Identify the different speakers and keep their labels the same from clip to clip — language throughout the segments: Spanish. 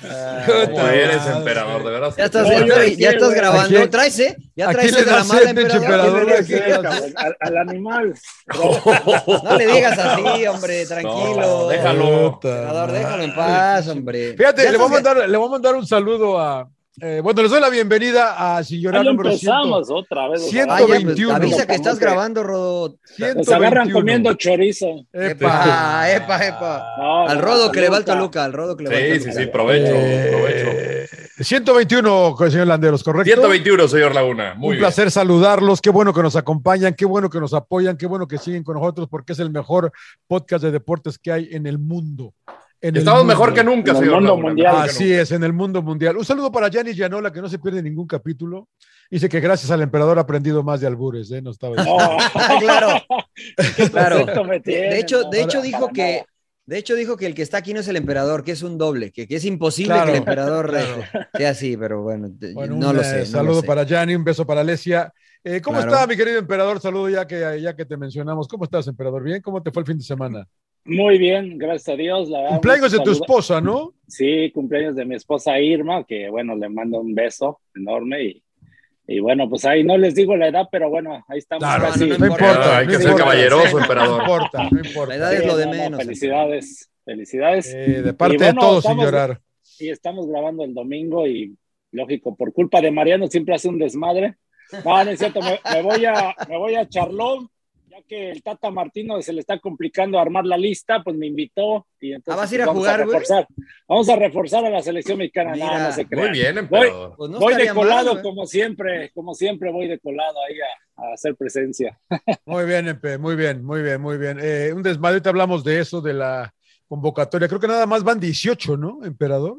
Speaker 1: ¿Cómo eres, emperador? De verdad.
Speaker 2: Ya estás, ya ya estás grabando.
Speaker 3: Aquí-
Speaker 2: traes, ¿eh? Ya
Speaker 3: aquí
Speaker 2: traes
Speaker 3: le
Speaker 2: el
Speaker 3: das
Speaker 2: gramado,
Speaker 3: siete,
Speaker 2: emperador.
Speaker 3: emperador,
Speaker 2: Sí,
Speaker 3: aquí.
Speaker 2: cabrón.
Speaker 4: Al, al animal.
Speaker 2: No le digas así, hombre, tranquilo.
Speaker 1: No, déjalo.
Speaker 2: Emperador, déjalo en paz, hombre.
Speaker 3: Fíjate,
Speaker 2: Ya
Speaker 3: le voy, a
Speaker 2: estás-
Speaker 3: mandar, le voy a mandar un saludo a. eh, bueno, les doy la bienvenida a Sin
Speaker 4: Ya
Speaker 3: Llorar
Speaker 4: lo
Speaker 3: número 100,
Speaker 4: empezamos otra vez. o sea,
Speaker 2: Ah,
Speaker 3: Ciento-
Speaker 2: ya, pues,
Speaker 3: 121.
Speaker 2: avisa que estás
Speaker 4: Como que-
Speaker 2: grabando, Rodo.
Speaker 4: Nos agarran
Speaker 3: 121.
Speaker 4: comiendo chorizo.
Speaker 3: Epa.
Speaker 2: Epa, epa, epa.
Speaker 4: No,
Speaker 2: Al
Speaker 4: no,
Speaker 2: Rodo que le va al
Speaker 4: Toluca.
Speaker 2: Toluca, al Rodo que le va al
Speaker 1: Sí, sí,
Speaker 2: Toluca.
Speaker 1: sí, provecho, provecho.
Speaker 3: Eh, 121, señor Landeros, ¿correcto?
Speaker 1: 121, señor Laguna. Muy
Speaker 3: un placer saludarlos, qué bueno que nos acompañan, qué bueno que nos apoyan, qué bueno que siguen con nosotros porque es el mejor podcast de deportes que hay en el mundo. En
Speaker 1: bien.
Speaker 3: el
Speaker 1: Estamos
Speaker 3: mundo.
Speaker 1: mejor que nunca,
Speaker 4: En el
Speaker 1: señor
Speaker 4: mundo
Speaker 1: Laguna,
Speaker 4: mundial.
Speaker 2: Ah,
Speaker 1: mejor que
Speaker 3: Así
Speaker 1: nunca.
Speaker 3: es, en el mundo mundial. Un saludo para Janis Gianola, que no se pierde ningún capítulo. Dice que gracias al emperador ha aprendido más de albures, ¿eh? No estaba
Speaker 4: No,
Speaker 2: Ah, claro. claro.
Speaker 4: perfecto
Speaker 2: De- De
Speaker 4: me tiene,
Speaker 2: hecho,
Speaker 4: no,
Speaker 2: de hecho
Speaker 4: para
Speaker 2: dijo
Speaker 4: nada.
Speaker 2: que de hecho dijo que el que está aquí no es el emperador, que es un doble, que, que es imposible
Speaker 3: Claro,
Speaker 2: que el emperador eh, sea así, pero bueno, te-
Speaker 3: Bueno,
Speaker 2: no
Speaker 3: un
Speaker 2: lo
Speaker 3: eh,
Speaker 2: sé. no lo
Speaker 3: saludo
Speaker 2: sé.
Speaker 3: para Gianni, un beso para Alesia. Eh, ¿Cómo
Speaker 2: Claro.
Speaker 3: está, mi querido emperador? Saludo ya que, ya que te mencionamos. ¿Cómo estás, emperador? ¿Bien? ¿Cómo te fue el fin de semana?
Speaker 4: Muy bien, gracias a Dios. La verdad,
Speaker 3: Cumpleaños de tu
Speaker 4: saluda-
Speaker 3: esposa, ¿no?
Speaker 4: Sí, cumpleaños de mi esposa Irma, que bueno, le mando un beso enorme y, y bueno, pues ahí no les digo la edad, pero bueno, ahí estamos
Speaker 3: Claro,
Speaker 4: casi.
Speaker 2: no,
Speaker 3: no,
Speaker 2: no
Speaker 3: importa.
Speaker 1: Hay
Speaker 3: no
Speaker 1: que ser
Speaker 3: importa.
Speaker 1: caballeroso,
Speaker 3: No
Speaker 1: emperador.
Speaker 3: importa, no importa.
Speaker 2: La edad es lo de
Speaker 4: no, no,
Speaker 2: menos.
Speaker 4: felicidades, felicidades.
Speaker 3: Eh, de parte
Speaker 4: Y bueno,
Speaker 3: de todos, sin
Speaker 4: estamos-
Speaker 3: llorar.
Speaker 4: Y estamos grabando el domingo y lógico, por culpa de Mariano siempre hace un desmadre. No, no es cierto, me, me voy a, me voy a Charlón, ya que el Tata Martino se le está complicando armar la lista, pues me invitó. Y entonces,
Speaker 2: Ah, ¿vas a ir
Speaker 4: pues,
Speaker 2: a
Speaker 4: vamos
Speaker 2: jugar, güey?
Speaker 4: reforzar, Vamos a reforzar a la selección mexicana, No,
Speaker 2: Mira,
Speaker 4: no se
Speaker 1: Muy
Speaker 4: crean.
Speaker 1: bien, emperador.
Speaker 2: Pues no
Speaker 4: voy de
Speaker 2: estaría mal,
Speaker 4: colado,
Speaker 2: ¿eh?
Speaker 4: como siempre, como siempre voy de colado ahí a, a hacer presencia.
Speaker 3: Muy bien, Empe, muy bien, muy bien, muy bien. Eh, un desmadre, ahorita hablamos de eso, de la convocatoria. Creo que nada más van 18, ¿no, emperador?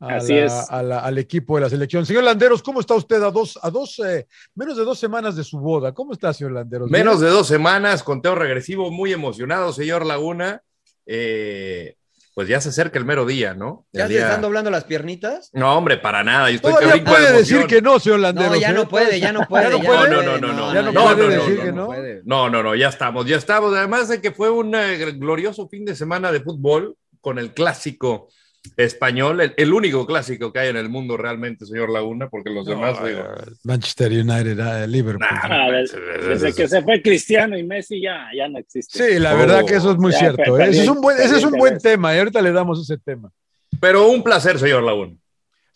Speaker 3: A
Speaker 4: Así
Speaker 3: la-
Speaker 4: es.
Speaker 3: a la- al equipo de la selección. Señor Landeros, ¿cómo está usted a dos, a dos, eh, menos de dos semanas de su boda? ¿Cómo está, señor Landeros?
Speaker 1: Menos de dos semanas, conteo regresivo, muy emocionado, señor Laguna. Eh, pues ya se acerca el mero día, ¿no? El
Speaker 2: ¿Ya te
Speaker 1: día-
Speaker 2: están doblando las piernitas?
Speaker 1: No, hombre, para nada. Yo estoy que
Speaker 3: Todavía
Speaker 1: brinco de
Speaker 3: puede decir
Speaker 1: emoción.
Speaker 3: que no, señor Landeros.
Speaker 2: No, ya
Speaker 3: ¿eh?
Speaker 2: no puede, ya no puede.
Speaker 3: no
Speaker 2: ya
Speaker 3: puede.
Speaker 2: puede,
Speaker 1: No, no, no,
Speaker 3: Ya no
Speaker 1: no,
Speaker 3: puede
Speaker 1: no,
Speaker 3: decir
Speaker 1: no,
Speaker 3: que
Speaker 1: no
Speaker 3: no.
Speaker 2: puede.
Speaker 1: No, no, no, ya estamos, ya estamos. Además de que fue un eh, glorioso fin de semana de fútbol con el clásico español, el, el único clásico que hay en el mundo realmente, señor Laguna, porque los demás, digo,
Speaker 3: Manchester United, eh, Liverpool.
Speaker 1: nah,
Speaker 4: A ver,
Speaker 1: sí,
Speaker 4: desde
Speaker 1: sí,
Speaker 4: que
Speaker 1: sí.
Speaker 4: se fue Cristiano y Messi ya, ya no existe.
Speaker 3: Sí, la verdad
Speaker 1: Oh.
Speaker 3: que eso es muy
Speaker 4: Ya,
Speaker 3: cierto.
Speaker 4: perdí,
Speaker 3: ¿eh? Ese es un buen, ese es un
Speaker 4: perdí
Speaker 3: buen
Speaker 4: interés.
Speaker 3: tema y ahorita le damos ese tema.
Speaker 1: Pero un placer, señor Laguna.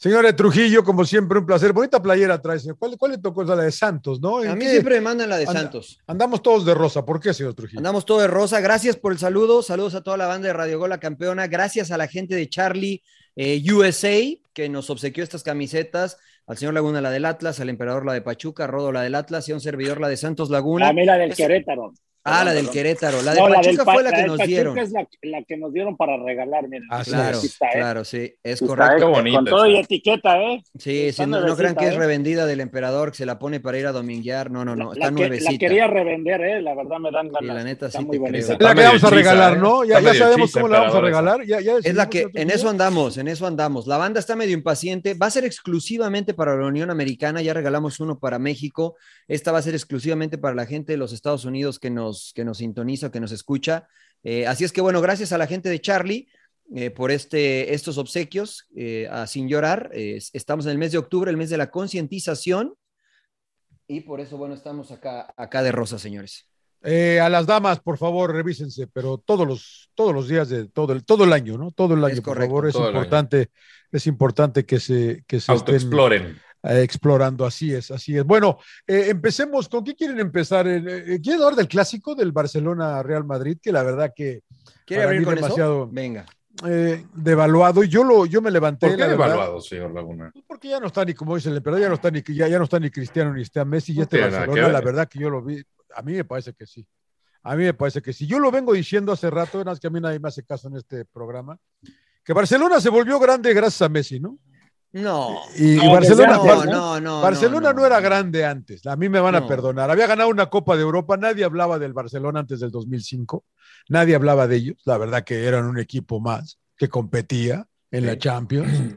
Speaker 3: Señores Trujillo, como siempre, un placer. Bonita playera trae, señor. ¿Cuál, cuál le tocó? La de Santos, ¿no?
Speaker 2: A
Speaker 3: ¿En
Speaker 2: mí
Speaker 3: qué?
Speaker 2: siempre me mandan la de
Speaker 3: Anda.
Speaker 2: Santos.
Speaker 3: Andamos todos de rosa. ¿Por qué, señor Trujillo?
Speaker 2: Andamos todo de rosa. Gracias por el saludo. Saludos a toda la banda de Radio Gol, la campeona. Gracias a la gente de Charlie eh, USA que nos obsequió estas camisetas. Al señor Laguna, la del Atlas. Al emperador, la de Pachuca. a Rodo, la del Atlas. Y a un servidor, la de Santos Laguna.
Speaker 4: Ah, mira, del
Speaker 2: Es-
Speaker 4: Querétaro.
Speaker 2: Ah, la del
Speaker 4: Perdón.
Speaker 2: Querétaro. La de
Speaker 4: No, del
Speaker 2: Pachuca
Speaker 4: Pa-
Speaker 2: fue la que
Speaker 4: del
Speaker 2: nos
Speaker 4: Pachuca
Speaker 2: dieron. Ah,
Speaker 4: es la, la que nos dieron para regalar, mira.
Speaker 3: Así
Speaker 2: Claro,
Speaker 4: Aquí está, ¿eh?
Speaker 2: claro, sí. Es
Speaker 4: Aquí está,
Speaker 2: correcto.
Speaker 4: ¿eh?
Speaker 1: Qué bonita
Speaker 4: Con todo y
Speaker 1: está.
Speaker 4: etiqueta, ¿eh?
Speaker 2: Sí, sí,
Speaker 4: Está
Speaker 2: no, no crean
Speaker 4: nuevecita,
Speaker 2: que es
Speaker 4: ¿eh?
Speaker 2: revendida del emperador que se la pone para ir a dominguear. No, no, no.
Speaker 4: la,
Speaker 2: Está
Speaker 4: que- la
Speaker 2: nuevecita.
Speaker 4: quería revender, ¿eh? La verdad me dan
Speaker 2: Y
Speaker 4: ganas.
Speaker 2: la neta
Speaker 4: está
Speaker 2: sí
Speaker 4: muy
Speaker 2: te creo.
Speaker 4: bonita.
Speaker 3: Es la que
Speaker 1: Está
Speaker 3: vamos a
Speaker 1: medio hechiza,
Speaker 3: regalar,
Speaker 1: ¿eh?
Speaker 3: ¿no? Ya,
Speaker 1: Está
Speaker 3: ya
Speaker 1: medio
Speaker 3: sabemos
Speaker 1: hechiza,
Speaker 3: cómo la vamos a
Speaker 1: emperador,
Speaker 3: regalar. Ya- ya
Speaker 2: Es
Speaker 3: decidimos,
Speaker 2: la que
Speaker 3: señor
Speaker 2: en
Speaker 3: Trujillo.
Speaker 2: eso andamos, en eso andamos. La banda está medio impaciente. Va a ser exclusivamente para la Unión Americana. Ya regalamos uno para México. Esta va a ser exclusivamente para la gente de los Estados Unidos que nos, que nos sintoniza, que nos escucha. Eh, así es que bueno, gracias a la gente de Charlie eh, por este, estos obsequios eh, a Sin Llorar. Eh, es- estamos en el mes de octubre, el mes de la concientización. Y por eso, bueno, estamos acá, acá de rosa, señores.
Speaker 3: Eh, a las damas, por favor, revísense, pero todos los, todos los días de todo el, todo el año, ¿no? Todo el año, por
Speaker 2: correcto,
Speaker 3: favor, es
Speaker 1: todo el año.
Speaker 3: importante, es importante que se, que se estén,
Speaker 1: Autoexploren.
Speaker 3: eh, explorando. Así es, así es. Bueno, eh, empecemos. ¿Con qué quieren empezar? Eh, eh, ¿Quieren hablar del clásico del Barcelona Real Madrid? Que la verdad que
Speaker 2: ¿Quiere
Speaker 3: para
Speaker 2: abrir
Speaker 3: mí
Speaker 2: con
Speaker 3: demasiado
Speaker 2: eso? Venga.
Speaker 3: eh, devaluado. Yo lo, yo me levanté.
Speaker 1: ¿Por qué
Speaker 3: la verdad,
Speaker 1: devaluado, señor Laguna?
Speaker 3: Porque ya no está ni, como dice el emperador, ya no está ni, ya, ya no está ni Cristiano ni está Messi, ya
Speaker 1: No
Speaker 3: este
Speaker 1: tiene nada que
Speaker 3: Barcelona, la
Speaker 1: ver.
Speaker 3: verdad que yo lo vi, a mí me parece que sí. A mí me parece que sí. Yo lo vengo diciendo hace rato, nada más que a mí nadie me hace caso en este programa, que Barcelona se volvió grande gracias a Messi, ¿no?
Speaker 2: No.
Speaker 3: Y, y
Speaker 4: No,
Speaker 3: Barcelona,
Speaker 4: desde
Speaker 3: Bar-
Speaker 4: antes,
Speaker 2: no, no, no.
Speaker 3: Barcelona no, era grande antes, a mí me van a
Speaker 2: No.
Speaker 3: perdonar. Había ganado una Copa de Europa, nadie hablaba del Barcelona antes del 2005, nadie hablaba de ellos, la verdad que eran un equipo más que competía en la Champions.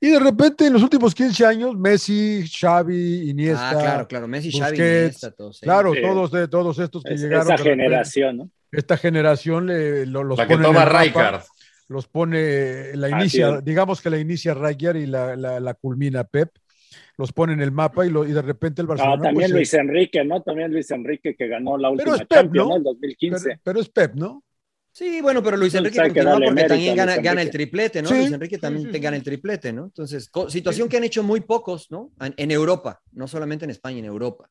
Speaker 3: Y de repente en los últimos 15 años, Messi, Xavi, Iniesta,
Speaker 2: Ah, claro, claro. Messi, Xavi,
Speaker 3: Busquets,
Speaker 2: Iniesta, todos. ellos.
Speaker 3: claro,
Speaker 4: Sí.
Speaker 3: todos, de, todos estos que
Speaker 4: Es-
Speaker 3: llegaron.
Speaker 4: esa
Speaker 3: de repente,
Speaker 4: generación, ¿no?
Speaker 3: esta generación le, lo- los
Speaker 1: La que
Speaker 3: pone en
Speaker 1: toma
Speaker 3: el mapa,
Speaker 1: Rijkaard.
Speaker 3: los pone, eh, la
Speaker 4: Así
Speaker 3: inicia,
Speaker 4: es.
Speaker 3: digamos que la inicia Rijkaard y la, la- la culmina Pep, los pone en el mapa y, lo- y de repente el
Speaker 4: Ah,
Speaker 3: Barcelona...
Speaker 4: también
Speaker 3: pues,
Speaker 4: Luis
Speaker 2: eh.
Speaker 4: Enrique, ¿no? También Luis Enrique que ganó la
Speaker 3: Pero
Speaker 4: última
Speaker 3: es Pep,
Speaker 4: Champions,
Speaker 3: ¿no?
Speaker 4: ¿no? El 2015.
Speaker 3: pero, pero es Pep, ¿no?
Speaker 2: Sí, bueno, pero Luis
Speaker 4: Pues
Speaker 2: Enrique
Speaker 4: hay que
Speaker 2: continúa
Speaker 4: darle
Speaker 2: porque
Speaker 4: mérito
Speaker 2: también
Speaker 4: a
Speaker 2: gana,
Speaker 4: Luis
Speaker 2: gana el
Speaker 4: Enrique.
Speaker 2: triplete, ¿no?
Speaker 3: Sí,
Speaker 2: Luis Enrique también
Speaker 3: sí,
Speaker 2: te
Speaker 3: sí,
Speaker 2: gana el triplete, ¿no? Entonces, co- situación que han hecho muy pocos, ¿no? En, en Europa, no solamente en España, en Europa.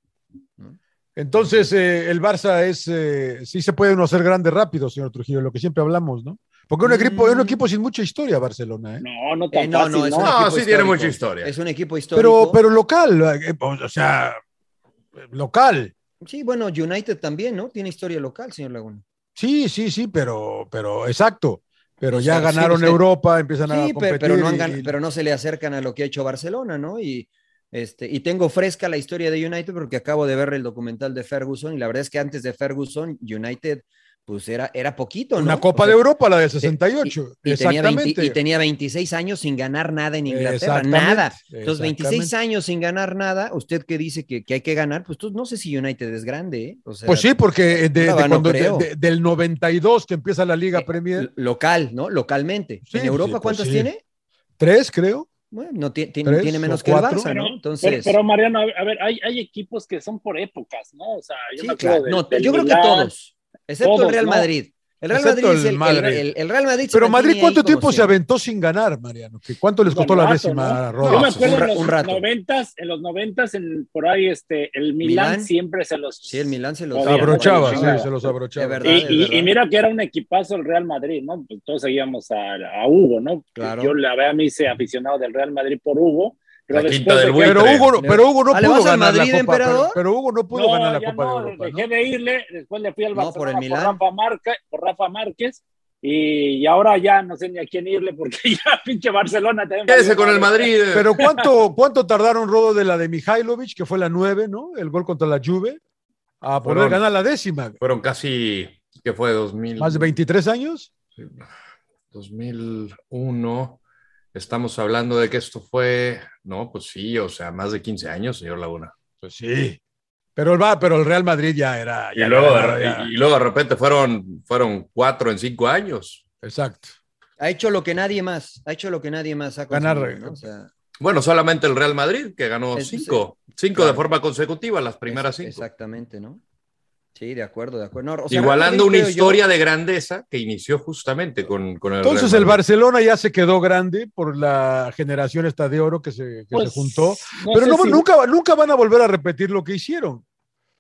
Speaker 3: Entonces, eh, el Barça es, eh, sí se puede uno hacer grande rápido, señor Trujillo, lo que siempre hablamos, ¿no? Porque es un equipo,
Speaker 2: Mm.
Speaker 3: es un equipo sin mucha historia, Barcelona, ¿eh?
Speaker 4: No, no tan
Speaker 2: Eh, no,
Speaker 4: fácil,
Speaker 2: no,
Speaker 4: ¿no?
Speaker 2: es un
Speaker 1: No,
Speaker 2: equipo
Speaker 1: sí tiene
Speaker 2: histórico.
Speaker 1: mucha historia.
Speaker 2: Es un equipo histórico.
Speaker 3: Pero, pero local, eh, o sea, local.
Speaker 2: Sí, bueno, United también, ¿no? Tiene historia local, señor Laguna.
Speaker 3: Sí, sí, sí, pero, pero exacto. Pero
Speaker 2: Pues,
Speaker 3: ya
Speaker 2: sí,
Speaker 3: ganaron
Speaker 2: sí.
Speaker 3: Europa, empiezan a
Speaker 2: Sí, pe-
Speaker 3: competir.
Speaker 2: pero, no han
Speaker 3: y-
Speaker 2: gan- pero no se le acercan a lo que ha hecho Barcelona, ¿no? Y, este, y tengo fresca la historia de United porque acabo de ver el documental de Ferguson y la verdad es que antes de Ferguson, United, pues era, era poquito, ¿no?
Speaker 3: Una
Speaker 2: O
Speaker 3: Copa
Speaker 2: sea, eh,
Speaker 3: de Europa, la del 68.
Speaker 2: Y tenía, 20
Speaker 3: exactamente.
Speaker 2: y tenía 26 años sin ganar nada en Inglaterra, nada. Entonces, 26 años sin ganar nada, usted que dice que, que hay que ganar, pues tú no sé si United es grande, ¿eh? O sea,
Speaker 3: Pues sí, porque de- de
Speaker 2: Ahora no
Speaker 3: cuando- de-
Speaker 2: creo.
Speaker 3: de- del 92 que empieza la Liga
Speaker 2: Eh,
Speaker 3: Premier,
Speaker 2: local, ¿no? Localmente.
Speaker 3: Sí,
Speaker 2: ¿En Europa
Speaker 3: sí, pues
Speaker 2: cuántos
Speaker 3: sí.
Speaker 2: tiene?
Speaker 3: tres, creo.
Speaker 2: Bueno, no ti- ti-
Speaker 3: Tres
Speaker 2: tiene
Speaker 3: o
Speaker 2: menos que el
Speaker 3: cuatro.
Speaker 2: Barça, ¿no? Entonces...
Speaker 4: Pero, pero, Mariano, a ver, a ver, hay, hay equipos que son por épocas, ¿no? O sea, yo
Speaker 2: Sí,
Speaker 4: me
Speaker 2: claro.
Speaker 4: acuerdo de-
Speaker 2: No,
Speaker 4: del
Speaker 2: yo creo que
Speaker 4: Milán.
Speaker 2: todos, excepto el
Speaker 4: Todos,
Speaker 2: Real
Speaker 4: ¿no?
Speaker 2: Madrid. El Real
Speaker 3: Excepto
Speaker 2: Madrid es
Speaker 3: el
Speaker 2: el, el-
Speaker 3: Madrid.
Speaker 2: el- el Real Madrid. se
Speaker 3: Pero
Speaker 2: mantiene
Speaker 3: Madrid,
Speaker 2: ahí
Speaker 3: ¿cuánto
Speaker 2: como
Speaker 3: tiempo se
Speaker 2: siempre.
Speaker 3: aventó sin ganar, Mariano? ¿Qué- ¿Cuánto les
Speaker 4: Un
Speaker 3: costó la
Speaker 4: rato,
Speaker 3: décima
Speaker 4: ¿no?
Speaker 3: ronda?
Speaker 4: Yo me acuerdo
Speaker 2: un ra-
Speaker 4: en
Speaker 2: un
Speaker 4: los
Speaker 2: rato.
Speaker 4: noventas, en los noventas, en, por ahí este, el Milán,
Speaker 2: Milán.
Speaker 4: siempre se los
Speaker 2: Sí, el Milán se los
Speaker 4: Obvio,
Speaker 3: Se abrochaba,
Speaker 4: Sí,
Speaker 3: sí,
Speaker 4: claro.
Speaker 3: se los abrochaba.
Speaker 2: Es verdad.
Speaker 4: Y, y-
Speaker 2: es verdad.
Speaker 4: y mira que era un equipazo el Real Madrid, ¿no? Pues todos seguíamos a, a Hugo, ¿no?
Speaker 2: Claro.
Speaker 4: Yo la verdad me hice aficionado del Real Madrid por Hugo. Pero
Speaker 1: La
Speaker 4: después
Speaker 1: quinta del
Speaker 4: de que-
Speaker 1: buitre.
Speaker 3: Pero Hugo, no- pero Hugo no
Speaker 2: Ah, ¿le
Speaker 3: pudo
Speaker 2: vas al
Speaker 3: ganar
Speaker 2: Madrid,
Speaker 3: la Copa.
Speaker 2: emperador?
Speaker 3: Pero, pero Hugo no pudo
Speaker 4: No,
Speaker 3: ganar la
Speaker 4: ya
Speaker 3: Copa
Speaker 4: no,
Speaker 3: de Europa. ¿no?
Speaker 4: Dejé de irle, después le fui al
Speaker 2: No, por
Speaker 4: Barcelona
Speaker 2: el
Speaker 4: por,
Speaker 2: Milán.
Speaker 4: Rafa Marca, por Rafa Márquez. Y, y ahora ya no sé ni a quién irle porque ya pinche Barcelona también.
Speaker 1: Quédese con el Madrid. eh.
Speaker 3: Pero ¿cuánto, cuánto tardaron Rodo de la de Mihailovic, que fue la nueve, ¿no? El gol contra la Juve, a poder
Speaker 1: Fueron-
Speaker 3: ganar la décima.
Speaker 1: Fueron casi, que fue? 2000.
Speaker 3: Más de 23 años.
Speaker 1: 2001. Estamos hablando de que esto fue, no, pues sí, o sea, más de 15 años, señor Laguna.
Speaker 3: Pues sí. Pero el, va- pero el Real Madrid ya era.
Speaker 1: Y
Speaker 3: ya
Speaker 1: luego,
Speaker 3: era-
Speaker 1: de,
Speaker 3: ya-
Speaker 1: y- y luego de repente fueron, fueron cuatro en cinco años.
Speaker 3: Exacto.
Speaker 2: Ha hecho lo que nadie más. Ha hecho lo que nadie más ha
Speaker 3: Ganar,
Speaker 2: conseguido,
Speaker 3: eh,
Speaker 2: O sea,
Speaker 1: Bueno, solamente el Real Madrid, que ganó
Speaker 2: Es-
Speaker 1: cinco, cinco
Speaker 2: claro.
Speaker 1: de forma consecutiva, las primeras
Speaker 2: es-
Speaker 1: cinco.
Speaker 2: Exactamente, ¿no? Sí, de acuerdo, de acuerdo. No, o sea,
Speaker 1: Igualando
Speaker 2: Real
Speaker 1: una
Speaker 2: Madrid, creo yo-
Speaker 1: historia de grandeza que inició justamente con, con el
Speaker 3: Entonces
Speaker 1: Real
Speaker 3: el
Speaker 1: Madrid.
Speaker 3: Barcelona ya se quedó grande por la generación esta de oro que se, que se juntó. Pero
Speaker 4: Pues, sé
Speaker 3: no-
Speaker 4: si-
Speaker 3: nunca, nunca van a volver a repetir lo que hicieron.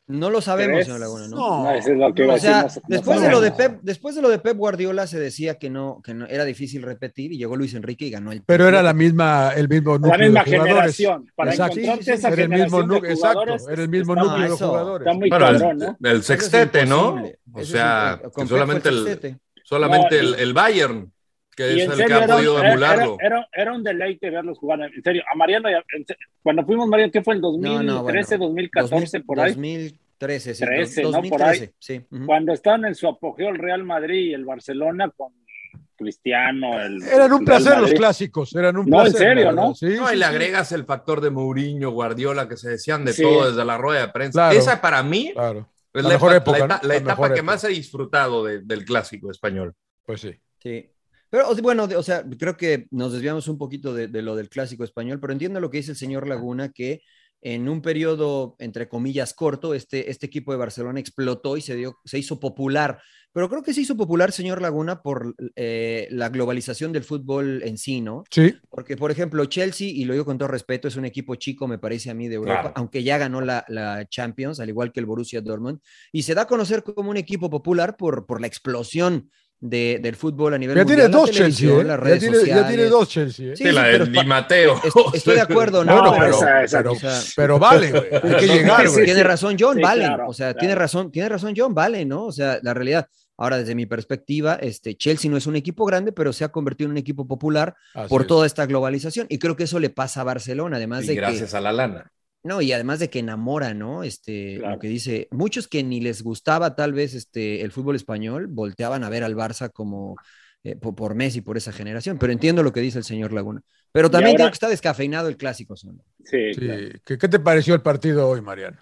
Speaker 2: No lo sabemos,
Speaker 4: ¿Crees?
Speaker 2: señor Laguna, ¿no?
Speaker 3: No.
Speaker 4: No, eso es lo que iba a
Speaker 2: O sea,
Speaker 4: decir, no- no
Speaker 2: después de lo de
Speaker 4: sabemos.
Speaker 2: Pep, después de lo de Pep Guardiola se decía que no, que no era difícil repetir y llegó Luis Enrique y ganó el.
Speaker 3: Pero era
Speaker 2: triplete.
Speaker 3: la misma, el mismo núcleo
Speaker 4: la misma
Speaker 3: de jugadores.
Speaker 4: generación. Para
Speaker 3: Exacto.
Speaker 4: encontrarte
Speaker 3: Sí, sí, sí,
Speaker 4: esa
Speaker 3: era el mismo
Speaker 4: generación de
Speaker 3: núcleo- exacto,
Speaker 4: jugadores,
Speaker 3: era el mismo
Speaker 4: está-
Speaker 3: núcleo de
Speaker 2: eso.
Speaker 3: jugadores.
Speaker 4: Está muy
Speaker 1: Bueno, el-
Speaker 4: cabrón, ¿no?
Speaker 1: el,
Speaker 2: Eso es
Speaker 1: sextete, ¿no?
Speaker 2: imposible.
Speaker 1: O
Speaker 2: Eso es
Speaker 1: sea,
Speaker 2: impo-
Speaker 1: que
Speaker 2: con Pep fue
Speaker 1: solamente el,
Speaker 2: sextete.
Speaker 1: solamente
Speaker 4: No, y-
Speaker 1: el, el Bayern, que
Speaker 4: Y
Speaker 1: es
Speaker 4: en
Speaker 1: el que
Speaker 4: serio,
Speaker 1: ha
Speaker 4: era un-
Speaker 1: podido
Speaker 4: era-
Speaker 1: emularlo.
Speaker 4: Era, era- era un deleite verlos jugar. En serio, a Mariano, y a- en se- cuando fuimos Mariano, ¿qué fue? ¿El 2013,
Speaker 2: No, no, bueno.
Speaker 4: 2014,
Speaker 2: 2000,
Speaker 4: por ahí?
Speaker 2: 2013, sí.
Speaker 4: 13,
Speaker 2: dos-
Speaker 4: ¿no?
Speaker 2: 2013,
Speaker 4: Por ahí.
Speaker 2: sí. ujú.
Speaker 4: Cuando estaban en su apogeo el Real Madrid y el Barcelona con Cristiano. El,
Speaker 3: Eran un
Speaker 4: el Real
Speaker 3: placer los
Speaker 4: Madrid.
Speaker 3: clásicos, eran un
Speaker 4: No, en
Speaker 3: placer. la
Speaker 4: serio,
Speaker 3: verdad.
Speaker 4: ¿no?
Speaker 3: Sí,
Speaker 1: No,
Speaker 3: sí,
Speaker 1: y le
Speaker 3: sí.
Speaker 1: agregas el factor de Mourinho, Guardiola, que se decían de
Speaker 4: Sí.
Speaker 1: todo desde la rueda de prensa.
Speaker 3: Claro.
Speaker 1: Esa para mí es
Speaker 3: Claro,
Speaker 1: la,
Speaker 3: La mejor
Speaker 1: etapa-
Speaker 3: época,
Speaker 1: la
Speaker 3: ¿no?
Speaker 1: eta- la
Speaker 3: La
Speaker 1: etapa
Speaker 3: mejor
Speaker 1: que
Speaker 3: época.
Speaker 1: más he disfrutado de- del clásico español.
Speaker 3: pues sí.
Speaker 2: Sí. Pero o sea, bueno, de- o sea, creo que nos desviamos un poquito de, de lo del clásico español, pero entiendo lo que dice el señor Laguna, que en un periodo, entre comillas, corto, este, este equipo de Barcelona explotó y se, dio, se hizo popular. Pero creo que se hizo popular, señor Laguna, por eh, la globalización del fútbol en sí, ¿no?
Speaker 3: Sí.
Speaker 2: Porque, por ejemplo, Chelsea, y lo digo con todo respeto, es un equipo chico, me parece a mí, de Europa,
Speaker 3: Claro.
Speaker 2: aunque ya ganó la, la Champions, al igual que el Borussia Dortmund, y se da a conocer como un equipo popular por, por la explosión de- del fútbol a nivel
Speaker 3: Ya tiene
Speaker 2: mundial. La
Speaker 3: dos
Speaker 2: televisión,
Speaker 3: Chelsea. ¿eh?
Speaker 2: las
Speaker 3: Ya
Speaker 2: redes
Speaker 3: tiene, ya tiene
Speaker 2: sociales.
Speaker 3: dos Chelsea. ¿eh?
Speaker 2: Sí, Sí, la sí, del pero pa-
Speaker 1: Mateo.
Speaker 2: es- estoy de acuerdo, ¿no?
Speaker 3: Bueno,
Speaker 2: Pero-
Speaker 3: pero,
Speaker 2: esa- esa-
Speaker 3: pero-
Speaker 2: o sea-
Speaker 3: pero vale, güey. Hay que llegar, güey.
Speaker 2: Tiene razón John,
Speaker 3: Sí,
Speaker 2: vale.
Speaker 3: claro,
Speaker 2: o sea,
Speaker 3: claro.
Speaker 2: tiene razón, tiene razón John, vale, ¿no? O sea, la realidad. Ahora, desde mi perspectiva, este, Chelsea no es un equipo grande, pero se ha convertido en un equipo popular
Speaker 1: Así
Speaker 2: por
Speaker 1: es.
Speaker 2: toda esta globalización. Y creo que eso le pasa a Barcelona, además
Speaker 1: Y
Speaker 2: de
Speaker 1: gracias
Speaker 2: que.
Speaker 1: a la lana.
Speaker 2: No, y además de que enamora, ¿no? Este, lo que dice, muchos que ni les gustaba tal vez este, el fútbol español, volteaban a ver al Barça como eh, po- por, Messi, por esa generación. Pero entiendo lo que dice el señor Laguna. Pero
Speaker 3: Y
Speaker 2: también
Speaker 3: ahora-
Speaker 2: creo que está descafeinado el clásico. señor.
Speaker 3: Sí, ¿Qué, qué te pareció el partido hoy, Mariano?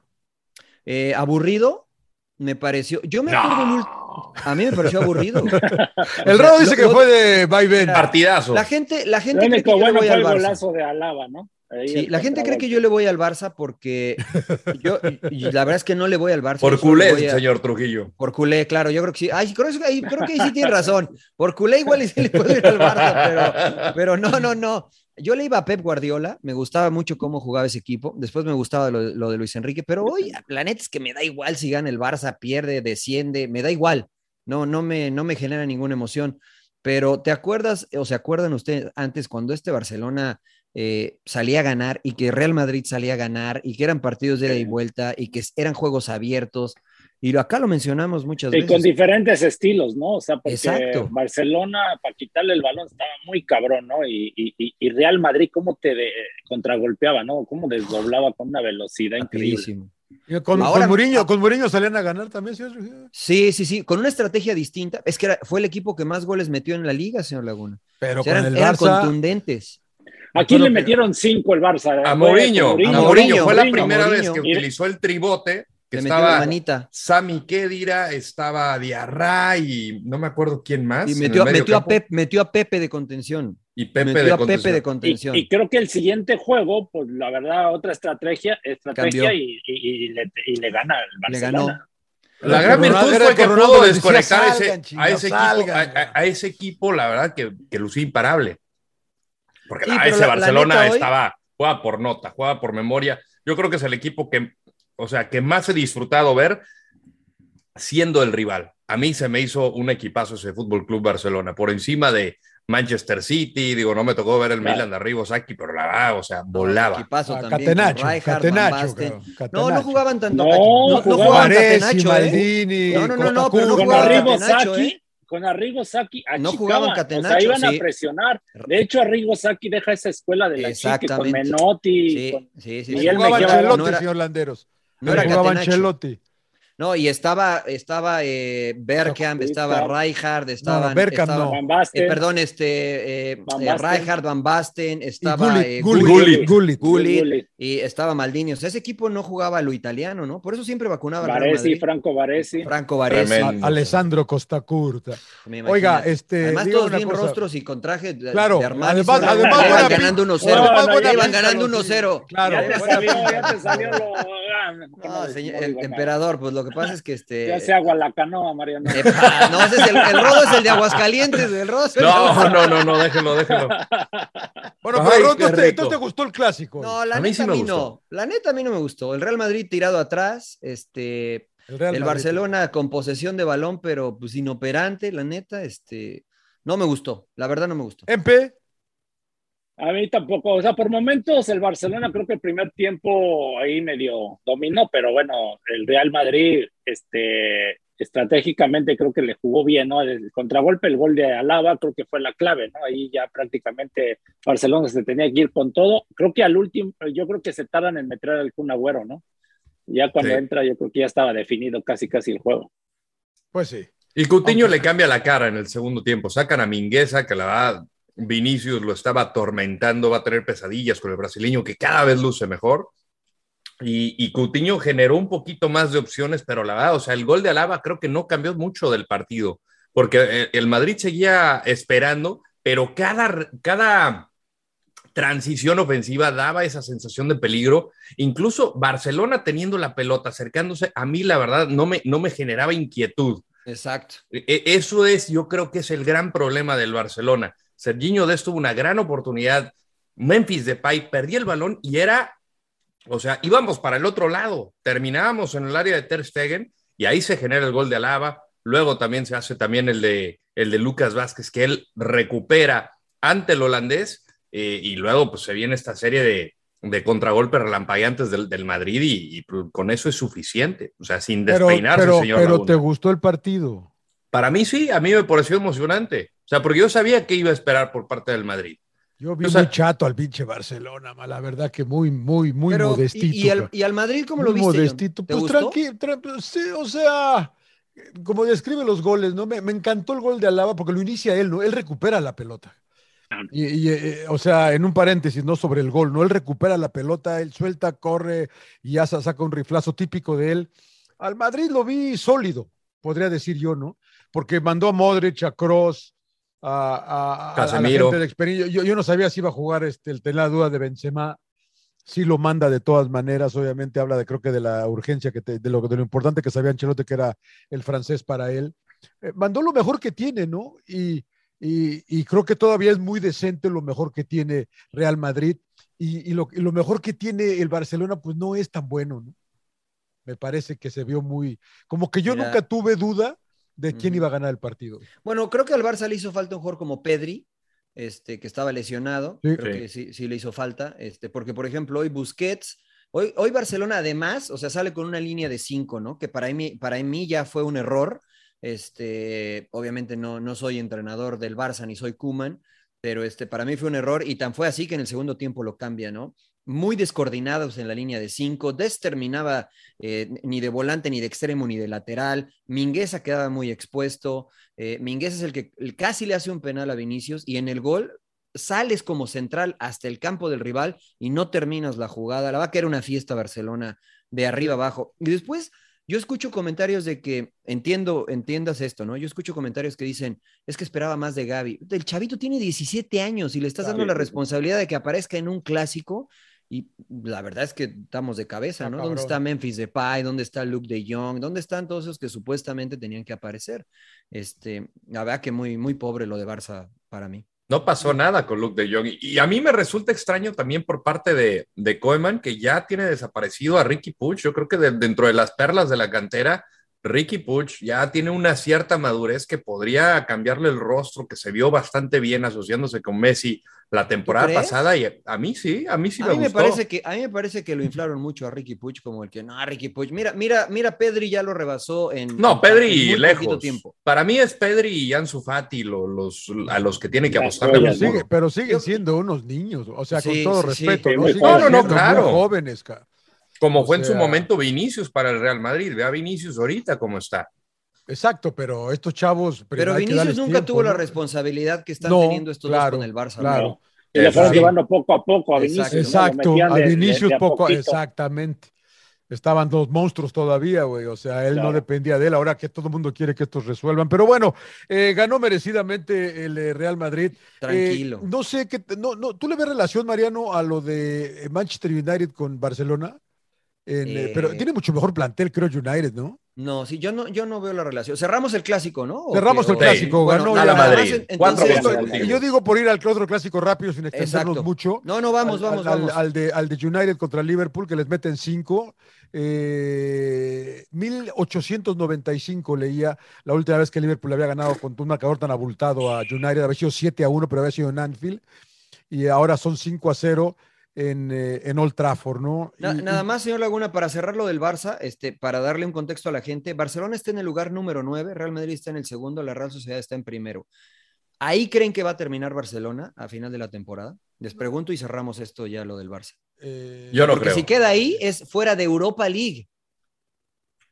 Speaker 2: Eh, aburrido, me pareció. Yo me
Speaker 3: No.
Speaker 2: acuerdo el ul- A mí me pareció aburrido.
Speaker 3: El
Speaker 2: sea,
Speaker 3: Rado dice
Speaker 2: lo-
Speaker 3: que
Speaker 2: lo-
Speaker 3: fue de vaivén. Partidazo.
Speaker 2: La gente, la gente
Speaker 4: Lo
Speaker 2: cree que
Speaker 4: único
Speaker 2: yo le
Speaker 4: bueno
Speaker 2: voy
Speaker 4: fue
Speaker 2: al
Speaker 4: el
Speaker 2: Barça.
Speaker 4: golazo de Alaba, ¿no? Ahí
Speaker 2: Sí,
Speaker 4: el
Speaker 2: la gente cree
Speaker 4: contragolpe.
Speaker 2: que yo le voy al Barça porque yo, y la verdad es que no le voy al Barça.
Speaker 1: Por
Speaker 2: yo solo
Speaker 1: culé,
Speaker 2: le voy a-
Speaker 1: señor Trujillo.
Speaker 2: Por culé, claro, yo creo que sí. Ay, creo, que ahí- creo que ahí sí tiene razón. Por culé igual y sí le puedo ir al Barça, pero, pero no, no, no. Yo le iba a Pep Guardiola, me gustaba mucho cómo jugaba ese equipo. Después me gustaba lo, lo de Luis Enrique, pero hoy la neta es que me da igual si gana el Barça, pierde, desciende, me da igual. No, no me, no me genera ninguna emoción. Pero ¿te acuerdas o se acuerdan ustedes antes cuando este Barcelona eh, salía a ganar y que Real Madrid salía a ganar y que eran partidos de ida y vuelta y que s- eran juegos abiertos? Y lo- acá lo mencionamos muchas
Speaker 4: Y
Speaker 2: veces.
Speaker 4: con diferentes estilos, ¿no? O sea, porque
Speaker 2: Exacto.
Speaker 4: Barcelona, para quitarle el balón, estaba muy cabrón, ¿no? Y, y- y- y Real Madrid, ¿cómo te de- contragolpeaba, ¿no? ¿Cómo desdoblaba con una velocidad increíble?
Speaker 3: Con,
Speaker 2: Ahora- ah.
Speaker 3: con, Muriño, con Muriño salían a ganar también, señor Trujillo.
Speaker 2: Sí, sí, sí, con una estrategia distinta. Es que era- fue el equipo que más goles metió en la liga, señor Laguna.
Speaker 3: Pero
Speaker 2: O sea,
Speaker 3: con
Speaker 2: eran,
Speaker 3: el
Speaker 2: eran
Speaker 3: Barça-
Speaker 2: contundentes.
Speaker 4: Aquí le metieron cinco el Barça.
Speaker 1: A
Speaker 4: Fue
Speaker 1: Mourinho.
Speaker 4: con
Speaker 1: A Mourinho. Fue la
Speaker 4: Mourinho.
Speaker 1: primera vez que
Speaker 4: Y-
Speaker 1: utilizó el tribote. Que
Speaker 2: Le metió la
Speaker 1: estaba
Speaker 2: manita.
Speaker 1: Sami Kedira, estaba Diarra y no me acuerdo quién más.
Speaker 2: Y
Speaker 1: en el
Speaker 2: metió,
Speaker 1: medio
Speaker 2: metió a
Speaker 1: campo.
Speaker 2: Pep- metió a Pepe de contención.
Speaker 1: Y Pepe
Speaker 2: metió
Speaker 1: de
Speaker 2: a Pepe
Speaker 1: contención.
Speaker 2: de contención.
Speaker 4: Y, y creo que el siguiente juego, pues la verdad, otra estrategia, estrategia
Speaker 2: Cambió.
Speaker 4: y, y- y le, y le gana al
Speaker 2: Le
Speaker 4: Barcelona.
Speaker 2: ganó.
Speaker 1: La gran
Speaker 3: Ronaldo
Speaker 1: virtud
Speaker 3: era
Speaker 1: fue que
Speaker 3: Ronaldo
Speaker 1: pudo
Speaker 3: le decía,
Speaker 1: desconectar a ese-
Speaker 3: "Salgan,
Speaker 1: a,
Speaker 3: chingados,
Speaker 1: ese equipo,
Speaker 3: salgan".
Speaker 1: a- a- a ese equipo, la verdad, que, que lucía imparable. Porque
Speaker 3: Sí,
Speaker 1: la-
Speaker 3: pero
Speaker 1: ese
Speaker 3: la- la
Speaker 1: Barcelona
Speaker 3: neta hoy-
Speaker 1: estaba, juega por nota, juega por memoria. Yo creo que es el equipo que, o sea, que más he disfrutado ver siendo el rival. A mí se me hizo un equipazo ese Fútbol Club Barcelona, por encima de Manchester City. Digo, no me tocó ver el
Speaker 3: Claro.
Speaker 1: Milan de arriba, Saki, pero la verdad, o sea, volaba.
Speaker 2: Equipazo
Speaker 3: Ah,
Speaker 2: también, con
Speaker 3: Catenacho,
Speaker 2: Rijkaard, Van
Speaker 3: Catenacho,
Speaker 2: Basten.
Speaker 3: cabrón,
Speaker 2: No, no
Speaker 3: Catenacho.
Speaker 2: jugaban tanto.
Speaker 3: No,
Speaker 2: Catenacho. no
Speaker 3: jugaban
Speaker 2: jugaban
Speaker 3: Varese,
Speaker 2: Catenacho, ¿eh?
Speaker 3: Maldini,
Speaker 2: No, no, no, no,
Speaker 3: Costa
Speaker 2: pero no
Speaker 3: Curta.
Speaker 4: con
Speaker 2: jugaban
Speaker 4: Arrigo
Speaker 2: Catenacho,
Speaker 4: Saki,
Speaker 2: ¿eh?
Speaker 4: con Arrigo Saki
Speaker 2: No
Speaker 4: achicaban,
Speaker 2: jugaban
Speaker 4: o sea,
Speaker 2: Catenacho,
Speaker 4: iban
Speaker 2: sí.
Speaker 4: a presionar. De hecho, Arrigo Saki deja esa escuela de la chique con
Speaker 2: Exactamente.
Speaker 4: Menotti,
Speaker 2: Sí,
Speaker 4: con
Speaker 2: sí, sí.
Speaker 3: Le
Speaker 2: Y él
Speaker 3: jugaba
Speaker 2: me llevaba-
Speaker 3: Ancelotti,
Speaker 2: no era-
Speaker 3: señor Landeros.
Speaker 2: no
Speaker 3: Le
Speaker 2: era
Speaker 3: jugaba
Speaker 2: Catenacho.
Speaker 3: Ancelotti.
Speaker 2: No, y estaba, estaba eh, Bergkamp, estaba Rijkaard, estaba.
Speaker 3: Bergkamp no. Van Basten.
Speaker 2: Eh, perdón, este. eh,
Speaker 3: Van
Speaker 2: eh,
Speaker 3: Basten.
Speaker 2: Rijkaard, Van Basten, estaba.
Speaker 3: Gullit,
Speaker 2: eh,
Speaker 3: Gullit,
Speaker 2: Gullit,
Speaker 3: Gullit, Gullit.
Speaker 2: Gullit,
Speaker 3: Gullit.
Speaker 2: Y estaba Maldini. O sea, ese equipo no jugaba a lo italiano, ¿no? Por eso siempre vacunaba al Real
Speaker 4: Baresi,
Speaker 2: Madrid.
Speaker 4: Franco Baresi.
Speaker 2: Franco Baresi.
Speaker 3: A- Alessandro Costa Curta.
Speaker 2: Me
Speaker 3: Oiga,
Speaker 2: imagino.
Speaker 3: este.
Speaker 2: Además,
Speaker 3: digo
Speaker 2: todos
Speaker 3: una
Speaker 2: bien
Speaker 3: cosa.
Speaker 2: rostros y con traje de,
Speaker 3: Claro,
Speaker 2: de Armani.
Speaker 3: además-
Speaker 2: Ya
Speaker 3: además
Speaker 2: iban
Speaker 3: buena
Speaker 2: ganando
Speaker 3: pinta.
Speaker 2: 1-0.
Speaker 3: No, además
Speaker 2: Ya
Speaker 3: buena
Speaker 2: iban
Speaker 3: pinta,
Speaker 2: ganando
Speaker 3: los
Speaker 2: 1-0.
Speaker 3: Claro.
Speaker 2: Ya
Speaker 3: Ya te
Speaker 2: buena
Speaker 3: salió,
Speaker 2: pinta.
Speaker 3: ya te salió
Speaker 4: lo- ah,
Speaker 2: No, señor, el emperador, pues lo que pasa es que este.
Speaker 4: Ya se agua la canoa, Mariano.
Speaker 2: Ah, no, ese es el, el rodo es el de Aguascalientes, el rodo es el de
Speaker 1: No,
Speaker 2: Aguascalientes.
Speaker 1: no, no, no, déjelo, déjelo.
Speaker 3: Bueno,
Speaker 1: Ay,
Speaker 3: pero Ron,
Speaker 1: qué
Speaker 3: ¿entonces te-
Speaker 1: rico.
Speaker 3: entonces te gustó el clásico?
Speaker 2: No, la
Speaker 3: A mí
Speaker 2: neta
Speaker 3: sí
Speaker 2: a
Speaker 3: me
Speaker 2: mí
Speaker 3: gustó.
Speaker 2: no. La neta a mí no me gustó. El Real Madrid tirado atrás, este,
Speaker 3: el,
Speaker 2: el
Speaker 3: Real Madrid.
Speaker 2: Barcelona con posesión de balón, pero pues inoperante, la neta, este, no me gustó. La verdad no me gustó.
Speaker 3: MP.
Speaker 4: A mí tampoco, o sea, por momentos el Barcelona creo que el primer tiempo ahí medio dominó, pero bueno, el Real Madrid, este, estratégicamente creo que le jugó bien, ¿no? El contragolpe, el gol de Alaba creo que fue la clave, ¿no? Ahí ya prácticamente Barcelona se tenía que ir con todo. Creo que al último, yo creo que se tardan en meter al Kun Agüero, ¿no? Ya cuando
Speaker 1: Sí.
Speaker 4: entra, yo creo que ya estaba definido casi casi el juego.
Speaker 3: Pues sí.
Speaker 1: Y Coutinho le cambia la cara en el segundo tiempo. Sacan a Mingueza, que la verdad, Vinicius lo estaba atormentando, va a tener pesadillas con el brasileño, que cada vez luce mejor. Y, y Coutinho generó un poquito más de opciones, pero la verdad, o sea, el gol de Alaba creo que no cambió mucho del partido, porque eh, el Madrid seguía esperando, pero cada, cada transición ofensiva daba esa sensación de peligro. Incluso Barcelona teniendo la pelota, acercándose, a mí la verdad no me, no me generaba inquietud.
Speaker 2: Exacto.
Speaker 1: E- Eso es, yo creo que es el gran problema del Barcelona. Serginho Dest tuvo una gran oportunidad. Memphis Depay perdía el balón y era, o sea, íbamos para el otro lado. Terminábamos en el área de Ter Stegen y ahí se genera el gol de Alaba. Luego también se hace también el de, el de Lucas Vázquez, que él recupera ante el holandés eh, y luego pues se viene esta serie de, de contragolpes relampagueantes del, del Madrid y, y, pues, con eso es suficiente. O sea, sin
Speaker 3: Pero,
Speaker 1: despeinarse,
Speaker 3: pero,
Speaker 1: señor
Speaker 3: pero
Speaker 1: Laguna.
Speaker 3: te gustó el partido.
Speaker 1: Para mí sí, a mí me pareció emocionante. O sea, porque yo sabía que iba a esperar por parte del Madrid.
Speaker 3: Yo vi
Speaker 1: O sea-
Speaker 3: muy chato al pinche Barcelona, ma, la verdad que muy, muy, muy
Speaker 2: Pero,
Speaker 3: modestito.
Speaker 2: y, y al,
Speaker 3: cabrón.
Speaker 2: y al Madrid cómo lo
Speaker 3: Muy
Speaker 2: viste? John?
Speaker 3: modestito.
Speaker 2: ¿Te
Speaker 3: Pues
Speaker 2: gustó?
Speaker 3: tranqui- tra- pues, sí, o sea, como describe los goles, ¿no? Me, me encantó el gol de Alaba porque lo inicia él, ¿no? Él recupera la pelota. Y, y, eh, o sea, en un paréntesis, no sobre el gol, ¿no? Él recupera la pelota, él suelta, corre y ya sa- saca un riflazo típico de él. Al Madrid lo vi sólido, podría decir yo, ¿no? Porque mandó a Modric, a Cross, a, a- a- a la
Speaker 1: Casemiro.
Speaker 3: gente de experiencia. Yo, yo no sabía si iba a jugar, este, el- tenía la duda de Benzema sí lo manda de todas maneras, obviamente habla de creo que de la urgencia que te- de lo de lo importante que sabía Ancelotti que era el francés para él. Eh, mandó lo mejor que tiene, ¿no? Y, y, y creo que todavía es muy decente lo mejor que tiene Real Madrid y, y lo, y lo mejor que tiene el Barcelona pues no es tan bueno, ¿no? Me parece que se vio muy como que yo
Speaker 2: Mira.
Speaker 3: nunca tuve duda de quién
Speaker 2: Ujú.
Speaker 3: iba a ganar el partido.
Speaker 2: Bueno, creo que al Barça le hizo falta un jugador como Pedri, este, que estaba lesionado.
Speaker 3: Sí.
Speaker 2: Creo
Speaker 1: Sí.
Speaker 2: que sí, sí le hizo falta. Este, porque, por ejemplo, hoy Busquets, hoy, hoy Barcelona además, o sea, sale con una línea de cinco, ¿no? Que para mí, para mí ya fue un error. Este, obviamente no, no soy entrenador del Barça ni soy Kuman, pero este, para mí fue un error y tan fue así que en el segundo tiempo lo cambia, ¿no? Muy descoordinados en la línea de cinco, desterminaba eh, ni de volante, ni de extremo, ni de lateral. Mingueza quedaba muy expuesto. Eh, Mingueza es el que el- casi le hace un penal a Vinicius y en el gol sales como central hasta el campo del rival y no terminas la jugada. La va a caer una fiesta Barcelona de arriba abajo. Y después yo escucho comentarios de que entiendo, entiendas esto, ¿no? Yo escucho comentarios que dicen, es que esperaba más de Gaby. El chavito tiene 17 años y le estás dando
Speaker 4: Claro.
Speaker 2: la responsabilidad de que aparezca en un clásico y la verdad es que estamos de cabeza,
Speaker 3: Ah,
Speaker 2: ¿no? ¿Dónde
Speaker 3: cabrón.
Speaker 2: está Memphis Depay? ¿Dónde está Luke de Jong? ¿Dónde están todos esos que supuestamente tenían que aparecer? Este, la verdad que muy, muy pobre lo de Barça para mí.
Speaker 1: No pasó nada con Luke de Jong. Y- Y a mí me resulta extraño también por parte de, de Koeman, que ya tiene desaparecido a Ricky Puch. Yo creo que de- dentro de las perlas de la cantera, Ricky Puch ya tiene una cierta madurez que podría cambiarle el rostro, que se vio bastante bien asociándose con Messi la temporada
Speaker 2: crees?
Speaker 1: pasada. Y a, a mí sí, a mí sí
Speaker 2: a
Speaker 1: me
Speaker 2: mí me
Speaker 1: gustó.
Speaker 2: parece que a mí me parece que lo inflaron mucho a Ricky Puch como el que no, Ricky Puch, mira, mira, mira, Pedri ya lo rebasó en
Speaker 1: No, Pedri
Speaker 2: en muy poquito
Speaker 1: lejos.
Speaker 2: tiempo.
Speaker 1: Para mí es Pedri y Ansu Fati lo- los, a los que tiene que
Speaker 4: Las
Speaker 1: apostar.
Speaker 4: joyas,
Speaker 3: Pero, sigue- pero siguen siendo unos niños, o sea,
Speaker 2: Sí,
Speaker 3: con todo
Speaker 2: sí, sí.
Speaker 3: respeto,
Speaker 4: Sí,
Speaker 3: ¿no?
Speaker 4: muy
Speaker 3: Siguen
Speaker 1: jóvenes. No, no, no,
Speaker 3: siendo muy
Speaker 1: claro.
Speaker 3: jóvenes, ca-
Speaker 1: Como
Speaker 3: O
Speaker 1: fue en su
Speaker 3: sea-
Speaker 1: momento Vinicius para el Real Madrid. Ve a Vinicius ahorita cómo está.
Speaker 3: Exacto, pero estos chavos.
Speaker 2: Pero
Speaker 3: primero hay que
Speaker 2: Vinicius
Speaker 3: darles
Speaker 2: nunca
Speaker 3: tiempo,
Speaker 2: tuvo la
Speaker 3: ¿no?
Speaker 2: responsabilidad que están
Speaker 3: No,
Speaker 2: teniendo estos
Speaker 3: claro,
Speaker 2: dos con el Barça. ¿no?
Speaker 3: claro.
Speaker 4: Y le fueron
Speaker 1: Sí.
Speaker 4: llevando poco a poco a Vinicius.
Speaker 2: Exacto.
Speaker 4: ¿no?
Speaker 3: Exacto,
Speaker 4: Lo metían
Speaker 3: a
Speaker 4: de- de-
Speaker 3: Vinicius
Speaker 4: de a
Speaker 3: poco,
Speaker 4: poquito.
Speaker 3: exactamente. Estaban dos monstruos todavía, güey. O sea, él no
Speaker 4: Claro.
Speaker 3: dependía de él. Ahora que todo el mundo quiere que estos resuelvan. Pero bueno, eh, ganó merecidamente el eh, Real Madrid.
Speaker 2: Tranquilo.
Speaker 3: Eh, no sé qué. No, no, ¿Tú le ves relación, Mariano, a lo de eh, Manchester United con Barcelona? En, eh,
Speaker 2: Eh,
Speaker 3: pero tiene mucho mejor plantel, creo, United, ¿no?
Speaker 2: No, sí, yo no, yo no veo la relación. Cerramos el clásico, ¿no? ¿O
Speaker 3: Cerramos
Speaker 2: qué?
Speaker 3: el
Speaker 2: ¿O-
Speaker 3: clásico, ganó
Speaker 1: a la
Speaker 2: nada más,
Speaker 1: Madrid.
Speaker 2: en-
Speaker 1: Cuatro
Speaker 2: entonces-
Speaker 1: goles
Speaker 3: Y
Speaker 1: contigo.
Speaker 3: yo digo por ir al otro clásico rápido sin extendernos
Speaker 2: Exacto.
Speaker 3: mucho.
Speaker 2: No, no,
Speaker 3: al-
Speaker 2: vamos, vamos,
Speaker 3: al,
Speaker 2: vamos.
Speaker 3: al de, al de United contra Liverpool, que les meten Eh, 5. 1895 leía la última vez que Liverpool había ganado con un marcador tan abultado a United. Había sido 7 a 1, pero había sido en Anfield. Y ahora son 5 a 0 en, eh, en Old Trafford, ¿no?
Speaker 2: Na-
Speaker 3: Y-
Speaker 2: nada
Speaker 3: y-
Speaker 2: más, señor Laguna, para cerrar lo del Barça, este, para darle un contexto a la gente, Barcelona está en el lugar número 9, Real Madrid está en el segundo, la Real Sociedad está en primero. ¿Ahí creen que va a terminar Barcelona a final de la temporada? Les pregunto y cerramos esto ya lo del Barça.
Speaker 3: eh,
Speaker 1: Yo no
Speaker 2: Porque
Speaker 1: creo.
Speaker 2: si queda ahí es fuera de Europa League.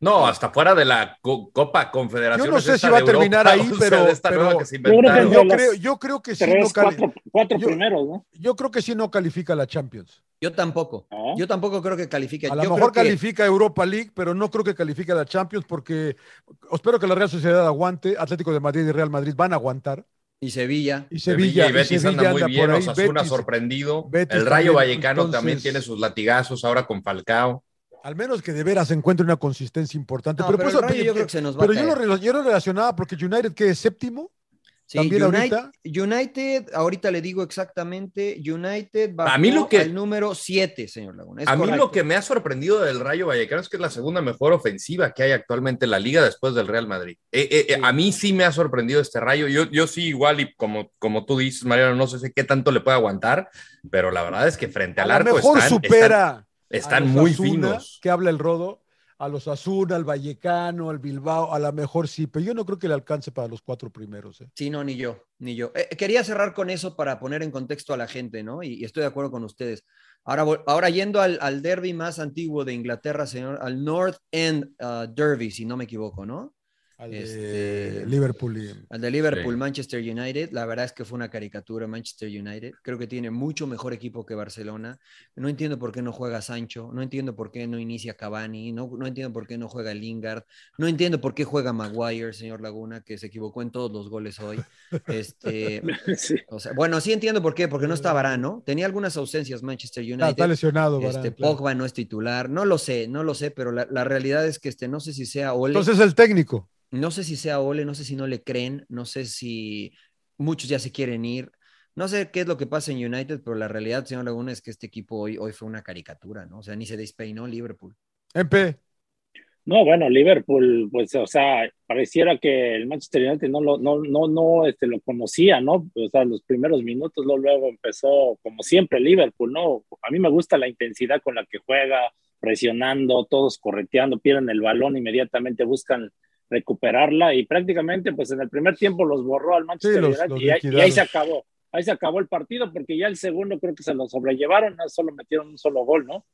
Speaker 1: No, hasta fuera de la co- Copa Confederación.
Speaker 3: Yo no sé si va a terminar ahí, pero- pero-
Speaker 4: Yo creo que
Speaker 3: Yo
Speaker 4: entre los
Speaker 3: creo, yo creo que sí no
Speaker 4: Tres,
Speaker 3: cali-
Speaker 4: cuatro, cuatro
Speaker 3: Yo-
Speaker 4: primeros, ¿no?
Speaker 3: yo creo que sí no califica la Champions.
Speaker 2: Yo tampoco.
Speaker 4: ¿No?
Speaker 2: Yo tampoco creo que califique.
Speaker 3: A
Speaker 2: Yo
Speaker 3: lo
Speaker 2: creo
Speaker 3: mejor
Speaker 2: que-
Speaker 3: califica a Europa League, pero no creo que califique a la Champions porque espero que la Real Sociedad aguante, Atlético de Madrid y Real Madrid van a aguantar.
Speaker 2: Y Sevilla.
Speaker 3: Y Sevilla,
Speaker 1: y Betis
Speaker 3: Sevilla
Speaker 1: anda muy
Speaker 3: anda
Speaker 1: bien,
Speaker 3: por ahí,
Speaker 1: Osasuna
Speaker 3: Betis-
Speaker 1: sorprendido.
Speaker 3: Betis
Speaker 1: el Rayo
Speaker 3: también,
Speaker 1: Vallecano
Speaker 3: entonces-
Speaker 1: también tiene sus latigazos ahora con Falcao.
Speaker 3: Al menos que de veras encuentre una consistencia importante.
Speaker 2: No,
Speaker 3: pero
Speaker 2: pero
Speaker 3: por
Speaker 2: el
Speaker 3: eso-
Speaker 2: Rayo yo creo que se nos va a
Speaker 3: pero yo lo,
Speaker 2: caer.
Speaker 3: rela- yo lo relacionaba porque United, que es séptimo,
Speaker 2: Sí,
Speaker 3: también
Speaker 2: United,
Speaker 3: ahorita.
Speaker 2: United, ahorita le digo exactamente, United va
Speaker 1: A mí lo que-
Speaker 2: al número 7, señor Laguna. Es
Speaker 1: A mí lo
Speaker 2: correcto.
Speaker 1: que me ha sorprendido del Rayo Vallecano es que es la segunda mejor ofensiva que hay actualmente en la liga después del Real Madrid. Eh, eh, eh, a mí sí me ha sorprendido este Rayo. Yo, yo sí igual y como, como tú dices, Mariano, no sé si qué tanto le puede aguantar, pero la verdad es que frente
Speaker 3: a
Speaker 1: al
Speaker 3: lo
Speaker 1: arco
Speaker 3: mejor
Speaker 1: están,
Speaker 3: supera.
Speaker 1: están- están
Speaker 3: a los
Speaker 1: muy
Speaker 3: Asuna,
Speaker 1: finos.
Speaker 3: Que habla el rodo, a los Azul, al Vallecano, al Bilbao, a la mejor sí, pero yo no creo que le alcance para los cuatro primeros. ¿eh?
Speaker 2: Sí, no, ni yo, ni yo. Eh, quería cerrar con eso para poner en contexto a la gente, ¿no? Y, y estoy de acuerdo con ustedes. Ahora, vol- ahora yendo al, al derby más antiguo de Inglaterra, señor, al North End ah, Derby, si no me equivoco, ¿no?
Speaker 3: Al
Speaker 2: Este-
Speaker 3: de Liverpool y-
Speaker 2: Al de Liverpool,
Speaker 1: Sí.
Speaker 2: Manchester United, la verdad es que fue una caricatura Manchester United. Creo que tiene mucho mejor equipo que Barcelona. No entiendo por qué no juega Sancho, no entiendo por qué no inicia Cavani, no, no entiendo por qué no juega Lingard, no entiendo por qué juega Maguire, señor Laguna, que se equivocó en todos los goles hoy. Este,
Speaker 4: Sí.
Speaker 2: o sea, bueno, sí entiendo por qué, porque no está Varane, ¿no? Tenía algunas ausencias Manchester United.
Speaker 3: Ah, está lesionado,
Speaker 2: este,
Speaker 3: Varane, claro.
Speaker 2: Pogba no es titular, no lo sé, no lo sé, pero la, la realidad es que este, no sé si sea Ole.
Speaker 3: Entonces el técnico.
Speaker 2: No sé si sea Ole, no sé si no le creen, no sé si muchos ya se quieren ir. No sé qué es lo que pasa en United, pero la realidad, señor Laguna, es que este equipo hoy, hoy fue una caricatura, ¿no? O sea, ni se despeinó Liverpool.
Speaker 3: MP,
Speaker 4: No, bueno, Liverpool, pues, o sea, pareciera que el Manchester United no lo, no, no, no, este, lo conocía, ¿no? O sea, los primeros minutos, ¿no? luego empezó, como siempre, Liverpool, ¿no? A mí me gusta la intensidad con la que juega, presionando, todos correteando, pierden el balón, inmediatamente buscan recuperarla y prácticamente, pues, en el primer tiempo los borró al Manchester
Speaker 3: los-
Speaker 4: United
Speaker 3: los
Speaker 4: y, ahí- y ahí
Speaker 3: liquidaron.
Speaker 4: se acabó. Ahí se acabó el partido porque ya el segundo creo que se lo sobrellevaron, ¿no? solo metieron un solo gol, ¿no?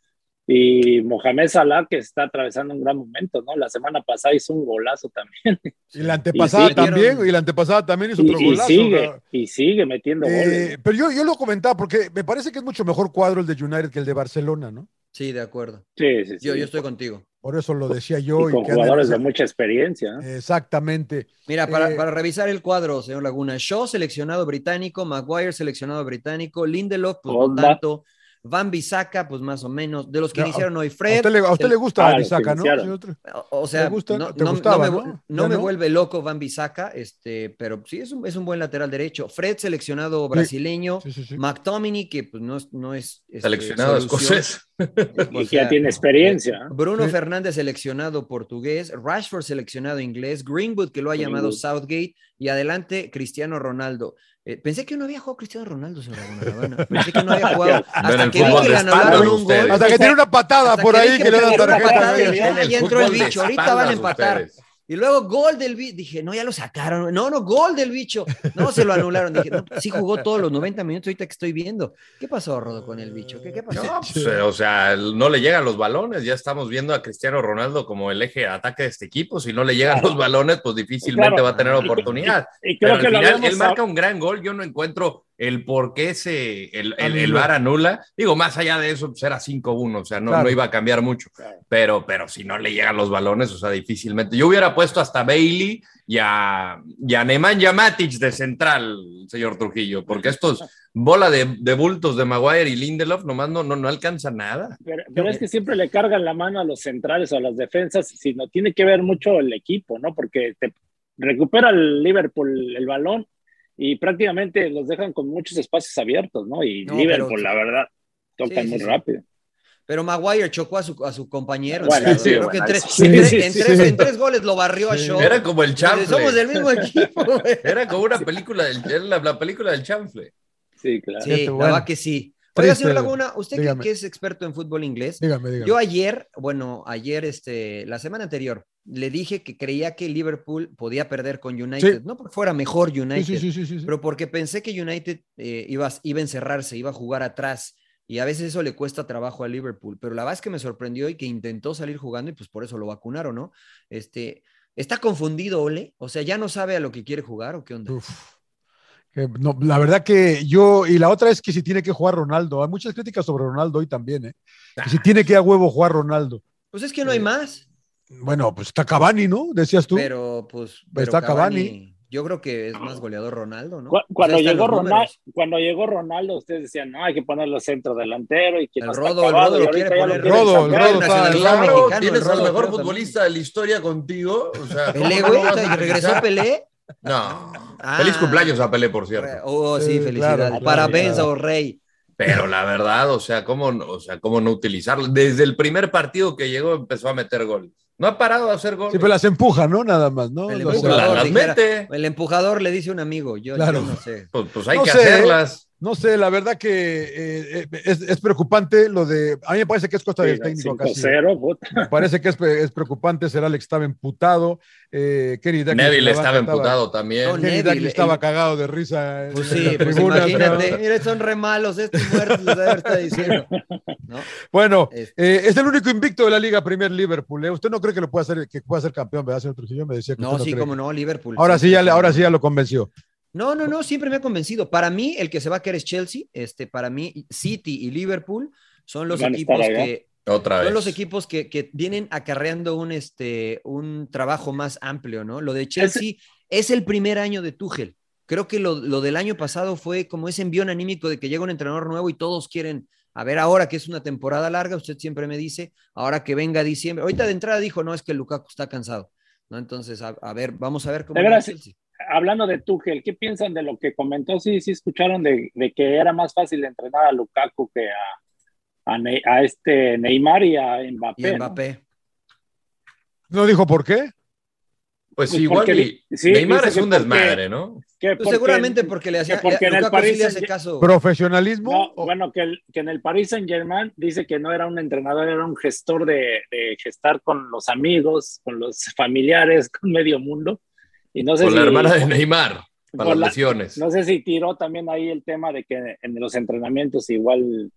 Speaker 4: Y Mohamed Salah, que está atravesando un gran momento, ¿no? La semana pasada hizo un golazo también.
Speaker 3: y la antepasada
Speaker 4: Y sí,
Speaker 3: también,
Speaker 2: metieron-
Speaker 3: y la antepasada también hizo
Speaker 4: Y,
Speaker 3: otro
Speaker 4: y
Speaker 3: golazo.
Speaker 4: sigue,
Speaker 3: ¿no?
Speaker 4: y sigue metiendo
Speaker 3: Eh,
Speaker 4: goles.
Speaker 3: pero yo, yo lo comentaba porque me parece que es mucho mejor cuadro el de United que el de Barcelona, ¿no?
Speaker 2: Sí, de acuerdo.
Speaker 4: Sí, sí, sí.
Speaker 2: Yo, yo estoy contigo.
Speaker 3: Por eso lo decía
Speaker 4: Y
Speaker 3: yo.
Speaker 4: con
Speaker 3: que
Speaker 4: jugadores de
Speaker 3: analiza-
Speaker 4: mucha experiencia,
Speaker 2: Eh,
Speaker 4: ¿no?
Speaker 3: Exactamente.
Speaker 2: Mira, para,
Speaker 3: Eh,
Speaker 2: para revisar el cuadro, señor Laguna, Shaw seleccionado británico, Maguire seleccionado británico, Lindelof, pues no
Speaker 4: Onda.
Speaker 2: tanto, Van Bisaca, pues más o menos, de los que
Speaker 3: Ya,
Speaker 2: iniciaron hoy
Speaker 3: a
Speaker 2: Fred.
Speaker 3: usted le, a usted
Speaker 2: el-
Speaker 3: le gusta
Speaker 4: Ah, los
Speaker 3: Bisaca,
Speaker 4: que
Speaker 3: ¿no?
Speaker 4: iniciaron.
Speaker 3: señor Tre?
Speaker 2: O- O sea,
Speaker 3: gusta?
Speaker 2: no,
Speaker 3: ¿Te
Speaker 2: no- no
Speaker 3: gustaba,
Speaker 2: me,
Speaker 3: no?
Speaker 2: vu-
Speaker 3: ¿Ya
Speaker 2: no me
Speaker 3: no?
Speaker 2: vuelve loco Van Bisaca, este, pero sí es un, es un buen lateral derecho. Fred seleccionado brasileño,
Speaker 3: Sí, sí, sí.
Speaker 2: McTominay, que pues, no es, no es este,
Speaker 1: Seleccionado
Speaker 2: solución. eh,
Speaker 1: escocés.
Speaker 2: O
Speaker 4: Y que
Speaker 2: sea,
Speaker 4: ya tiene experiencia. ¿no?
Speaker 2: Bruno
Speaker 3: Sí.
Speaker 2: Fernández seleccionado portugués, Rashford seleccionado inglés, Greenwood que lo ha llamado
Speaker 4: Greenwood.
Speaker 2: Southgate y adelante Cristiano Ronaldo. Eh, pensé que no había jugado Cristiano Ronaldo, señor Laguna, la verdad. Pensé que no había jugado
Speaker 1: Ven
Speaker 2: hasta
Speaker 1: el
Speaker 2: que vi
Speaker 1: fútbol
Speaker 2: que
Speaker 1: de
Speaker 2: le anularon
Speaker 1: espaldas
Speaker 2: un gol.
Speaker 1: ustedes.
Speaker 3: Hasta que tiene una patada
Speaker 2: Hasta
Speaker 3: por
Speaker 2: que
Speaker 3: ahí
Speaker 2: dije,
Speaker 3: que le
Speaker 2: "Puta,
Speaker 3: da
Speaker 2: que una
Speaker 3: tarjeta.
Speaker 2: patada y
Speaker 3: güey.
Speaker 2: dije, "Ah, ya entró el
Speaker 1: Fútbol de
Speaker 2: bicho, ahorita van a
Speaker 1: espaldas
Speaker 2: empatar".
Speaker 1: ustedes.
Speaker 2: Y luego gol del bicho. Dije, no, ya lo sacaron. No, no, gol del bicho. No, se lo anularon. Dije, no, pues sí jugó todos los 90 minutos ahorita que estoy viendo. ¿Qué pasó, Rodo, con el bicho? ¿Qué, qué pasó?
Speaker 1: No, pues, eh, o sea, el- no le llegan los balones. Ya estamos viendo a Cristiano Ronaldo como el eje de ataque de este equipo. Si no le llegan los balones, pues difícilmente
Speaker 4: Claro.
Speaker 1: va a tener
Speaker 2: Y- y-
Speaker 1: oportunidad. Pero
Speaker 4: Y creo
Speaker 1: al
Speaker 4: que lo
Speaker 1: final,
Speaker 4: habíamos
Speaker 1: él marca un gran gol. Yo no encuentro el por qué se, el, el, el
Speaker 3: Anuló.
Speaker 1: VAR anula. Digo, más allá de eso, pues era 5-1. O sea, no,
Speaker 3: Claro.
Speaker 1: no iba a cambiar mucho.
Speaker 4: Claro.
Speaker 1: Pero, pero si no le llegan los balones, o sea, difícilmente. Yo hubiera puesto hasta Bailey y a, y a Nemanja Matic de central, señor Trujillo, porque estos bola de, de bultos de Maguire y Lindelof nomás no, no, no alcanza nada.
Speaker 4: Pero, pero es que siempre le cargan la mano a los centrales o a las defensas, sino tiene que ver mucho el equipo, ¿no? Porque te recupera el Liverpool el balón y prácticamente los dejan con muchos espacios abiertos, ¿no? Y
Speaker 2: No,
Speaker 4: Liverpool,
Speaker 2: pero-
Speaker 4: la verdad, tocan
Speaker 2: Sí, sí,
Speaker 4: muy
Speaker 2: sí.
Speaker 4: rápido.
Speaker 2: Pero Maguire chocó a su, a su compañero.
Speaker 4: Bueno,
Speaker 2: o sea,
Speaker 4: sí,
Speaker 2: creo
Speaker 4: bueno,
Speaker 2: que en tres,
Speaker 4: sí,
Speaker 2: en tres-
Speaker 4: sí,
Speaker 2: en
Speaker 3: sí.
Speaker 2: tres- en tres goles lo barrió a
Speaker 3: Sí.
Speaker 2: Shaw.
Speaker 1: Era como el chanfle.
Speaker 2: Somos del mismo equipo. güey.
Speaker 1: Era como una película, del, era la, la película del chanfle.
Speaker 4: Sí, claro.
Speaker 2: Sí, la
Speaker 3: bueno.
Speaker 2: verdad que sí. Oiga,
Speaker 3: Triste,
Speaker 2: señor Laguna, usted que-
Speaker 3: dígame.
Speaker 2: que es experto en fútbol inglés,
Speaker 3: Dígame, dígame.
Speaker 2: Yo ayer, bueno, ayer, este, la semana anterior, le dije que creía que Liverpool podía perder con United,
Speaker 3: Sí.
Speaker 2: no porque fuera mejor United,
Speaker 3: Sí, sí, sí, sí, sí, sí.
Speaker 2: pero porque pensé que United eh, iba, a- iba a encerrarse, iba a jugar atrás, y a veces eso le cuesta trabajo a Liverpool, pero la verdad es que me sorprendió y que intentó salir jugando y pues por eso lo vacunaron, ¿no? Este, está confundido Ole, o sea, ya no sabe a lo que quiere jugar o qué onda.
Speaker 3: Uf. Que no, la verdad que yo, y la otra es que si tiene que jugar Ronaldo, hay muchas críticas sobre Ronaldo hoy también, ¿eh? Que
Speaker 2: Ah.
Speaker 3: si tiene que a huevo jugar Ronaldo.
Speaker 2: Pues es que no hay más,
Speaker 3: Bueno, pues está Cavani, ¿no? Decías eh, tú.
Speaker 2: pero pues... pero
Speaker 3: Está Cavani.
Speaker 2: Yo Yo creo que es más goleador Ronaldo, ¿no?
Speaker 4: Cu- Cuando
Speaker 2: Ahí están
Speaker 4: llegó,
Speaker 2: los
Speaker 4: Ronaldo,
Speaker 2: números.
Speaker 4: cuando llegó Ronaldo, ustedes decían, no, hay que ponerlo centro delantero y que
Speaker 2: El
Speaker 4: no está
Speaker 2: Rodo, el
Speaker 4: acabado",
Speaker 2: Rodo
Speaker 4: y
Speaker 2: lo
Speaker 4: ahorita
Speaker 2: quiere
Speaker 4: ya
Speaker 2: poner.
Speaker 4: quieren
Speaker 2: Rodo, el
Speaker 4: sacar.
Speaker 2: Rodo está- Nacionalizado
Speaker 1: Claro,
Speaker 2: mexicano, el
Speaker 1: tienes al
Speaker 2: Rodo
Speaker 1: mejor
Speaker 2: creo
Speaker 1: futbolista de la historia contigo. O sea, ¿cómo
Speaker 2: Pelé,
Speaker 1: no
Speaker 2: güey,
Speaker 1: lo vas a
Speaker 2: y regresó
Speaker 1: utilizar?
Speaker 2: Pelé.
Speaker 1: No.
Speaker 2: Ah.
Speaker 1: Feliz cumpleaños a Pelé, por cierto.
Speaker 2: Oh, sí,
Speaker 3: Sí,
Speaker 2: felicidades.
Speaker 3: claro, claro,
Speaker 2: Parabéns,
Speaker 3: claro.
Speaker 2: oh rey.
Speaker 1: Pero la verdad, o sea, ¿cómo, no- o sea, ¿cómo no utilizarlo? Desde el primer partido que llegó empezó a meter goles. No ha parado de hacer goles.
Speaker 3: Sí, pero las empuja, ¿no? Nada más, ¿no?
Speaker 2: El
Speaker 3: O sea,
Speaker 1: empuja.
Speaker 2: empujador,
Speaker 1: las
Speaker 2: dijera-
Speaker 1: mete.
Speaker 2: el empujador le dice un amigo, yo, yo
Speaker 3: Claro.
Speaker 2: no sé.
Speaker 1: pues, pues hay
Speaker 3: No
Speaker 1: que
Speaker 3: sé. ¿eh?
Speaker 1: hacerlas.
Speaker 3: No sé, la verdad que eh, eh, es, es preocupante lo de. A mí me parece que es costa del técnico casi. ¿eh?
Speaker 4: 5-0, puta.
Speaker 3: Me parece que es, pre- es preocupante. Será estaba emputado. Eh, Kenny Dalglish
Speaker 1: Neville estaba emputado
Speaker 2: No,
Speaker 1: también.
Speaker 3: Kenny
Speaker 2: Neville,
Speaker 3: Dalglish estaba
Speaker 2: el-
Speaker 3: cagado de risa. en-
Speaker 2: Pues
Speaker 3: en
Speaker 2: sí,
Speaker 3: las
Speaker 2: pues
Speaker 3: tribunas,
Speaker 2: imagínate.
Speaker 3: cabrón.
Speaker 2: Mira, son re malos estos muertos, les debe estar diciendo. ¿no?
Speaker 3: Pues Bueno,
Speaker 2: Es-
Speaker 3: eh, es el único invicto de la Liga Premier Liverpool. ¿eh? Usted no cree que lo pueda hacer, que pueda ser campeón, ¿verdad, señor Trujillo? Me decía que
Speaker 2: No,
Speaker 3: usted
Speaker 2: sí,
Speaker 3: cree.
Speaker 2: como no, Liverpool.
Speaker 3: Ahora sí, ya, le-
Speaker 2: sí.
Speaker 3: ahora sí ya lo convenció.
Speaker 2: No, no, no, siempre me ha convencido. Para mí, el que se va a quedar es Chelsea. Este, para mí, City y Liverpool son los
Speaker 4: Van a estar
Speaker 2: equipos
Speaker 4: allá.
Speaker 2: que
Speaker 1: Otra vez.
Speaker 2: son los equipos que, que vienen acarreando un, este, un trabajo más amplio, ¿no? Lo de Chelsea es el primer año de Tuchel. Creo que lo, lo del año pasado fue como ese envión anímico de que llega un entrenador nuevo y todos quieren, a ver, ahora que es una temporada larga, usted siempre me dice, ahora que venga diciembre. Ahorita de entrada dijo, no, es que Lukaku está cansado, ¿no? Entonces, a, a ver, vamos a ver cómo
Speaker 4: De
Speaker 2: va
Speaker 4: veras,
Speaker 2: Chelsea.
Speaker 4: Hablando de Tuchel, ¿qué piensan de lo que comentó? Sí, sí escucharon de, de que era más fácil entrenar a Lukaku que a, a, Ne- a este Neymar y a Mbappé.
Speaker 2: Y
Speaker 4: ¿no?
Speaker 2: Mbappé.
Speaker 3: ¿No dijo por qué?
Speaker 1: Pues,
Speaker 4: Pues
Speaker 1: igual.
Speaker 4: porque
Speaker 1: y-
Speaker 4: di- sí,
Speaker 1: Neymar
Speaker 4: dice
Speaker 1: es
Speaker 4: que
Speaker 1: un
Speaker 4: porque-
Speaker 1: desmadre, ¿no?
Speaker 4: Que
Speaker 2: Pues seguramente porque le hacía, eh,
Speaker 4: que porque en el
Speaker 2: Lukaku sí
Speaker 4: Paris
Speaker 2: le hace
Speaker 4: Saint-
Speaker 2: caso.
Speaker 3: ¿Profesionalismo?
Speaker 4: No,
Speaker 3: o-
Speaker 4: bueno, que, el- que en el Paris Saint Germain dice que no era un entrenador, era un gestor de, de gestar con los amigos, con los familiares, con medio mundo. Y no sé
Speaker 1: Con
Speaker 4: si,
Speaker 1: la hermana de Neymar, para
Speaker 4: por
Speaker 1: las
Speaker 4: la-
Speaker 1: lesiones.
Speaker 4: no sé si tiró también ahí el tema de que en los entrenamientos igual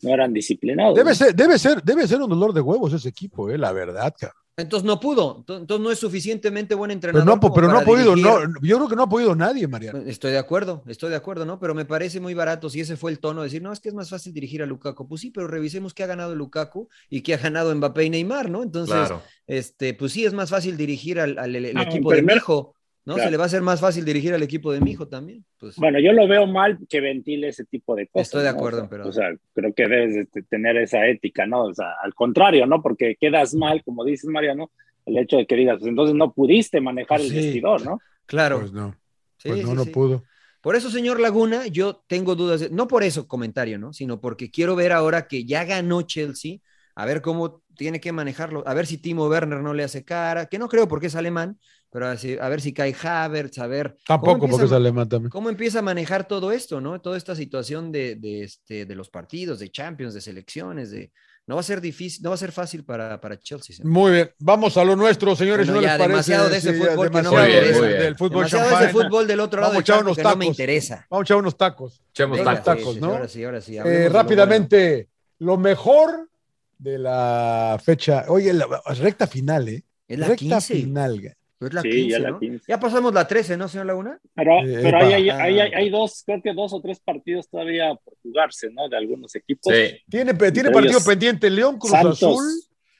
Speaker 4: no eran disciplinados.
Speaker 3: Debe
Speaker 4: ¿no?
Speaker 3: ser, debe ser, debe ser un dolor de huevos ese equipo, eh, la verdad, cabrón.
Speaker 2: Entonces no pudo. Ento- Entonces no es suficientemente buen
Speaker 3: Pero
Speaker 2: entrenador.
Speaker 3: Pues no, ha po-
Speaker 2: como
Speaker 3: pero no ha
Speaker 2: para
Speaker 3: podido, no,
Speaker 2: dirigir.
Speaker 3: yo creo que no ha podido nadie, Mariano.
Speaker 2: Estoy de acuerdo, estoy de acuerdo, ¿no? Pero me parece muy barato si ese fue el tono de decir, no, es que es más fácil dirigir a Lukaku. Pues sí, pero revisemos qué ha ganado Lukaku y qué ha ganado Mbappé y Neymar, ¿no? Entonces,
Speaker 1: Claro.
Speaker 2: este, pues sí, es más fácil dirigir al, al- al- al
Speaker 4: Ah,
Speaker 2: equipo de
Speaker 4: primer-
Speaker 2: mi hijo, ¿no?
Speaker 4: Claro.
Speaker 2: Se le va a hacer más fácil dirigir al equipo de mi hijo también. Pues,
Speaker 4: Bueno, yo lo veo mal que ventile ese tipo de cosas.
Speaker 2: Estoy de
Speaker 4: ¿no?
Speaker 2: acuerdo,
Speaker 4: O sea,
Speaker 2: pero-
Speaker 4: O sea, creo que debes de te- tener esa ética, ¿no? O sea, al contrario, ¿no? Porque quedas mal, como dices, Mariano, el hecho de que digas, pues entonces no pudiste manejar el
Speaker 3: Sí.
Speaker 4: vestidor, ¿no?
Speaker 2: claro.
Speaker 3: Pues no,
Speaker 2: Sí,
Speaker 3: pues no,
Speaker 2: sí,
Speaker 3: no
Speaker 2: sí.
Speaker 3: pudo.
Speaker 2: Por eso, señor Laguna, yo tengo dudas, de- no por eso comentario, ¿no? Sino porque quiero ver ahora que ya ganó Chelsea, a ver cómo tiene que manejarlo, a ver si Timo Werner no le hace cara, que no creo porque es alemán, pero a ver si, a ver si cae Havertz, a ver. cómo
Speaker 3: Tampoco
Speaker 2: empieza
Speaker 3: porque es
Speaker 2: a-
Speaker 3: alemán también.
Speaker 2: ¿Cómo empieza a manejar todo esto, no? Toda esta situación de, de, este, de los partidos, de Champions, de selecciones, de... No va a ser difícil, no va a ser fácil para, para Chelsea. señor.
Speaker 3: Muy bien, vamos a lo nuestro, señores.
Speaker 2: Bueno,
Speaker 3: ¿no
Speaker 2: ya,
Speaker 3: les parece?
Speaker 2: demasiado de ese
Speaker 3: ya,
Speaker 2: fútbol que no me
Speaker 3: demasiado
Speaker 1: interesa.
Speaker 3: de- del fútbol
Speaker 2: Demasiado
Speaker 3: champán.
Speaker 2: ese fútbol del otro
Speaker 3: Vamos a
Speaker 2: lado del
Speaker 3: echar
Speaker 2: charco
Speaker 3: unos
Speaker 2: que no me
Speaker 3: tacos.
Speaker 2: interesa.
Speaker 3: Vamos a echar unos tacos.
Speaker 1: Echemos
Speaker 2: Venga,
Speaker 3: Venga,
Speaker 1: tacos.
Speaker 3: tacos,
Speaker 2: sí, sí, sí,
Speaker 3: ¿no?
Speaker 2: Ahora sí, ahora sí.
Speaker 3: Eh,
Speaker 2: hablemos de lo
Speaker 3: rápidamente, lo mejor de la fecha. Oye, la recta final, ¿eh?
Speaker 2: bueno. Es la
Speaker 3: recta
Speaker 2: 15.
Speaker 3: final. güey.
Speaker 2: Pero es la
Speaker 4: Sí,
Speaker 2: 15,
Speaker 4: ya la
Speaker 2: ¿no?
Speaker 4: 15.
Speaker 2: Ya pasamos la 13, ¿no, señor Laguna?
Speaker 4: Pero,
Speaker 3: Eh,
Speaker 4: pero ahí, hay,
Speaker 2: para-
Speaker 4: ahí hay- hay dos, creo que dos o tres partidos todavía por jugarse, ¿no? De algunos equipos.
Speaker 1: Sí.
Speaker 3: Tiene, tiene
Speaker 4: ellos,
Speaker 3: partido pendiente León, Cruz
Speaker 4: Santos,
Speaker 3: Azul,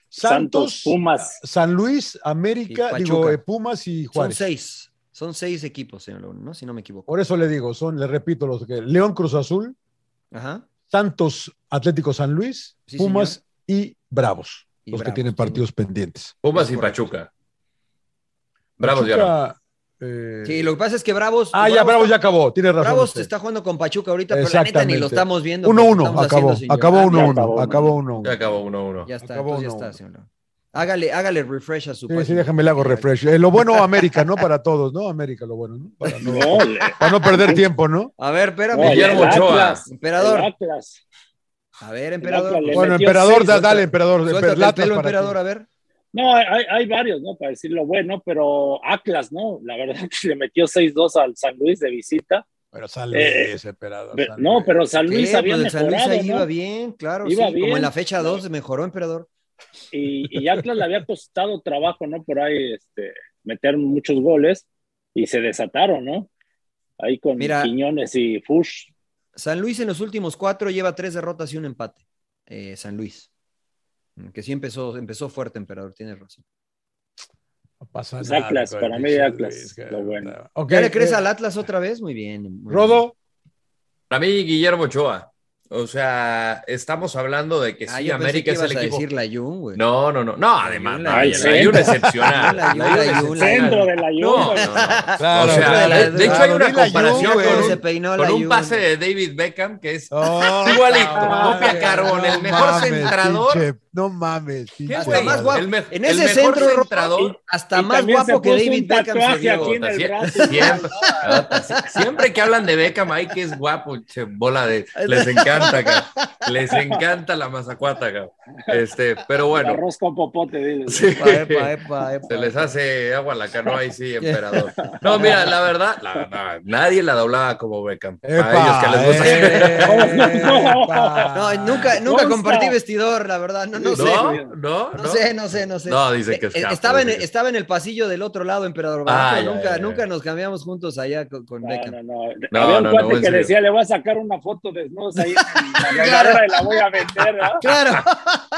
Speaker 3: Santos,
Speaker 4: Santos, Pumas.
Speaker 3: San Luis,
Speaker 2: Y
Speaker 3: América,
Speaker 2: Pachuca.
Speaker 3: digo, eh, Pumas y
Speaker 2: Son
Speaker 3: Juárez.
Speaker 2: seis. Son seis equipos, señor Laguna, ¿no? Si no me equivoco.
Speaker 3: Por eso le digo, son, le repito, los que León, Cruz Azul,
Speaker 2: Ajá.
Speaker 3: Santos, Atlético San Luis,
Speaker 2: Sí,
Speaker 3: Pumas y Bravos,
Speaker 2: Y
Speaker 3: los
Speaker 2: Bravos,
Speaker 3: que tienen partidos pendientes.
Speaker 1: Pumas y
Speaker 2: Correcto.
Speaker 1: Pachuca. Bravos ya no.
Speaker 3: Pachuca, eh,
Speaker 2: Sí, lo que pasa es que Bravos.
Speaker 3: ah, ya, Bravos ya acabó, tiene razón.
Speaker 2: Bravos
Speaker 3: usted.
Speaker 2: está jugando con Pachuca ahorita, pero la neta ni
Speaker 3: Exactamente.
Speaker 2: lo estamos viendo. porque
Speaker 3: 1-1,
Speaker 2: estamos
Speaker 3: acabó,
Speaker 2: haciendo Ah, sin
Speaker 3: acabó
Speaker 2: llorar.
Speaker 4: uno,
Speaker 3: 1-1,
Speaker 4: uno.
Speaker 3: acabó 1-1.
Speaker 1: Ya acabó 1-1.
Speaker 2: Ya está,
Speaker 3: Acabó
Speaker 2: entonces ya está,
Speaker 3: 1-1.
Speaker 2: señor Laguna. Hágale, hágale refresh a su
Speaker 3: Sí, sí,
Speaker 2: página.
Speaker 3: déjame le hago refresh. Eh, lo bueno, América, ¿no? Para todos, ¿no? América, lo bueno, ¿no?
Speaker 2: Ah,
Speaker 3: Para no,
Speaker 4: No, el-
Speaker 3: para no perder tiempo, ¿no?
Speaker 2: A ver, espérame.
Speaker 4: no, el
Speaker 1: Guillermo Ochoa.
Speaker 4: Atlas, el
Speaker 2: Emperador.
Speaker 4: Atlas.
Speaker 2: A ver,
Speaker 4: Atlas
Speaker 2: emperador.
Speaker 4: le
Speaker 3: Bueno,
Speaker 4: metió
Speaker 3: emperador,
Speaker 4: seis,
Speaker 3: da-
Speaker 2: suelta-
Speaker 3: dale, emperador.
Speaker 2: Suéltate el
Speaker 3: Latas
Speaker 2: pelo,
Speaker 3: para ti.
Speaker 2: emperador, a ver.
Speaker 4: No, hay, hay varios, ¿no? Para decirlo bueno, pero Atlas, ¿no? La verdad que le metió 6-2 al San Luis de visita.
Speaker 3: Pero San
Speaker 4: Eh,
Speaker 3: Luis, emperador.
Speaker 4: Pe-
Speaker 3: San
Speaker 4: No,
Speaker 3: Luis.
Speaker 4: pero San Luis
Speaker 2: Sí,
Speaker 4: había
Speaker 2: pues el San Luis
Speaker 4: mejorado,
Speaker 2: ahí
Speaker 4: ¿no?
Speaker 2: iba bien, claro.
Speaker 4: Iba
Speaker 2: sí,
Speaker 4: bien.
Speaker 2: Como en la fecha 2 mejoró, emperador.
Speaker 4: Y, y Atlas le había costado trabajo, ¿no? Por ahí este, meter muchos goles y se desataron, ¿no? Ahí con
Speaker 2: Mira.
Speaker 4: Quiñones y Fush.
Speaker 2: San Luis en los últimos cuatro lleva tres derrotas y un empate. Eh, San Luis. Mm, Que sí empezó, empezó fuerte, emperador, tienes razón.
Speaker 3: No pasa
Speaker 4: Es
Speaker 3: nada.
Speaker 4: Atlas,
Speaker 3: con
Speaker 4: para
Speaker 3: el
Speaker 4: mí es
Speaker 3: pinche
Speaker 4: Atlas.
Speaker 3: Luis, que-
Speaker 4: Lo bueno.
Speaker 3: Ok. eh,
Speaker 2: ¿Ya le
Speaker 4: eh,
Speaker 2: crees al Atlas otra vez? Muy bien. muy bien.
Speaker 3: Rodo,
Speaker 1: Para mí, Guillermo Ochoa. O sea, estamos hablando de que
Speaker 2: Ah,
Speaker 1: sí,
Speaker 2: yo pensé
Speaker 1: América
Speaker 2: que
Speaker 1: es el
Speaker 2: ibas a
Speaker 1: equipo.
Speaker 2: decir la Jun, güey.
Speaker 1: No, no, no. No, además,
Speaker 2: Yun,
Speaker 1: no,
Speaker 4: Ay,
Speaker 1: la
Speaker 4: sí.
Speaker 1: Yun excepcional.
Speaker 2: La Yun,
Speaker 1: La Yun
Speaker 2: la Yun,
Speaker 1: excepcional.
Speaker 2: la Yun.
Speaker 4: Centro de la
Speaker 1: Pues,
Speaker 4: Yun,
Speaker 1: No, no,
Speaker 4: güey.
Speaker 1: no.
Speaker 3: Claro.
Speaker 1: o sea,
Speaker 2: Centro de la-
Speaker 1: de, de hecho hay
Speaker 3: claro,
Speaker 1: una
Speaker 3: ni la
Speaker 1: comparación
Speaker 3: Yun,
Speaker 1: con
Speaker 3: güey.
Speaker 2: Se
Speaker 1: un,
Speaker 2: peinó
Speaker 1: con
Speaker 2: la
Speaker 1: un
Speaker 2: Jun.
Speaker 1: pase de David Beckham que es
Speaker 3: Oh,
Speaker 1: Igualito,
Speaker 3: cabrón,
Speaker 1: copia carbón, el mejor centrador.
Speaker 3: pinche- no mames, pinche
Speaker 1: ¿Qué,
Speaker 2: Hasta
Speaker 1: güey?
Speaker 2: más guapo.
Speaker 1: El me-
Speaker 2: En
Speaker 1: el
Speaker 2: ese
Speaker 1: mejor
Speaker 2: centro, Rodo,
Speaker 1: centrador.
Speaker 2: Hasta
Speaker 4: Y
Speaker 2: más
Speaker 4: también se
Speaker 2: guapo que
Speaker 4: puso
Speaker 2: David
Speaker 4: un
Speaker 2: Beckham se
Speaker 4: tatuaje
Speaker 2: vio.
Speaker 4: aquí en el
Speaker 1: Sie-
Speaker 4: brazo.
Speaker 1: siempre, siempre que hablan de Beckham, ay, que es guapo, che, bola de. Les encanta, cabrón. Les encanta la mazacuata, cabrón. Este, pero bueno.
Speaker 4: Arroz con popote, diles.
Speaker 1: Sí.
Speaker 2: Epa, epa, epa, epa.
Speaker 1: Se les hace agua la canoa y sí, emperador. No, mira, la verdad, la verdad, nadie la doblaba como Beckham.
Speaker 3: Epa,
Speaker 1: a ellos que les gusta.
Speaker 3: eh, epa.
Speaker 2: No, nunca, nunca
Speaker 4: Consta.
Speaker 2: compartí vestidor, la verdad. No, no, sé.
Speaker 1: No, no,
Speaker 2: No,
Speaker 1: no.
Speaker 2: sé, no sé, no sé.
Speaker 1: No, dice que
Speaker 2: Eh,
Speaker 1: es capo,
Speaker 2: estaba, en,
Speaker 1: dice que-
Speaker 2: estaba en el pasillo del otro lado, Emperador
Speaker 1: Ah,
Speaker 2: Barato.
Speaker 1: ya,
Speaker 2: nunca,
Speaker 1: ya, ya.
Speaker 2: nunca nos cambiamos juntos allá con, con
Speaker 4: No,
Speaker 2: Beckham.
Speaker 4: no, no.
Speaker 1: No,
Speaker 4: Había un
Speaker 1: no, no,
Speaker 4: cuate
Speaker 1: en
Speaker 4: que
Speaker 1: serio.
Speaker 4: decía, le voy a sacar una foto desnudos ahí en la regadera y la voy a vender, ¿verdad?
Speaker 2: Claro.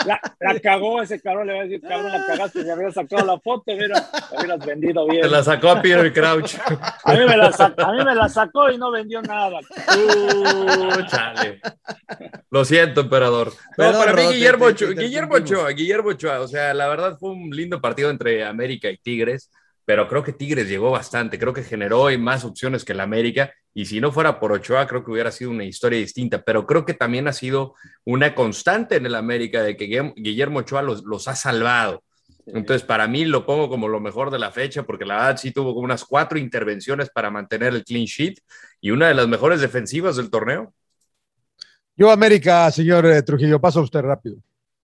Speaker 4: La, la cagó ese cabrón, le voy a decir, cabrón, la cagaste, me hubieras sacado la foto, mira, me hubieras vendido bien.
Speaker 1: Se la sacó a Peter Crouch.
Speaker 4: A, mí me la sa- a mí me la sacó y no vendió nada.
Speaker 1: Uh, chale. Lo siento, emperador. No,
Speaker 2: Perdón,
Speaker 1: para mí,
Speaker 2: Rodo, te-
Speaker 1: Guillermo,
Speaker 2: te- te
Speaker 1: Ochoa, Guillermo
Speaker 2: interrumpimos.
Speaker 1: Ochoa, Guillermo Ochoa. O sea, la verdad fue un lindo partido entre América y Tigres, pero creo que Tigres llegó bastante. Creo que generó hoy más opciones que el América. Y si no fuera por Ochoa, creo que hubiera sido una historia distinta. Pero creo que también ha sido una constante en el América de que Guillem- Guillermo Ochoa los, los ha salvado. Entonces, para mí lo pongo como lo mejor de la fecha, porque la verdad sí tuvo como unas cuatro intervenciones para mantener el clean sheet y una de las mejores defensivas del torneo.
Speaker 3: Yo América, señor eh, Trujillo, pasa usted rápido.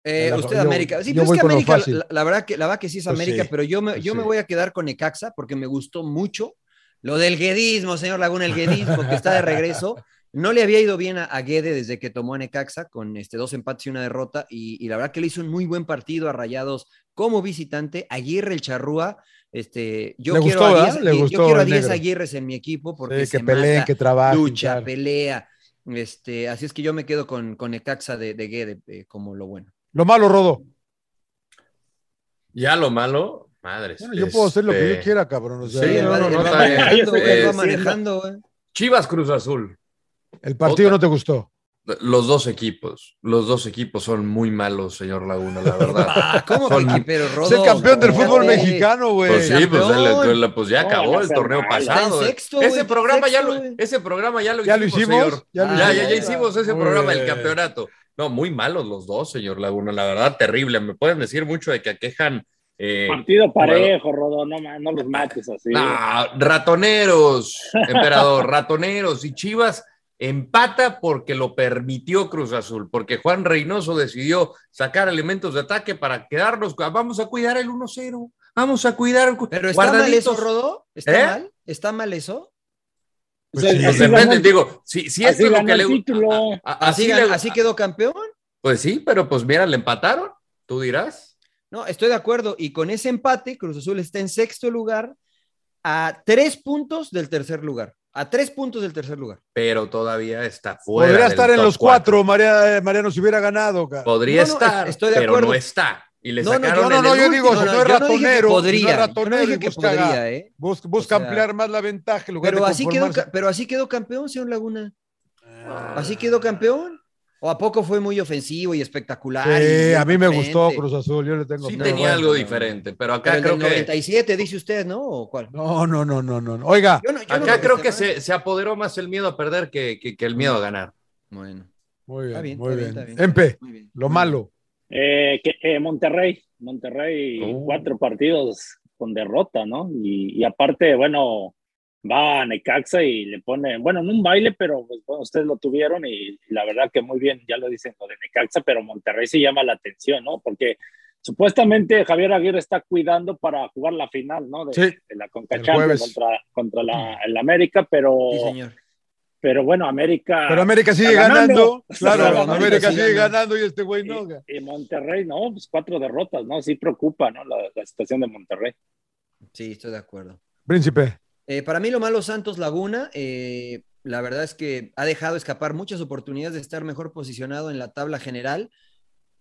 Speaker 2: Eh,
Speaker 3: Yo-
Speaker 2: usted
Speaker 3: yo-
Speaker 2: América. Sí,
Speaker 3: yo
Speaker 2: pero es
Speaker 3: voy
Speaker 2: que
Speaker 3: con lo
Speaker 2: América,
Speaker 3: fácil.
Speaker 2: la, la verdad que la verdad que sí es
Speaker 3: Pues
Speaker 2: América,
Speaker 3: sí,
Speaker 2: pero yo me,
Speaker 3: pues
Speaker 2: yo me
Speaker 3: sí.
Speaker 2: voy a quedar con Necaxa porque me gustó mucho lo del guedismo, señor Laguna, el guedismo que está de regreso. No le había ido bien a, a Guede desde que tomó a Necaxa con este, dos empates y una derrota, y, y la verdad que le hizo un muy buen partido a Rayados como visitante. Aguirre el Charrúa, este, yo
Speaker 3: Le
Speaker 2: quiero
Speaker 3: gustó,
Speaker 2: a
Speaker 3: ¿verdad?
Speaker 2: 10,
Speaker 3: Le
Speaker 2: yo
Speaker 3: gustó
Speaker 2: quiero a
Speaker 3: el
Speaker 2: 10
Speaker 3: negro.
Speaker 2: Aguirres en mi equipo porque
Speaker 3: Sí, que
Speaker 2: se
Speaker 3: peleen,
Speaker 2: mata,
Speaker 3: que trabajen.
Speaker 2: lucha,
Speaker 3: tal.
Speaker 2: pelea. Este, así es que yo me quedo con, con Necaxa de, de Guede eh, como lo bueno.
Speaker 3: Lo malo, Rodo.
Speaker 1: Ya lo malo, madres.
Speaker 3: Bueno, yo puedo hacer lo que
Speaker 1: este,
Speaker 3: yo quiera, cabrón. o sea,
Speaker 1: Sí,
Speaker 2: Él
Speaker 1: no,
Speaker 2: va-
Speaker 1: no,
Speaker 2: él
Speaker 1: no,
Speaker 2: va
Speaker 1: está bien. Eh,
Speaker 2: manejando, güey, él va
Speaker 1: Sí,
Speaker 2: manejando, güey.
Speaker 1: Chivas Cruz Azul,
Speaker 3: el partido
Speaker 1: otra.
Speaker 3: no te gustó.
Speaker 1: los dos equipos, los dos equipos son muy malos, señor Laguna, la verdad.
Speaker 2: ¿Cómo
Speaker 1: Son-
Speaker 2: que pero Rodo?
Speaker 3: Es el campeón del fútbol
Speaker 2: Espérate.
Speaker 3: mexicano, güey.
Speaker 1: Pues sí, pues,
Speaker 2: campeón.
Speaker 1: el- el- el- pues ya
Speaker 4: No,
Speaker 1: acabó
Speaker 4: no
Speaker 1: el
Speaker 4: seas
Speaker 1: torneo
Speaker 4: mal.
Speaker 1: pasado.
Speaker 2: Está en sexto,
Speaker 1: ese
Speaker 2: güey,
Speaker 1: programa ya lo,
Speaker 2: sexto, güey.
Speaker 1: ese programa ya lo
Speaker 3: ¿Ya lo
Speaker 1: hicimos, señor.
Speaker 3: hicimos?
Speaker 2: Ah,
Speaker 3: lo
Speaker 1: Ya, ya,
Speaker 3: hicimos.
Speaker 1: ya hicimos ese
Speaker 3: Muy
Speaker 1: programa del
Speaker 3: bien.
Speaker 1: campeonato. No, muy malos los dos, señor Laguna, la verdad, terrible. Me pueden decir mucho de que aquejan. eh,
Speaker 4: Partido parejo, Rodo, no, ma- no los mates así.
Speaker 1: nah, ratoneros, emperador, ratoneros. Y Chivas empata porque lo permitió Cruz Azul, porque Juan Reynoso decidió sacar elementos de ataque para quedarnos. Vamos a cuidar el 1-0. Vamos a cuidar.
Speaker 2: Pero está mal
Speaker 1: guardaditos.
Speaker 2: eso, Rodo? ¿Está
Speaker 1: ¿Eh?
Speaker 2: mal? ¿Está mal eso?
Speaker 4: O
Speaker 3: Pues
Speaker 4: sea,
Speaker 3: sí.
Speaker 1: De
Speaker 4: así
Speaker 1: repente,
Speaker 4: ganó-
Speaker 1: digo, si, si esto
Speaker 4: así
Speaker 1: es lo
Speaker 4: ganó
Speaker 1: que
Speaker 4: el
Speaker 1: le
Speaker 4: título.
Speaker 1: a- a- así,
Speaker 2: ¿Así, gan-
Speaker 1: le-
Speaker 2: así quedó campeón?
Speaker 1: Pues sí, pero pues mira, le empataron, tú dirás.
Speaker 2: No, estoy de acuerdo. Y con ese empate, Cruz Azul está en sexto lugar a tres puntos del tercer lugar. A tres puntos del tercer lugar.
Speaker 1: Pero todavía está fuera.
Speaker 3: Podría
Speaker 1: del
Speaker 3: estar en
Speaker 1: top Pues,
Speaker 3: los cuatro, María, eh, Mariano, si hubiera ganado. ca-
Speaker 1: Podría
Speaker 2: No, no,
Speaker 1: estar,
Speaker 2: estoy de
Speaker 1: pero
Speaker 2: acuerdo.
Speaker 1: no está. Y le
Speaker 2: No, no,
Speaker 1: sacaron
Speaker 3: No, no,
Speaker 1: en
Speaker 3: no,
Speaker 1: el
Speaker 3: yo
Speaker 1: último.
Speaker 3: digo, si no es
Speaker 2: yo dije que
Speaker 3: ratonero, si no
Speaker 2: podría.
Speaker 3: es
Speaker 2: yo no
Speaker 3: ratonero y
Speaker 2: dije que
Speaker 3: busca,
Speaker 2: podría, ¿eh?
Speaker 3: bus- busca
Speaker 2: O sea,
Speaker 3: ampliar más la ventaja en lugar
Speaker 2: Pero
Speaker 3: de
Speaker 2: así, quedó,
Speaker 3: conformarse.
Speaker 2: ca- pero así quedó campeón, señor Laguna. ¿Así quedó campeón? ¿O a poco fue muy ofensivo y espectacular?
Speaker 3: Sí,
Speaker 2: y
Speaker 3: a mí me gustó
Speaker 2: frente?
Speaker 3: Cruz Azul, yo le tengo
Speaker 1: Sí
Speaker 3: fe.
Speaker 2: No,
Speaker 1: tenía
Speaker 2: bueno,
Speaker 1: algo
Speaker 2: no, no.
Speaker 1: diferente, pero acá
Speaker 2: Pero el
Speaker 1: creo
Speaker 2: del
Speaker 1: que
Speaker 2: 97, dice usted, ¿no? ¿O cuál?
Speaker 3: No, no, no, no, no. no. Oiga,
Speaker 2: Yo no- yo no
Speaker 1: acá creo
Speaker 2: esté
Speaker 1: que
Speaker 2: mal.
Speaker 1: se, se apoderó más el miedo a perder que, que- que el miedo a ganar.
Speaker 2: Bueno,
Speaker 3: muy
Speaker 2: está
Speaker 3: bien,
Speaker 2: bien,
Speaker 3: muy
Speaker 2: está bien,
Speaker 3: bien.
Speaker 2: está bien.
Speaker 3: Empe,
Speaker 2: muy bien.
Speaker 3: lo malo.
Speaker 4: Eh, que, eh, Monterrey, Monterrey,
Speaker 3: Oh.
Speaker 1: Uh.
Speaker 4: cuatro partidos con derrota, ¿no? Y, y aparte, bueno, va a Necaxa y le pone, bueno, en un baile, pero pues, bueno, ustedes lo tuvieron y la verdad que muy bien, ya lo dicen lo de Necaxa, pero Monterrey sí llama la atención, ¿no? Porque supuestamente Javier Aguirre está cuidando para jugar la final, ¿no? De,
Speaker 3: Sí,
Speaker 4: de la Conca Champions
Speaker 3: jueves. Mm.
Speaker 4: contra, contra la, el América, pero,
Speaker 2: Sí, señor.
Speaker 4: pero bueno, América...
Speaker 3: Pero América sigue
Speaker 4: está
Speaker 3: ganando.
Speaker 4: ganando.
Speaker 3: Claro,
Speaker 2: Claro, América
Speaker 3: América
Speaker 2: sigue
Speaker 3: sigue
Speaker 2: ganando.
Speaker 3: ganando y este güey no. ca-
Speaker 4: y, y Monterrey, no, pues cuatro derrotas, ¿no? Sí preocupa, ¿no? La, la situación de Monterrey.
Speaker 2: Sí, estoy de acuerdo.
Speaker 3: Príncipe,
Speaker 2: Eh, para mí lo malo Santos Laguna, eh, la verdad es que ha dejado escapar muchas oportunidades de estar mejor posicionado en la tabla general.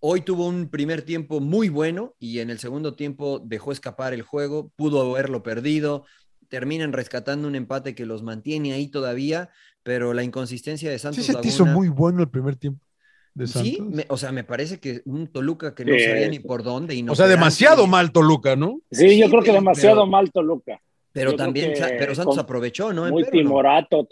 Speaker 2: Hoy tuvo un primer tiempo muy bueno y en el segundo tiempo dejó escapar el juego, pudo haberlo perdido, terminan rescatando un empate que los mantiene ahí todavía, pero la inconsistencia de
Speaker 3: Sí
Speaker 2: Santos
Speaker 3: se te
Speaker 2: Laguna-
Speaker 3: hizo muy bueno el primer tiempo de Santos.
Speaker 2: Sí, me- o sea, me parece que un Toluca que no
Speaker 3: Sí.
Speaker 2: sabía ni por
Speaker 3: o
Speaker 2: dónde.
Speaker 3: sea,
Speaker 2: inoperante.
Speaker 3: demasiado mal Toluca, ¿no?
Speaker 4: Sí, yo creo que
Speaker 2: pero-
Speaker 4: demasiado
Speaker 2: pero-
Speaker 4: mal Toluca.
Speaker 2: Pero
Speaker 4: Yo creo
Speaker 2: también,
Speaker 4: que
Speaker 2: Sa- pero Santos
Speaker 4: con-
Speaker 2: aprovechó, ¿no?
Speaker 4: Muy
Speaker 2: Empero, ¿no?
Speaker 4: timorato,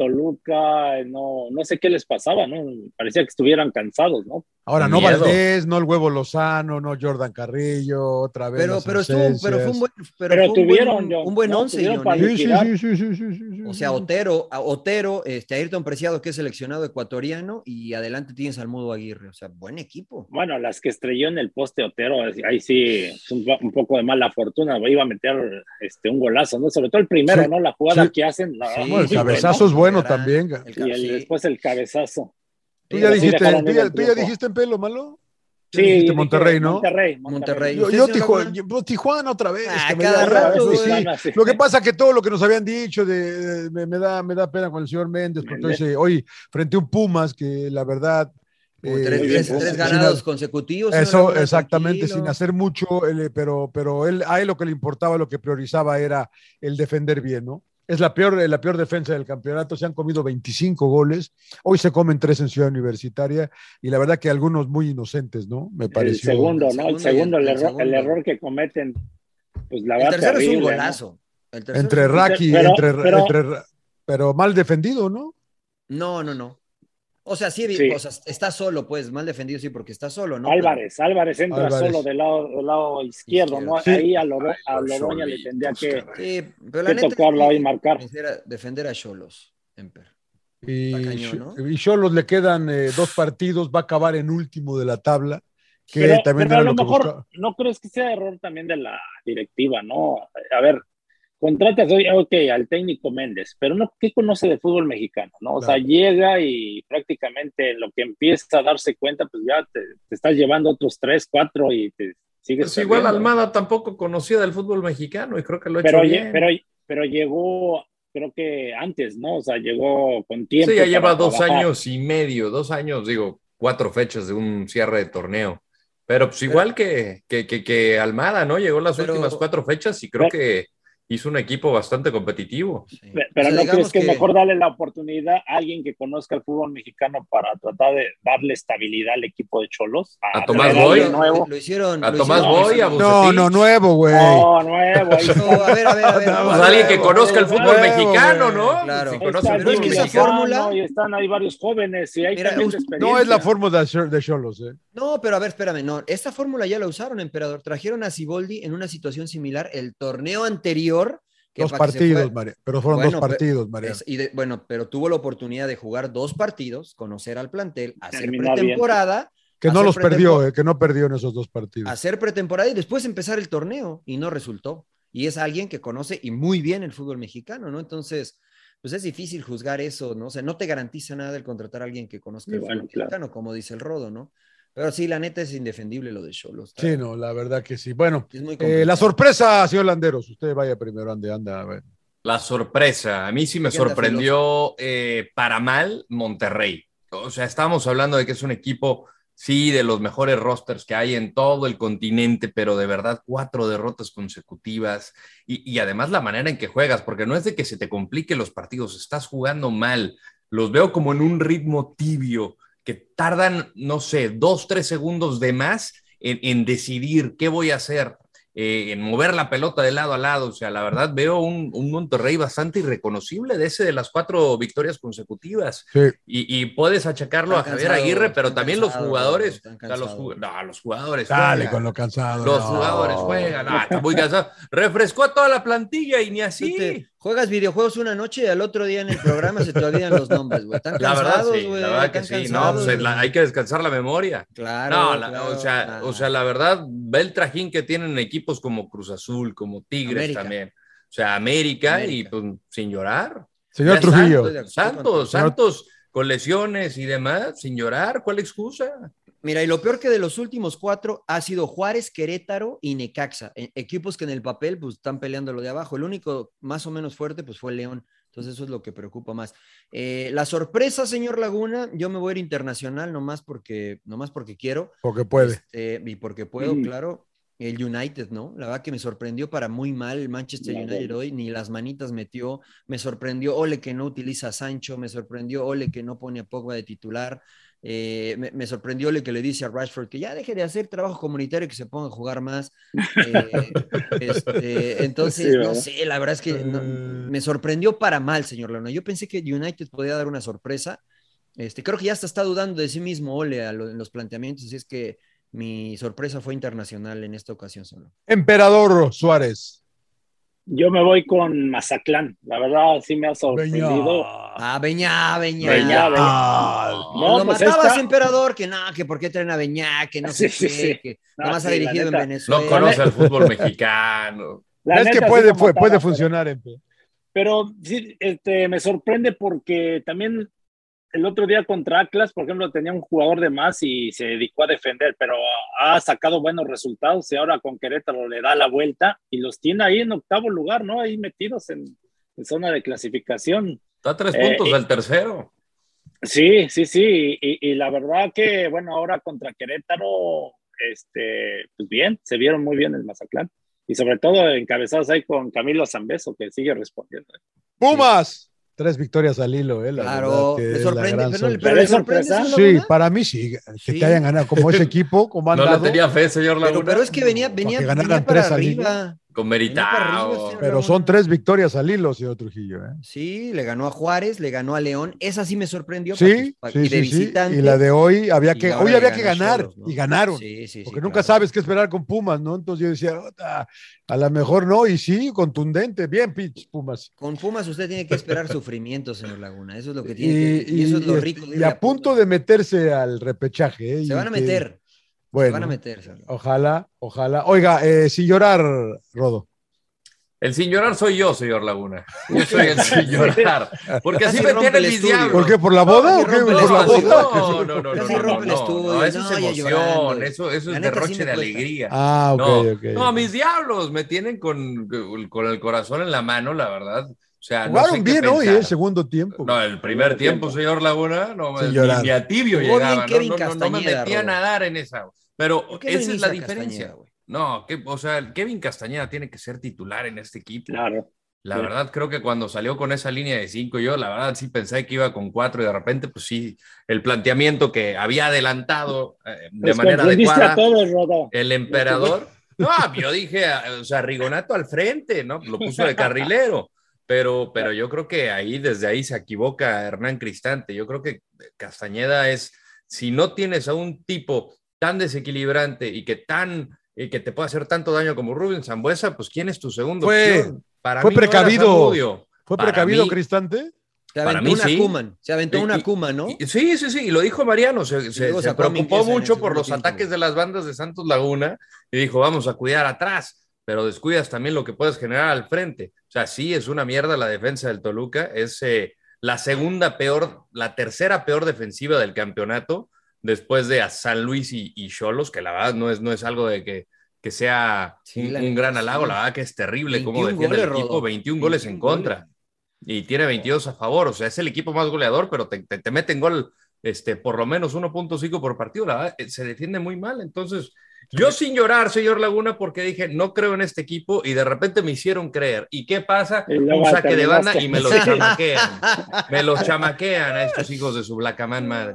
Speaker 4: Toluca, no, no sé qué les pasaba, ¿no? Parecía que estuvieran cansados, ¿no?
Speaker 3: Ahora, no
Speaker 4: Miedo.
Speaker 3: Valdés, no el huevo Lozano, no Jordan Carrillo, otra vez.
Speaker 2: Pero,
Speaker 3: las
Speaker 2: pero, estuvo, pero fue un
Speaker 3: ausencias.
Speaker 2: buen, pero
Speaker 4: Pero
Speaker 2: fue un
Speaker 4: tuvieron,
Speaker 2: buen-
Speaker 4: John,
Speaker 2: un buen
Speaker 4: ¿no?
Speaker 2: once,
Speaker 4: Tuvieron
Speaker 2: John,
Speaker 4: para
Speaker 3: Sí,
Speaker 2: ¿eh?
Speaker 3: sí, sí, sí, sí, sí, sí, sí.
Speaker 2: O sea, Otero, a- Otero, este Ayrton Preciado, que es seleccionado ecuatoriano, y adelante tienes al Mudo Aguirre. O sea, buen equipo.
Speaker 4: Bueno, las que estrelló en el poste Otero, ahí sí, es un, po- un poco de mala fortuna, iba a meter este, un golazo, ¿no? Sobre todo el primero,
Speaker 3: Sí,
Speaker 4: ¿no? La jugada
Speaker 3: sí.
Speaker 4: que hacen. la- ah,
Speaker 2: Sí,
Speaker 3: Bueno, el
Speaker 2: sí,
Speaker 3: cabezazo
Speaker 2: bueno,
Speaker 3: es bueno
Speaker 2: gran-
Speaker 3: también. ga-
Speaker 2: el
Speaker 4: Y el-
Speaker 2: cabezazo.
Speaker 4: después el cabezazo.
Speaker 3: Tú ya
Speaker 4: Sí,
Speaker 3: dijiste,
Speaker 4: dejaron
Speaker 3: tú
Speaker 4: ir
Speaker 3: ya,
Speaker 4: al
Speaker 3: tú ya
Speaker 4: triunfo.
Speaker 3: dijiste en pelo, malo.
Speaker 4: Sí,
Speaker 3: dijiste
Speaker 4: dije
Speaker 3: Monterrey, ¿no?
Speaker 4: Monterrey,
Speaker 2: Monterrey.
Speaker 3: Yo,
Speaker 2: ¿Ustedes
Speaker 3: yo
Speaker 2: no
Speaker 3: Tijuana,
Speaker 2: ganan?
Speaker 3: yo- pues, Tijuana otra vez.
Speaker 2: Ah,
Speaker 3: que me
Speaker 2: cada
Speaker 3: da-
Speaker 2: rato,
Speaker 3: sí,
Speaker 2: güey.
Speaker 3: sí. Lo que pasa que todo lo que nos habían dicho de, de- me, me da, me da pena con el señor Méndez, porque hoy, se- hoy frente a un Pumas que la verdad...
Speaker 2: Como
Speaker 3: eh,
Speaker 2: tres,
Speaker 4: muy
Speaker 2: tres-
Speaker 4: bien,
Speaker 2: tres
Speaker 3: sin-
Speaker 2: ganados consecutivos. una
Speaker 3: Eso,
Speaker 2: laguna
Speaker 3: exactamente,
Speaker 2: tranquilo.
Speaker 3: sin hacer mucho, él, eh, pero, pero él, a él lo que le importaba, lo que priorizaba era el defender bien, ¿no? Es la peor, eh, la peor defensa del campeonato, se han comido 25 goles, hoy se comen tres en Ciudad Universitaria y la verdad que algunos muy inocentes, ¿no? Me
Speaker 4: El
Speaker 3: pareció.
Speaker 4: segundo, ¿no?
Speaker 2: El
Speaker 4: El segundo,
Speaker 2: segundo y
Speaker 4: el,
Speaker 2: el- el
Speaker 4: error, el
Speaker 2: segundo.
Speaker 4: error que cometen. Pues la
Speaker 2: El
Speaker 4: verdad.
Speaker 2: tercero es un
Speaker 4: terrible, ¿no?
Speaker 2: golazo. El tercero
Speaker 3: Entre
Speaker 2: es un-
Speaker 3: Raki,
Speaker 4: Pero-
Speaker 3: entre,
Speaker 4: pero-
Speaker 3: entre Ra- pero mal defendido, ¿no?
Speaker 2: No, no, no. O sea, sí,
Speaker 4: Sí.
Speaker 2: o sea, está solo, pues, mal defendido, sí, porque está solo, ¿no?
Speaker 4: Álvarez, Álvarez entra
Speaker 3: Álvarez.
Speaker 4: solo del lado, del lado izquierdo, ¿no?
Speaker 3: Sí.
Speaker 4: Ahí a, Loro- a
Speaker 5: Ay, los
Speaker 4: Loroña le
Speaker 5: solitos,
Speaker 4: tendría que
Speaker 2: Pero, sí, pero la
Speaker 4: que
Speaker 2: neta.
Speaker 4: tocarlo
Speaker 2: sí,
Speaker 4: ahí, marcar.
Speaker 2: Defender a, defender a Cholos, Emper.
Speaker 3: Y,
Speaker 2: Está cañón,
Speaker 3: y Cholos le quedan eh, dos partidos, va a acabar en último de la tabla, que
Speaker 4: Pero,
Speaker 3: también era
Speaker 4: pero a
Speaker 3: lo,
Speaker 4: lo
Speaker 3: que
Speaker 4: mejor
Speaker 3: buscaba.
Speaker 4: no crees que sea error también de la directiva, ¿no? A ver, contratas hoy, ok, al técnico Méndez, pero no, ¿qué conoce de fútbol mexicano? ¿no? O
Speaker 3: Claro.
Speaker 4: sea, llega y prácticamente lo que empieza a darse cuenta, pues ya te, te estás llevando otros tres, cuatro y te sigues.
Speaker 1: Pues igual
Speaker 4: perdiendo, ¿no?
Speaker 1: Almada tampoco conocía del fútbol mexicano y creo que lo ha hecho
Speaker 4: pero, lle-
Speaker 1: bien.
Speaker 4: pero, pero llegó, creo que antes, ¿no? O sea, llegó con tiempo.
Speaker 1: sí, ya
Speaker 4: para
Speaker 1: lleva dos
Speaker 4: trabajar.
Speaker 1: años y medio, dos años, digo, cuatro fechas de un cierre de torneo. Pero pues igual que, que, que, que Almada, ¿no? Llegó las
Speaker 2: Pero-
Speaker 1: últimas cuatro fechas y creo
Speaker 4: Pero-
Speaker 1: que hizo un equipo bastante competitivo.
Speaker 2: Sí.
Speaker 4: Pe-
Speaker 2: O
Speaker 4: Pero
Speaker 2: sea,
Speaker 4: no
Speaker 2: digamos
Speaker 4: crees que, es mejor darle la oportunidad a alguien que conozca el fútbol mexicano para tratar de darle estabilidad al equipo de Cholos.
Speaker 1: ¿A Tomás
Speaker 4: traer
Speaker 1: Boy?
Speaker 4: alguien nuevo.
Speaker 2: Lo hicieron.
Speaker 1: A
Speaker 2: lo
Speaker 1: Tomás
Speaker 2: hicieron-
Speaker 1: Boy, a
Speaker 3: No,
Speaker 1: Bucetich.
Speaker 3: no, nuevo, güey.
Speaker 4: No, nuevo. ahí
Speaker 2: No, a ver, a ver, a ver.
Speaker 1: Pues alguien que conozca el fútbol
Speaker 3: Nuevo,
Speaker 1: mexicano,
Speaker 3: güey.
Speaker 1: ¿no?
Speaker 2: Claro.
Speaker 1: Si
Speaker 4: está
Speaker 1: conoce el
Speaker 2: Pero es
Speaker 1: fútbol
Speaker 2: que
Speaker 4: Jimmy
Speaker 2: esa
Speaker 1: mexicano.
Speaker 4: Lozano
Speaker 2: fórmula-
Speaker 4: Y están ahí varios jóvenes y hay
Speaker 2: Mira,
Speaker 4: también
Speaker 2: us-
Speaker 3: No es la
Speaker 4: experiencia.
Speaker 3: forma de, hacer- de Cholos, ¿eh?
Speaker 2: No, pero a ver, espérame, no. Esta fórmula ya la usaron, emperador. Trajeron a Siboldi en una situación similar el torneo anterior. Que
Speaker 3: Dos
Speaker 2: para que se fuera-
Speaker 3: partidos, María. Pero fueron
Speaker 2: Bueno,
Speaker 3: dos
Speaker 2: pe-
Speaker 3: partidos, María.
Speaker 2: Es- y de- bueno, pero tuvo la oportunidad de jugar dos partidos, conocer al plantel, hacer
Speaker 4: Terminar bien.
Speaker 2: pretemporada,
Speaker 3: Que no
Speaker 2: hacer
Speaker 3: los perdió,
Speaker 2: pretempo-
Speaker 3: eh, que no perdió en esos dos partidos.
Speaker 2: hacer pretemporada y después empezar el torneo y no resultó. Y es alguien que conoce y muy bien el fútbol mexicano, ¿no? Entonces, pues es difícil juzgar eso, ¿no? O sea, no te garantiza nada el contratar a alguien que conozca
Speaker 4: Y
Speaker 2: el
Speaker 4: bueno,
Speaker 2: fútbol
Speaker 4: claro.
Speaker 2: mexicano, como dice el Rodo, ¿no? Pero sí, la neta es indefendible lo de Cholos.
Speaker 3: Sí, no, la verdad que sí. Bueno,
Speaker 2: Es muy
Speaker 3: eh, la
Speaker 2: complicado.
Speaker 3: sorpresa, señor Landeros. Usted vaya primero, ande, anda. a ver.
Speaker 1: La sorpresa, a mí sí me
Speaker 2: ¿Quién te
Speaker 1: sorprendió eh, para mal Monterrey. O sea, estábamos hablando de que es un equipo, sí, de los mejores rosters que hay en todo el continente, pero de verdad cuatro derrotas consecutivas y, y además la manera en que juegas, porque no es de que se te complique los partidos, estás jugando mal, los veo como en un ritmo tibio, que tardan, no sé, dos, tres segundos de más en, en decidir qué voy a hacer eh, en mover la pelota de lado a lado. O sea, la verdad veo un, un Monterrey bastante irreconocible de ese de las cuatro victorias consecutivas.
Speaker 3: Sí.
Speaker 1: Y, y puedes achacarlo
Speaker 2: Están
Speaker 1: a Javier
Speaker 2: cansados,
Speaker 1: Aguirre, pero
Speaker 2: están
Speaker 1: también
Speaker 2: cansados,
Speaker 1: los jugadores.
Speaker 2: están
Speaker 1: o sea, los,
Speaker 2: cansados.
Speaker 1: ju- no, los
Speaker 2: Pues,
Speaker 1: jugadores.
Speaker 3: Dale
Speaker 1: juegan.
Speaker 3: con lo cansado.
Speaker 1: Los
Speaker 3: no.
Speaker 1: jugadores juegan. Ah, está muy cansado. Refrescó a toda la plantilla y ni
Speaker 2: Tú te-
Speaker 1: así.
Speaker 2: juegas videojuegos una noche y al otro día en el programa se te olvidan los nombres, güey. Están
Speaker 1: La verdad,
Speaker 2: cansados,
Speaker 1: sí,
Speaker 2: güey.
Speaker 1: la verdad que
Speaker 2: están
Speaker 1: sí. No,
Speaker 2: cansados,
Speaker 1: pues, la-
Speaker 2: güey.
Speaker 1: hay que descansar la memoria.
Speaker 2: Claro,
Speaker 1: No, la-
Speaker 2: claro,
Speaker 1: o, sea,
Speaker 2: claro.
Speaker 1: o sea, la verdad, ve el trajín que tienen equipos como Cruz Azul, como Tigres
Speaker 2: América.
Speaker 1: también. O sea, América, y
Speaker 2: América. Pues,
Speaker 1: pues, sin llorar.
Speaker 3: Señor
Speaker 1: Ya
Speaker 3: Trujillo.
Speaker 2: Estoy de
Speaker 1: Santos,
Speaker 2: acuerdo
Speaker 1: Santos,
Speaker 3: contigo.
Speaker 1: Santos con lesiones y demás, sin llorar, ¿cuál excusa?
Speaker 2: Mira, y lo peor que de los últimos cuatro ha sido Juárez, Querétaro y Necaxa. E- equipos que en el papel pues, están peleando lo de abajo. El único más o menos fuerte pues, fue León. Entonces eso es lo que preocupa más. Eh, la sorpresa, señor Laguna, yo me voy a ir internacional nomás porque, nomás porque quiero.
Speaker 3: Porque puede.
Speaker 2: Este, y porque puedo,
Speaker 3: Mm.
Speaker 2: claro. El United, ¿no? La verdad que me sorprendió para muy mal el Manchester
Speaker 3: Ya,
Speaker 2: United
Speaker 3: bueno.
Speaker 2: hoy, ni las manitas metió. Me sorprendió Ole que no utiliza a Sancho, me sorprendió Ole que no pone a Pogba de titular, eh, me, me sorprendió Ole que le dice a Rashford que ya deje de hacer trabajo comunitario y que se ponga a jugar más. Eh, este, entonces,
Speaker 6: Sí,
Speaker 2: no
Speaker 6: ¿verdad?
Speaker 2: sé, la verdad es que no- me sorprendió para mal, señor Laguna. Yo pensé que United podía dar una sorpresa. Este, creo que ya hasta está dudando de sí mismo Ole a lo- en los planteamientos, así es que mi sorpresa fue internacional en esta ocasión solo.
Speaker 3: Emperador Suárez.
Speaker 4: Yo me voy con Mazatlán. La verdad, sí me ha sorprendido. ¿eh?
Speaker 2: Ah, Beñá, Beñá.
Speaker 4: Beñá, Beñá.
Speaker 2: No,
Speaker 3: Ah,
Speaker 4: No,
Speaker 2: lo
Speaker 4: pues
Speaker 2: matabas,
Speaker 4: esta-
Speaker 2: emperador, que no, que por qué traen a Beñá, que no
Speaker 4: Sí,
Speaker 2: sé
Speaker 4: sí,
Speaker 2: qué,
Speaker 4: sí.
Speaker 2: que
Speaker 4: No,
Speaker 2: nada más
Speaker 4: sí,
Speaker 2: ha
Speaker 4: la
Speaker 2: dirigido en
Speaker 4: neta.
Speaker 2: Venezuela.
Speaker 1: No conoce el fútbol mexicano.
Speaker 4: La
Speaker 3: es que
Speaker 4: neta, sí
Speaker 3: puede,
Speaker 4: lo
Speaker 3: puede, puede
Speaker 4: mataba,
Speaker 3: funcionar, Empe.
Speaker 4: Pero sí, este, me sorprende porque también el otro día contra Atlas, por ejemplo, tenía un jugador de más y se dedicó a defender, pero ha sacado buenos resultados y ahora con Querétaro le da la vuelta y los tiene ahí en octavo lugar, ¿no? Ahí metidos en, en zona de clasificación.
Speaker 1: Está a tres
Speaker 4: Eh,
Speaker 1: puntos
Speaker 4: eh.
Speaker 1: del tercero.
Speaker 4: Sí, sí, sí. Y, y la verdad que, bueno, ahora contra Querétaro, este, pues bien, se vieron muy bien el Mazatlán. Y sobre todo encabezados ahí con Camilo Zambeso, que sigue respondiendo.
Speaker 3: Pumas. Tres victorias al hilo, ¿eh? La verdad
Speaker 4: Claro,
Speaker 3: que
Speaker 4: le
Speaker 3: es la
Speaker 4: sorprende,
Speaker 3: gran
Speaker 4: pero- pero
Speaker 3: sorpresa.
Speaker 4: le sorprende, señor
Speaker 3: Sí,
Speaker 4: Laguna.
Speaker 3: para mí sí. Que
Speaker 2: Sí.
Speaker 3: te hayan ganado como ese equipo, como han
Speaker 1: No le
Speaker 3: dado,
Speaker 1: tenía fe, señor
Speaker 2: Pero,
Speaker 1: Laguna.
Speaker 2: pero es que venía, venía,
Speaker 3: que
Speaker 2: venía
Speaker 3: ganaran
Speaker 2: para
Speaker 3: tres al hilo.
Speaker 2: arriba.
Speaker 1: Con
Speaker 2: para arriba,
Speaker 1: Meritao.
Speaker 2: señor
Speaker 3: Pero son tres victorias al hilo, señor Trujillo, ¿eh?
Speaker 2: Sí, le ganó a Juárez, le ganó a León. Esa sí me sorprendió.
Speaker 3: Sí,
Speaker 2: porque-
Speaker 3: sí,
Speaker 2: y de
Speaker 3: sí, sí.
Speaker 2: visitante.
Speaker 3: Y la de hoy había que,
Speaker 2: y ahora
Speaker 3: hoy
Speaker 2: le
Speaker 3: había que
Speaker 2: ganó
Speaker 3: ganar
Speaker 2: Cholos, ¿no?
Speaker 3: y ganaron.
Speaker 2: Sí, sí, sí,
Speaker 3: porque nunca sabes qué esperar con Pumas, ¿no? Entonces yo decía, "Ota, a lo mejor no, y sí, contundente, bien, pitch, Pumas.
Speaker 2: Con Pumas usted tiene que esperar sufrimiento, señor Laguna. Eso es lo que
Speaker 3: Y,
Speaker 2: tiene que- y, eso es lo
Speaker 3: y-
Speaker 2: rico. de
Speaker 3: y
Speaker 2: ir
Speaker 3: a punto de meterse al repechaje. ¿eh?
Speaker 2: Se
Speaker 3: Y
Speaker 2: van a
Speaker 3: que-
Speaker 2: meter.
Speaker 3: Bueno,
Speaker 2: Se van a meter. señor.
Speaker 3: ojalá, ojalá. Oiga, eh, sin llorar, Rodo.
Speaker 1: El sin llorar soy yo, señor Laguna. Yo soy el sin llorar. Porque así
Speaker 3: Casi
Speaker 1: me
Speaker 3: rompe
Speaker 1: tienen
Speaker 3: el
Speaker 1: mis
Speaker 3: estudio.
Speaker 1: diablos.
Speaker 3: ¿Por qué? ¿Por la boda o qué?
Speaker 1: No,
Speaker 3: ¿Por la boda?
Speaker 1: no, no, no, no, no,
Speaker 3: Casi
Speaker 1: no,
Speaker 3: rompe el
Speaker 1: no,
Speaker 3: estudio,
Speaker 1: no, eso es
Speaker 2: no, ya llorando.
Speaker 1: emoción, eso, eso
Speaker 2: La
Speaker 1: es
Speaker 2: neta sí
Speaker 1: derroche
Speaker 2: me
Speaker 1: de
Speaker 2: cuesta.
Speaker 1: alegría.
Speaker 3: Ah, ok,
Speaker 1: no,
Speaker 3: ok.
Speaker 1: no, mis diablos me tienen con, con el corazón en la mano, la verdad. O sea, no
Speaker 3: Jugaron
Speaker 1: sé qué
Speaker 3: bien hoy,
Speaker 1: pensar.
Speaker 3: el segundo tiempo.
Speaker 1: No, el primer tiempo, señor Laguna, no,
Speaker 3: Sin
Speaker 1: ni,
Speaker 3: llorar.
Speaker 1: ni a tibio
Speaker 3: Jugó bien
Speaker 1: llegaba, no,
Speaker 3: Kevin
Speaker 1: no, no, no me
Speaker 3: Castañeda,
Speaker 1: metía a
Speaker 3: Rodo.
Speaker 1: nadar en esa. Pero
Speaker 2: ¿Por qué no
Speaker 1: esa es la
Speaker 2: inicia
Speaker 1: diferencia.
Speaker 2: Castañeda, güey?
Speaker 1: No, que, o sea, el Kevin Castañeda tiene que ser titular en este equipo.
Speaker 4: Claro.
Speaker 1: La
Speaker 4: Sí.
Speaker 1: verdad, creo que cuando salió con esa línea de cinco, yo la verdad sí pensé que iba con cuatro y de repente, pues sí, el planteamiento que había adelantado eh, de
Speaker 4: Los
Speaker 1: manera
Speaker 4: confundiste a
Speaker 1: adecuada
Speaker 4: todos, Rodo.
Speaker 1: el emperador. No, ah, yo dije, a- o sea, Rigonato al frente, ¿no? Lo puso de carrilero. Pero, pero yo creo que ahí, desde ahí se equivoca Hernán Cristante. Yo creo que Castañeda es, si no tienes a un tipo tan desequilibrante y que tan y que te puede hacer tanto daño como Rubén Zambuesa, pues ¿quién es tu segundo
Speaker 3: Fue-
Speaker 1: opción? Para
Speaker 3: fue
Speaker 1: mí no era
Speaker 3: precavido.
Speaker 1: Zamudio.
Speaker 3: ¿Fue
Speaker 1: Para
Speaker 3: precavido
Speaker 1: mí-
Speaker 3: Cristante?
Speaker 2: Se
Speaker 1: Para
Speaker 2: aventó
Speaker 1: mí
Speaker 2: una
Speaker 1: sí.
Speaker 2: Kuman. Se aventó
Speaker 1: Y-
Speaker 2: una
Speaker 1: y-
Speaker 2: Kuman, ¿no?
Speaker 1: y- Sí, sí, sí, y lo dijo Mariano, se, se-
Speaker 2: luego
Speaker 1: se
Speaker 2: sacó a
Speaker 1: preocupó
Speaker 2: Mingueza en el
Speaker 1: mucho por
Speaker 2: segundo
Speaker 1: los
Speaker 2: tiempo.
Speaker 1: ataques de las bandas de Santos Laguna y dijo, vamos a cuidar atrás, pero descuidas también lo que puedes generar al frente. O sea, sí, es una mierda la defensa del Toluca, es eh, la segunda peor, la tercera peor defensiva del campeonato después de a San Luis y Cholos, que la verdad no es, no es algo de que, que sea
Speaker 2: Sí,
Speaker 1: un,
Speaker 2: la
Speaker 1: un
Speaker 2: neta,
Speaker 1: gran halago,
Speaker 2: sí.
Speaker 1: la verdad que es terrible cómo
Speaker 2: 21
Speaker 1: defiende el
Speaker 2: goles,
Speaker 1: equipo,
Speaker 2: Rodo.
Speaker 1: 21 goles en
Speaker 2: 21 goles.
Speaker 1: contra y tiene 22 a favor, o sea, es el equipo más goleador, pero te, te, te meten gol este, por lo menos 1.5 por partido, la verdad, eh, se defiende muy mal, entonces yo sin llorar, señor Laguna, porque dije, no creo en este equipo y de repente me hicieron creer. ¿Y qué pasa?
Speaker 4: Y luego
Speaker 1: Un saque de banda
Speaker 4: terminaste.
Speaker 1: y me los chamaquean. Me los chamaquean a estos hijos de su blacamán madre.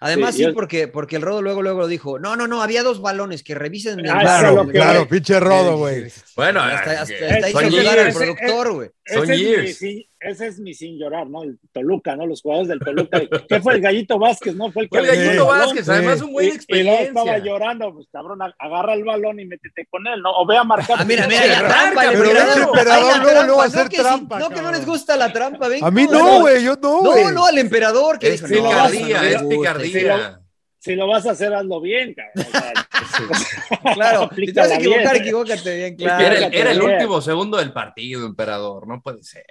Speaker 2: Además,
Speaker 1: Sí,
Speaker 2: sí,
Speaker 1: yo-
Speaker 2: porque, porque el Rodo luego, luego lo dijo. No, no, no, había dos balones que revisen. el
Speaker 4: Ah,
Speaker 2: bar".
Speaker 4: eso es lo que-
Speaker 3: Claro, pinche Rodo, güey.
Speaker 1: Bueno,
Speaker 2: Hasta, hasta,
Speaker 1: eh,
Speaker 2: hasta hizo
Speaker 1: son
Speaker 2: dudar al
Speaker 1: years.
Speaker 2: productor, güey.
Speaker 4: Ese
Speaker 1: Son
Speaker 4: es mi
Speaker 1: years.
Speaker 4: sin- ese es mi sin llorar, ¿no? El Toluca, ¿no? Los jugadores del Toluca. ¿Qué fue el Gallito Vázquez, no? Fue el que
Speaker 1: Fue el
Speaker 4: aventó
Speaker 1: Gallito
Speaker 4: balón.
Speaker 1: Vázquez, además un güey de
Speaker 4: Y- y luego estaba
Speaker 1: experiencia.
Speaker 4: llorando, pues cabrón, ag- agarra el balón y métete con él, ¿no? O ve a marcar.
Speaker 2: Ah, mira, mira,
Speaker 4: Sí,
Speaker 2: ya trampa, el
Speaker 3: pero
Speaker 2: emperador.
Speaker 3: el emperador
Speaker 2: Ahí la
Speaker 3: luego, luego
Speaker 2: trampa,
Speaker 3: hacer
Speaker 2: no que sí,
Speaker 3: trampa,
Speaker 2: no, que no les gusta la trampa, ven.
Speaker 3: A mí
Speaker 2: cómo-
Speaker 3: no, güey, yo no, güey.
Speaker 2: No, no, al emperador que
Speaker 1: Es
Speaker 2: dijo, no,
Speaker 1: picardía,
Speaker 2: eso no me
Speaker 1: es
Speaker 2: gusta,
Speaker 1: picardía.
Speaker 4: Si lo vas a hacer, hazlo bien, cabrón. O sea,
Speaker 2: Claro, si te vas a
Speaker 4: Aplícala
Speaker 2: equivocar,
Speaker 4: bien.
Speaker 2: equivócate bien, claro.
Speaker 1: Era el, era el
Speaker 4: Bien.
Speaker 1: último segundo del partido, emperador, no puede ser.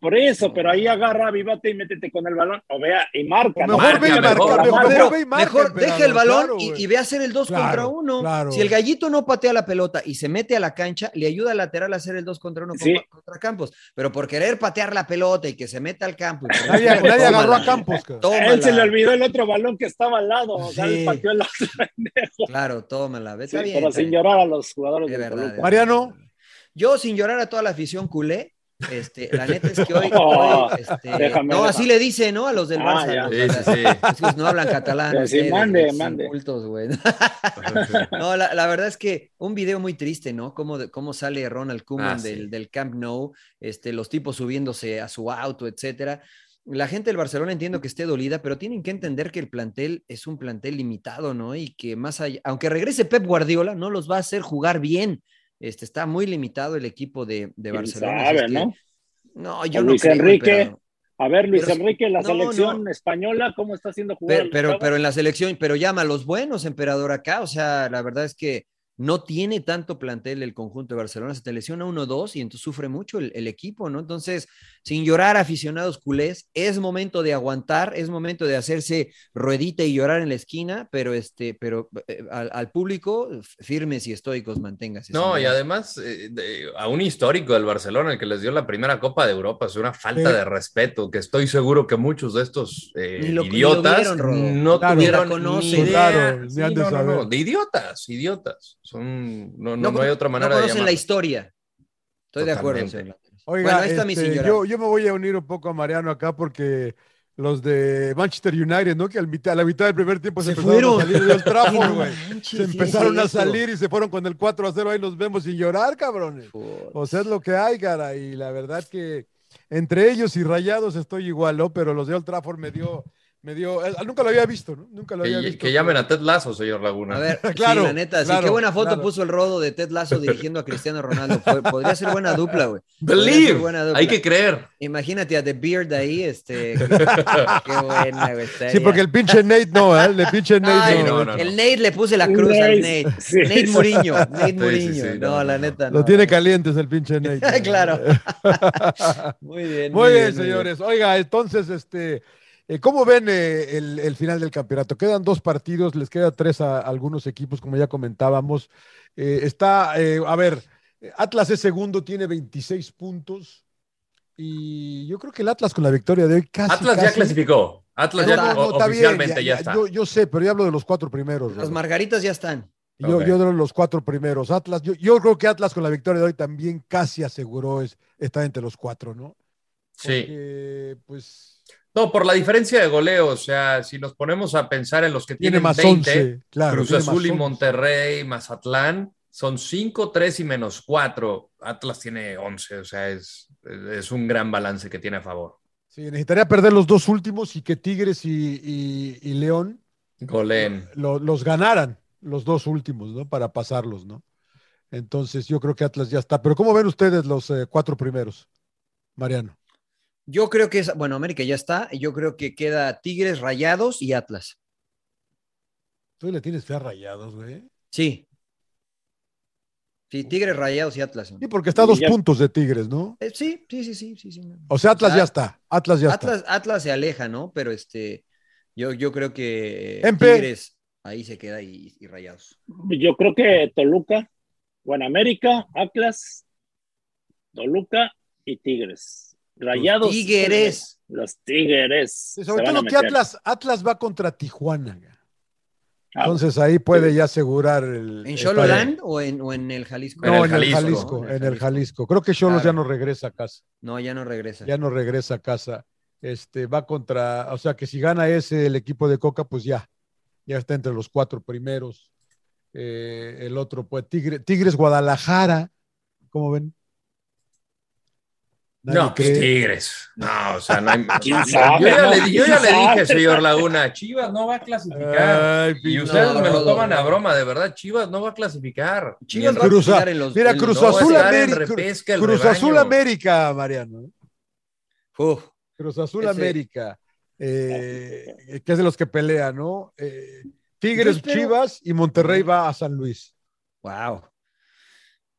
Speaker 4: Por eso, pero ahí agarra, avívate y métete con el balón. O vea, y marca.
Speaker 2: mejor
Speaker 4: marca,
Speaker 2: ve y marca, mejor,
Speaker 4: marca.
Speaker 2: ve y marca, mejor deja el balón y- y, ve a hacer el 2
Speaker 4: Claro,
Speaker 2: contra 1.
Speaker 4: claro.
Speaker 2: Si el gallito no patea la pelota y se mete a la cancha, le ayuda al lateral a hacer el 2 contra 1
Speaker 4: Sí.
Speaker 2: contra Campos. Pero por querer patear la pelota y que se meta al campo. y-
Speaker 4: Nadie- nadie agarró a
Speaker 3: Campos.
Speaker 4: A él se le olvidó el otro balón que estaba al lado. O sea,
Speaker 2: Sí.
Speaker 4: él pateó el otro.
Speaker 2: Claro, tómala. Ve,
Speaker 4: Sí,
Speaker 2: está bien,
Speaker 4: pero
Speaker 2: está
Speaker 4: sin
Speaker 2: bien.
Speaker 4: llorar a los jugadores
Speaker 2: Es
Speaker 4: de
Speaker 2: verdad,
Speaker 4: Toluca.
Speaker 2: es Mariano. Yo, sin llorar a toda la afición culé, este, la neta es que hoy.
Speaker 4: Oh,
Speaker 2: hoy, este,
Speaker 4: déjame,
Speaker 2: no,
Speaker 4: déjame.
Speaker 2: así le dice, ¿no? A los del
Speaker 4: Ah,
Speaker 2: Barça.
Speaker 4: ya.
Speaker 2: los-
Speaker 4: Sí, sí, sí.
Speaker 2: Es que no hablan catalán.
Speaker 4: Pero sí,
Speaker 2: ustedes,
Speaker 4: mande,
Speaker 2: son
Speaker 4: mande.
Speaker 2: cultos, güey. No, la, la verdad es que un video muy triste, ¿no? Cómo, de- cómo sale Ronald Koeman
Speaker 7: Ah, sí.
Speaker 2: del, del Camp Nou, este, los tipos subiéndose a su auto, etcétera. La gente del Barcelona entiendo que esté dolida, pero tienen que entender que el plantel es un plantel limitado, ¿no? Y que más allá, aunque regrese Pep Guardiola, no los va a hacer jugar bien. Este, está muy limitado el equipo de, de
Speaker 4: ¿Quién
Speaker 2: Barcelona.
Speaker 4: sabe,
Speaker 2: así es que-
Speaker 4: no?
Speaker 2: No,
Speaker 4: O
Speaker 2: yo no
Speaker 4: Luis
Speaker 2: creo,
Speaker 4: Enrique.
Speaker 2: pero-
Speaker 4: A ver, Luis
Speaker 2: Pero-
Speaker 4: Enrique, la
Speaker 2: no,
Speaker 4: selección española, ¿cómo está haciendo jugar? a
Speaker 2: Pero,
Speaker 4: los
Speaker 2: pero,
Speaker 4: chavos?
Speaker 2: pero en la selección, pero llama a los buenos, emperador, acá. O sea, la verdad es que no tiene tanto plantel el conjunto de Barcelona. Se te lesiona uno o dos y entonces sufre mucho el, el equipo, ¿no? Entonces, sin llorar, aficionados culés, es momento de aguantar, es momento de hacerse ruedita y llorar en la esquina, pero este, pero eh, al, al público, f- firmes y estoicos, manténgase.
Speaker 1: No, y
Speaker 2: sin llorar.
Speaker 1: además eh, de- a un histórico del Barcelona, el que les dio la primera Copa de Europa, es una falta
Speaker 2: Pero-
Speaker 1: de respeto, que estoy seguro que muchos de estos eh,
Speaker 2: Ni lo- ni lo
Speaker 1: idiotas
Speaker 2: vieron, Rodo.
Speaker 1: no
Speaker 2: Claro.
Speaker 1: tuvieron
Speaker 2: Ni la conocen.
Speaker 1: ni idea.
Speaker 2: Claro, ni
Speaker 1: Sí,
Speaker 2: han de
Speaker 1: no, no,
Speaker 2: saber.
Speaker 1: no, de idiotas, idiotas. Son, no, no, no
Speaker 2: con-
Speaker 1: hay otra manera
Speaker 2: no
Speaker 1: de
Speaker 2: conocen la
Speaker 1: llamarlo.
Speaker 2: historia. Estoy de acuerdo,
Speaker 1: Totalmente.
Speaker 2: señor.
Speaker 3: Oiga,
Speaker 2: bueno, ahí está mi
Speaker 3: este,
Speaker 2: sin llorar.
Speaker 3: yo, yo me voy a unir un poco a Mariano acá porque los de Manchester United, ¿no? Que al mitad- a la mitad del primer tiempo se,
Speaker 2: Se
Speaker 3: empezaron
Speaker 2: fueron.
Speaker 3: a salir de Old
Speaker 2: Sí,
Speaker 3: Trafford,
Speaker 2: no
Speaker 3: güey.
Speaker 2: manches,
Speaker 3: se
Speaker 2: sí,
Speaker 3: empezaron a
Speaker 2: cierto.
Speaker 3: salir y se fueron con el 4 a 0. Ahí nos vemos sin llorar, cabrones. O sea, es lo que hay, cara. Y la verdad que entre ellos y Rayados estoy igual, ¿no? Pero los de Old Trafford me dio... Me dio, eh, nunca lo había visto, ¿no? Nunca lo había
Speaker 1: Que,
Speaker 3: visto.
Speaker 1: que llamen a Ted Lazo, señor Laguna.
Speaker 2: A ver,
Speaker 3: Claro,
Speaker 2: sí, la neta, sí,
Speaker 3: claro,
Speaker 2: qué buena foto
Speaker 3: claro.
Speaker 2: puso el rodo de Ted Lazo dirigiendo a Cristiano Ronaldo. Po- Podría ser buena dupla, güey. Podría ser
Speaker 1: Believe.
Speaker 2: buena dupla.
Speaker 1: Hay que creer.
Speaker 2: Imagínate a The Beard ahí, este. qué buena, güey.
Speaker 3: Sí,
Speaker 2: estaría.
Speaker 3: porque el pinche Nate no, ¿eh? El pinche Nate
Speaker 2: Ay,
Speaker 3: no.
Speaker 2: El Nate le puse la cruz al
Speaker 3: Nate,
Speaker 2: Nate.
Speaker 3: sí.
Speaker 2: Nate Muriño. Nate
Speaker 3: Sí, sí,
Speaker 2: Muriño.
Speaker 3: sí,
Speaker 2: no, la neta.
Speaker 3: Lo
Speaker 2: no.
Speaker 3: tiene calientes el pinche Nate.
Speaker 2: Claro. Muy bien.
Speaker 3: Muy bien,
Speaker 2: muy
Speaker 3: señores. Oiga, entonces, este, eh, ¿cómo ven eh, el, el final del campeonato? Quedan dos partidos, les queda tres a, algunos equipos, como ya comentábamos. Eh, está, eh, a ver, Atlas es segundo, tiene 26 puntos. Y yo creo que el Atlas con la victoria de hoy casi.
Speaker 1: Atlas ya
Speaker 3: casi-
Speaker 1: clasificó. Atlas ya
Speaker 3: No, no, no,
Speaker 1: o-
Speaker 3: está bien,
Speaker 1: oficialmente ya, está.
Speaker 3: Yo, yo sé, pero yo hablo de los cuatro primeros.
Speaker 2: Las
Speaker 3: Rodo.
Speaker 2: margaritas ya están.
Speaker 3: Yo,
Speaker 1: Ok.
Speaker 3: yo de los cuatro primeros. Atlas, yo, yo creo que Atlas con la victoria de hoy también casi aseguró es, estar entre los cuatro, ¿no?
Speaker 1: Sí.
Speaker 3: pues.
Speaker 1: No, por la diferencia de goleo, o sea, si nos ponemos a pensar en los que
Speaker 3: Tiene
Speaker 1: tienen
Speaker 3: más
Speaker 1: 20,
Speaker 3: 11, claro,
Speaker 1: Cruz
Speaker 3: tiene más
Speaker 1: Azul y
Speaker 3: 11.
Speaker 1: Monterrey, Mazatlán, son 5, 3 y menos 4. Atlas tiene 11, o sea, es, es un gran balance que tiene a favor.
Speaker 3: Sí, necesitaría perder los dos últimos y que Tigres y, y- y León
Speaker 1: Golén.
Speaker 3: lo- los ganaran, los dos últimos, ¿no? Para pasarlos, ¿no? Entonces yo creo que Atlas ya está. Pero ¿cómo ven ustedes los eh, cuatro primeros, Mariano?
Speaker 2: Yo creo que es, bueno, América ya está. Yo creo que queda Tigres, Rayados y Atlas.
Speaker 3: Tú le tienes fe a rayados, güey.
Speaker 2: Sí. Sí, Tigres, Rayados y Atlas.
Speaker 3: Sí, porque está a dos puntos de Tigres, ¿no?
Speaker 2: Eh, sí, sí, sí, sí, sí, sí, no.
Speaker 3: O sea, Atlas
Speaker 2: Ah,
Speaker 3: ya está. Atlas ya está.
Speaker 2: Atlas, Atlas se aleja, ¿no? Pero este, yo, yo creo que eh,
Speaker 3: Empe.
Speaker 2: Tigres ahí se queda y, y rayados.
Speaker 4: Yo creo que Toluca, Buenamérica, Atlas, Toluca y Tigres. Rayados.
Speaker 2: Tigres.
Speaker 4: Los Tigres.
Speaker 3: Sí,
Speaker 4: se
Speaker 3: sobre
Speaker 4: van a
Speaker 3: todo que
Speaker 4: meter.
Speaker 3: Atlas, Atlas va contra Tijuana.
Speaker 4: Ah,
Speaker 3: Entonces ahí puede ya asegurar el.
Speaker 2: ¿En
Speaker 3: el
Speaker 2: Xololand o en, o en el Jalisco?
Speaker 3: No, en el Jalisco, en el Jalisco. Creo que Cholos
Speaker 2: Claro.
Speaker 3: ya no regresa a casa.
Speaker 2: No, ya no regresa.
Speaker 3: Ya no regresa a casa. Este va contra, o sea que si gana ese el equipo de Coca, pues ya, ya está entre los cuatro primeros. Eh, el otro, pues Tigre- Tigres Guadalajara, ¿cómo ven? Nadie
Speaker 1: No, pues
Speaker 3: cree.
Speaker 1: Tigres. No, o sea, no hay
Speaker 4: ¿Quién
Speaker 1: Yo
Speaker 4: sabe,
Speaker 1: ya
Speaker 4: no?
Speaker 1: le, di- yo ya le
Speaker 4: ¿Quién
Speaker 1: dije,
Speaker 4: sabe?
Speaker 1: señor Laguna, Chivas no va a clasificar.
Speaker 3: Ay,
Speaker 1: y
Speaker 3: pinche
Speaker 1: ustedes me lo
Speaker 3: Rodo.
Speaker 1: toman a broma, de verdad, Chivas no va a clasificar.
Speaker 2: Chivas
Speaker 1: Ni
Speaker 2: va a
Speaker 1: el-
Speaker 3: Cruz
Speaker 2: quedar
Speaker 3: A-
Speaker 2: en los-
Speaker 3: Mira,
Speaker 2: en
Speaker 3: Cruz
Speaker 1: los-
Speaker 3: Azul
Speaker 1: No, estar en
Speaker 3: América.
Speaker 1: repesca el
Speaker 3: Cruz
Speaker 1: rebaño.
Speaker 3: Azul América, Mariano.
Speaker 2: Uf,
Speaker 3: Cruz Azul
Speaker 2: Ese-
Speaker 3: América, eh, que es de los que pelea, ¿no? Eh,
Speaker 2: Yo
Speaker 3: Tigres,
Speaker 2: espero-
Speaker 3: Chivas y Monterrey va a San Luis.
Speaker 2: wow.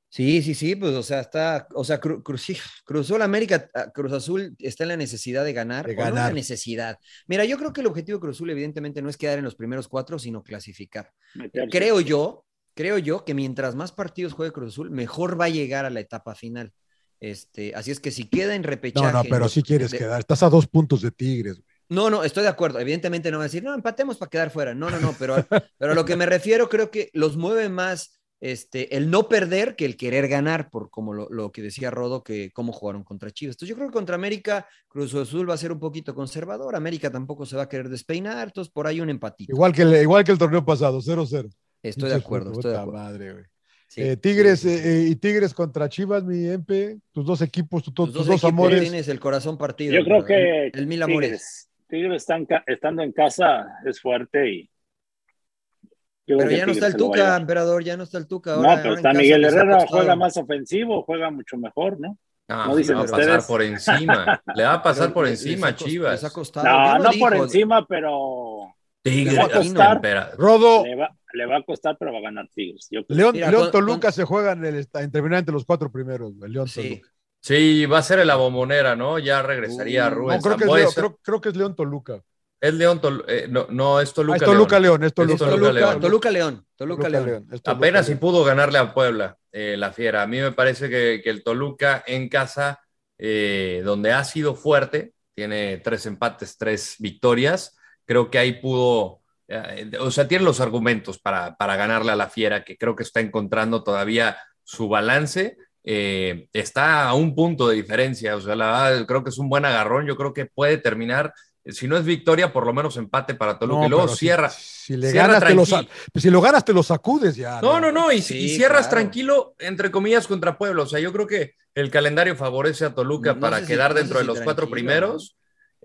Speaker 2: Sí, sí, sí, pues, o sea, está, o sea, cru- cru- sí, cruzó la América, ah, Cruz Azul está en la necesidad de ganar,
Speaker 3: De
Speaker 2: o no en la
Speaker 3: ganar.
Speaker 2: necesidad. Mira, yo creo que el objetivo de Cruz Azul evidentemente no es quedar en los primeros cuatro, sino clasificar.
Speaker 4: Meterse.
Speaker 2: Creo yo, creo yo que mientras más partidos juegue Cruz Azul, mejor va a llegar a la etapa final. Este, así es que si queda en repechaje.
Speaker 3: No, no, pero si quieres
Speaker 2: de-
Speaker 3: quedar. Estás a dos puntos de Tigres. güey.
Speaker 2: No, no, estoy de acuerdo. Evidentemente no va a decir, no, empatemos para quedar fuera. No, no, no, pero, pero a lo que me refiero creo que los mueve más este, el no perder que el querer ganar, por como lo, lo que decía Rodo, que cómo jugaron contra Chivas. Entonces yo creo que contra América, Cruz Azul va a ser un poquito conservador, América tampoco se va a querer despeinar, entonces por ahí un empatito.
Speaker 3: Igual que, el, igual que el torneo pasado, 0-0.
Speaker 2: Estoy de
Speaker 3: Pinche
Speaker 2: acuerdo, estoy de
Speaker 3: puta
Speaker 2: acuerdo.
Speaker 3: madre, güey.
Speaker 2: Sí.
Speaker 3: Eh, Tigres eh, eh, y Tigres contra Chivas, mi MP, tus dos equipos, tu- tu-
Speaker 2: Tus
Speaker 3: tus,
Speaker 2: dos,
Speaker 3: dos,
Speaker 2: equipos
Speaker 3: amores.
Speaker 2: tienes el corazón partido.
Speaker 4: Yo creo
Speaker 2: cabrón.
Speaker 4: que
Speaker 2: El mil amores.
Speaker 4: Tigres, Tigres están ca- estando en casa es fuerte y... yo creo
Speaker 2: Pero
Speaker 4: que
Speaker 2: ya no está
Speaker 4: Tigres
Speaker 2: el
Speaker 4: se lo va a
Speaker 2: Tuca,
Speaker 4: llevar.
Speaker 2: emperador, ya no está el Tuca.
Speaker 4: No, pero
Speaker 2: ahora en
Speaker 4: está
Speaker 2: casa,
Speaker 4: Miguel
Speaker 2: pues,
Speaker 4: Herrera,
Speaker 2: apostado.
Speaker 4: juega más ofensivo, juega mucho mejor, ¿no?
Speaker 1: Ah,
Speaker 4: No
Speaker 1: le
Speaker 4: dicen
Speaker 1: va a
Speaker 4: ustedes.
Speaker 1: pasar por encima. Le va a pasar
Speaker 2: Pero
Speaker 1: por
Speaker 2: les-
Speaker 1: encima,
Speaker 2: les ha cost- les ha
Speaker 1: Chivas.
Speaker 2: costado. Ya
Speaker 4: No,
Speaker 2: Ah, lo
Speaker 4: no
Speaker 2: dijo.
Speaker 4: por encima, pero
Speaker 1: Tigres.
Speaker 4: les va a costar.
Speaker 1: espera.
Speaker 3: Rodo,
Speaker 4: le va, le va a costar, pero va a ganar Tigres. Yo creo.
Speaker 3: León,
Speaker 2: Mira,
Speaker 3: León
Speaker 2: con-
Speaker 3: Toluca se juega en el esta- en terminar entre los cuatro primeros, güey. León
Speaker 2: Sí.
Speaker 3: Toluca.
Speaker 1: Sí, va a ser en la bombonera, ¿no? Ya regresaría
Speaker 2: Uh, no,
Speaker 1: Rubén.
Speaker 3: No, creo que, es
Speaker 1: Sambuesa.
Speaker 3: León, creo, creo que es León Toluca.
Speaker 1: Es León Tol- eh, no, no, es
Speaker 3: Ah,
Speaker 1: Toluca.
Speaker 3: es Toluca León, es
Speaker 1: Toluca,
Speaker 3: Toluca.
Speaker 1: Toluca,
Speaker 2: Toluca,
Speaker 1: León.
Speaker 2: Toluca León. Toluca León.
Speaker 3: es Toluca,
Speaker 1: Apenas si
Speaker 3: León.
Speaker 1: pudo ganarle a Puebla, eh, la fiera. A mí me parece que, que el Toluca en casa, eh, donde ha sido fuerte, tiene tres empates, tres victorias. Creo que ahí pudo, eh, o sea, tiene los argumentos para, para ganarle a la fiera, que creo que está encontrando todavía su balance. Eh, está a un punto de diferencia, o sea, la verdad, creo que es un buen agarrón. Yo creo que puede terminar, si no es victoria, por lo menos empate para Toluca.
Speaker 3: No,
Speaker 1: y luego
Speaker 3: pero si-
Speaker 1: cierra,
Speaker 3: Si, le
Speaker 1: cierra
Speaker 3: ganas, te lo,
Speaker 1: tranquilo.
Speaker 3: sa- si lo ganas, te lo sacudes ya.
Speaker 1: No, no, no, y,
Speaker 2: Ah, Sí,
Speaker 1: y cierras
Speaker 2: claro.
Speaker 1: tranquilo, entre comillas, contra Puebla. O sea, yo creo que el calendario favorece a Toluca
Speaker 2: No
Speaker 1: para
Speaker 2: sé si-
Speaker 1: quedar
Speaker 2: no sé
Speaker 1: dentro de
Speaker 2: si
Speaker 1: los cuatro
Speaker 2: tranquilo,
Speaker 1: primeros.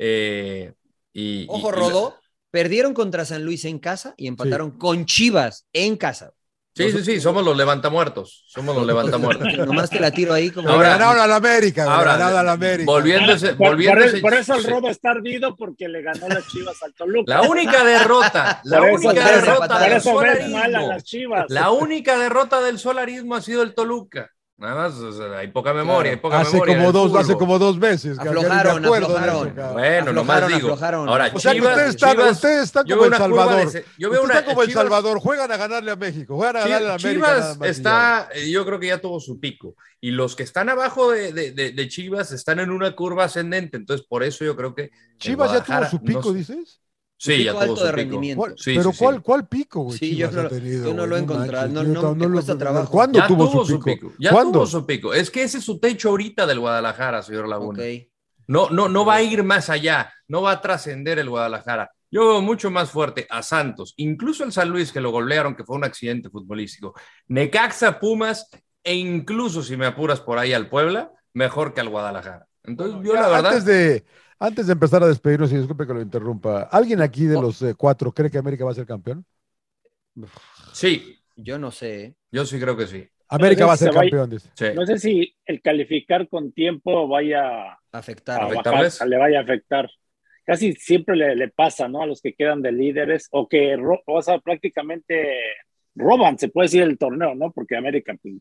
Speaker 1: eh, y,
Speaker 2: Ojo,
Speaker 1: y- y-
Speaker 2: Rodó. Perdieron contra San Luis en casa y empataron con Chivas en casa.
Speaker 1: Sí, sí, sí, somos los levantamuertos. Somos los levantamuertos.
Speaker 2: Nomás te la tiro ahí como.
Speaker 1: Ahora-
Speaker 3: Ahora, ganaron a la América, güey,
Speaker 1: Ahora,
Speaker 3: ganaron a la América.
Speaker 1: Volviéndose,
Speaker 4: Por- por,
Speaker 1: volviéndose.
Speaker 4: el- por eso el
Speaker 1: sí.
Speaker 4: robo está ardido porque le ganó las Chivas al Toluca.
Speaker 1: La única derrota, la
Speaker 4: por eso,
Speaker 1: única
Speaker 4: por eso-
Speaker 1: derrota
Speaker 4: por
Speaker 1: del
Speaker 4: eso ves mal a
Speaker 1: solarismo.
Speaker 4: las Chivas.
Speaker 1: La única derrota del solarismo ha sido el Toluca. Nada más, o sea, hay poca memoria, hay poca
Speaker 3: Hace
Speaker 1: memoria.
Speaker 3: como,
Speaker 1: del
Speaker 3: dos, hace
Speaker 1: fútbol.
Speaker 3: como dos meses. cabrón, ya ni me
Speaker 2: Aflojaron,
Speaker 3: acuerdo de eso,
Speaker 2: aflojaron.
Speaker 3: cabrón.
Speaker 1: Bueno, nomás
Speaker 2: Aflojaron,
Speaker 1: digo.
Speaker 2: aflojaron.
Speaker 1: Ahora,
Speaker 3: O sea, que
Speaker 1: Chivas-
Speaker 3: ustedes están,
Speaker 1: Chivas-
Speaker 3: ustedes están
Speaker 1: yo
Speaker 3: como
Speaker 1: veo
Speaker 3: El
Speaker 1: una curva
Speaker 3: Salvador.
Speaker 1: de- yo veo
Speaker 3: Ustedes
Speaker 1: una
Speaker 3: están como El
Speaker 1: Chivas-
Speaker 3: Salvador. Juegan a ganarle a México. Juegan a
Speaker 1: Chi-
Speaker 3: ganarle a la América. nada más
Speaker 1: Chivas
Speaker 3: y ya.
Speaker 1: está, eh, yo creo que ya tuvo su pico. Y los que están abajo de, de- de- de Chivas están en una curva ascendente. Entonces, por eso yo creo que. el
Speaker 3: Chivas ya tuvo
Speaker 1: Guadalajara
Speaker 3: su
Speaker 1: no
Speaker 3: pico,
Speaker 1: se-
Speaker 3: dices.
Speaker 1: Sí, ya
Speaker 2: Pico
Speaker 1: tuvo
Speaker 2: alto de
Speaker 1: su pico.
Speaker 2: rendimiento.
Speaker 3: ¿Cuál-
Speaker 1: Sí,
Speaker 3: pero
Speaker 1: sí, sí.
Speaker 3: ¿cuál, ¿cuál pico, güey?
Speaker 2: Sí, yo
Speaker 3: Chivas
Speaker 2: no
Speaker 3: ha
Speaker 2: lo-
Speaker 3: tenido,
Speaker 2: yo no
Speaker 3: güey,
Speaker 2: lo he encontrado,
Speaker 3: manches,
Speaker 2: no-
Speaker 3: yo
Speaker 2: no,
Speaker 3: tam-
Speaker 2: me
Speaker 3: lo-
Speaker 2: cuesta trabajo.
Speaker 3: ¿Cuándo
Speaker 1: Ya
Speaker 3: tuvo, su pico?
Speaker 1: Ya
Speaker 3: ¿Cuándo?
Speaker 1: tuvo su pico. Es que ese es su techo ahorita del Guadalajara, señor Laguna.
Speaker 2: Ok.
Speaker 1: No, no, no va a ir más allá, no va a trascender el Guadalajara. Yo veo mucho más fuerte a Santos, incluso el San Luis que lo golearon, que fue un accidente futbolístico. Necaxa, Pumas e incluso si me apuras por ahí al Puebla, mejor que al Guadalajara. Entonces yo la verdad,
Speaker 3: Antes de, antes de empezar a despedirnos, y disculpe que lo interrumpa, ¿alguien aquí de los eh, cuatro cree que América va a ser campeón?
Speaker 1: sí,
Speaker 2: Yo no sé. ¿eh?
Speaker 1: yo sí creo que sí.
Speaker 3: América
Speaker 4: Pero
Speaker 3: va a ser
Speaker 4: se va a ir-
Speaker 3: campeón, dice.
Speaker 1: sí.
Speaker 4: No sé si el calificar con tiempo vaya
Speaker 2: Afectar.
Speaker 4: a bajar,
Speaker 1: ¿Afectarles?
Speaker 4: le vaya a afectar. Casi siempre le, le pasa, ¿no? A los que quedan de líderes o que, ro- o sea, prácticamente roban, se puede decir, el torneo, ¿no? Porque América, pues,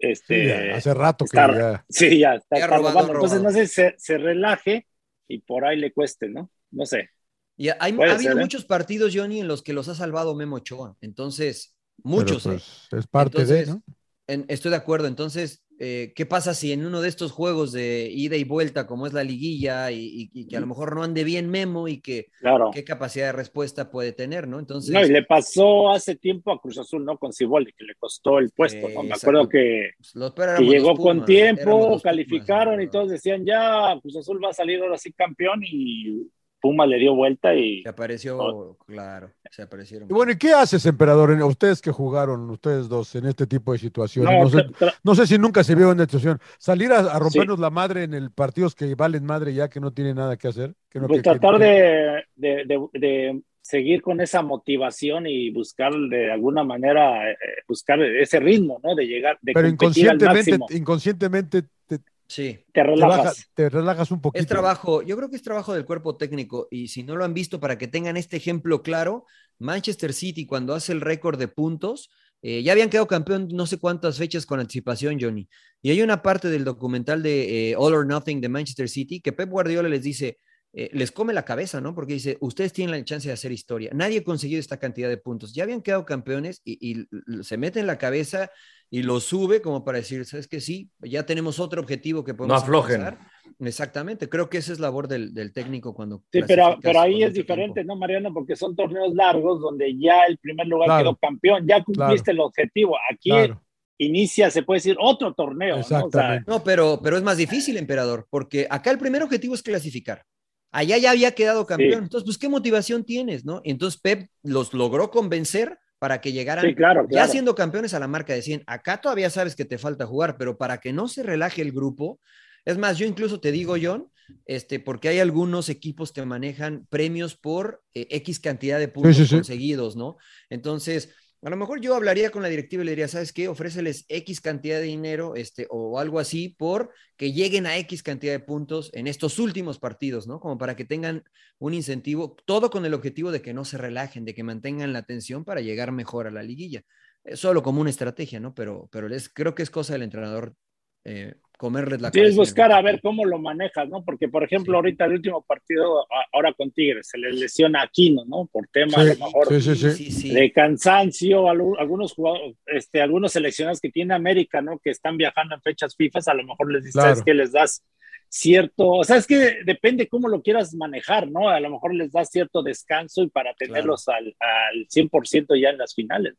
Speaker 3: Sí,
Speaker 4: este,
Speaker 3: ya, hace rato que
Speaker 4: estar-
Speaker 3: ya.
Speaker 4: Sí, ya está,
Speaker 2: Ya
Speaker 4: está
Speaker 2: robado,
Speaker 4: robando.
Speaker 2: robado.
Speaker 4: Entonces, no sé, se, se relaje y por ahí le cueste, ¿no? No sé.
Speaker 2: Y hay,
Speaker 4: Puede
Speaker 2: ha habido
Speaker 4: ser, ¿eh?
Speaker 2: muchos partidos, Johnny, en los que los ha salvado Memo Ochoa. Entonces, muchos.
Speaker 3: pero,
Speaker 2: ¿eh?
Speaker 3: pues, es parte
Speaker 2: Entonces,
Speaker 3: de, ¿no?
Speaker 2: en- estoy de acuerdo. Entonces, eh, ¿qué pasa si en uno de estos juegos de ida y vuelta, como es la liguilla, y, y- y que
Speaker 4: Mm.
Speaker 2: a lo mejor no ande bien Memo y que
Speaker 4: Claro.
Speaker 2: qué capacidad de respuesta puede tener, ¿no? Entonces,
Speaker 4: No, y le pasó hace tiempo a Cruz Azul, ¿no? Con Ciboli, que le costó el puesto, ¿no? Me
Speaker 2: Exacto.
Speaker 4: acuerdo que,
Speaker 2: pues, los peores
Speaker 4: que
Speaker 2: éramos
Speaker 4: llegó
Speaker 2: los
Speaker 4: con
Speaker 2: Pumas, éramos
Speaker 4: tiempo,
Speaker 2: los
Speaker 4: calificaron
Speaker 2: Pumas,
Speaker 4: y todos decían, ya, Cruz Azul va a salir ahora sí campeón y Puma le dio vuelta y
Speaker 2: Se apareció,
Speaker 4: Oh.
Speaker 2: claro, se aparecieron.
Speaker 3: Y bueno, ¿y qué haces, emperador? en- Ustedes que jugaron, ustedes dos, en este tipo de situaciones.
Speaker 4: no,
Speaker 3: No sé-
Speaker 4: tra- tra-
Speaker 3: No sé si nunca se vio una situación. Salir a, a rompernos la madre en el partidos que valen madre ya que no tiene nada que hacer. Que no,
Speaker 4: pues
Speaker 3: que-
Speaker 4: tratar
Speaker 3: que-
Speaker 4: de, de- de- de seguir con esa motivación y buscar de alguna manera, eh, eh, buscar ese ritmo, ¿no? De llegar, de
Speaker 3: Pero
Speaker 4: competir al
Speaker 3: inconscientemente,
Speaker 4: máximo.
Speaker 3: inconscientemente te, te
Speaker 2: Sí.
Speaker 4: Te relajas.
Speaker 3: baja- te relajas un poquito.
Speaker 2: Es trabajo, yo creo que es trabajo del cuerpo técnico y si no lo han visto para que tengan este ejemplo claro, Manchester City cuando hace el récord de puntos Eh, ya habían quedado campeón no sé cuántas fechas con anticipación, Johnny. Y hay una parte del documental de eh, All or Nothing de Manchester City que Pep Guardiola les dice, eh, les come la cabeza, ¿no? Porque dice, ustedes tienen la chance de hacer historia. Nadie ha conseguido esta cantidad de puntos. Ya habían quedado campeones y, y l- se mete en la cabeza y lo sube como para decir, ¿sabes qué? Sí, ya tenemos otro objetivo que podemos
Speaker 1: aflojen.
Speaker 2: alcanzar". Exactamente. Creo que esa es labor del, del técnico cuando...
Speaker 4: Sí, pero,
Speaker 2: clasificas
Speaker 4: pero ahí
Speaker 2: con
Speaker 4: es
Speaker 2: mucho tiempo.
Speaker 4: diferente, ¿no, Mariano? Porque son torneos largos donde ya el primer lugar
Speaker 2: Claro.
Speaker 4: quedó campeón, ya cumpliste el objetivo. Aquí
Speaker 2: Claro.
Speaker 4: inicia, se puede decir, otro torneo. ¿no? O sea,
Speaker 2: No, pero, pero es más difícil, emperador, porque acá el primer objetivo es clasificar. Allá ya había quedado campeón.
Speaker 4: Sí.
Speaker 2: Entonces, pues, ¿qué motivación tienes, no? Entonces, Pep los logró convencer para que llegaran
Speaker 4: Sí, claro,
Speaker 2: ya
Speaker 4: claro.
Speaker 2: siendo campeones a la marca de 100. Acá todavía sabes que te falta jugar, pero para que no se relaje el grupo, es más, yo incluso te digo, John, este, porque hay algunos equipos que manejan premios por eh, X cantidad de puntos
Speaker 3: sí, sí.
Speaker 2: conseguidos, ¿no? Entonces, a lo mejor yo hablaría con la directiva y le diría, ¿sabes qué? Ofréceles X cantidad de dinero este, o algo así por que lleguen a X cantidad de puntos en estos últimos partidos, ¿no? Como para que tengan un incentivo, todo con el objetivo de que no se relajen, de que mantengan la atención para llegar mejor a la liguilla. Eh, Solo como una estrategia, ¿no? Pero, pero es, creo que es cosa del entrenador eh, comerles la
Speaker 4: Sí, es
Speaker 2: cabeza.
Speaker 4: buscar a ver cómo lo manejas, ¿no? Porque, por ejemplo, ahorita el último partido, a- ahora con Tigres, se les lesiona a Aquino, ¿no? Por tema, a
Speaker 3: Sí,
Speaker 4: lo mejor,
Speaker 3: sí, sí, sí.
Speaker 4: de cansancio, alu- algunos jugadores, este, algunos seleccionados que tiene América, ¿no? Que están viajando en fechas FIFA, a lo mejor les dices
Speaker 3: Claro.
Speaker 4: "¿Sabes qué? les das cierto, o sea, es que depende cómo lo quieras manejar, ¿no? A lo mejor les das cierto descanso y para tenerlos al, al 100% ya en las finales.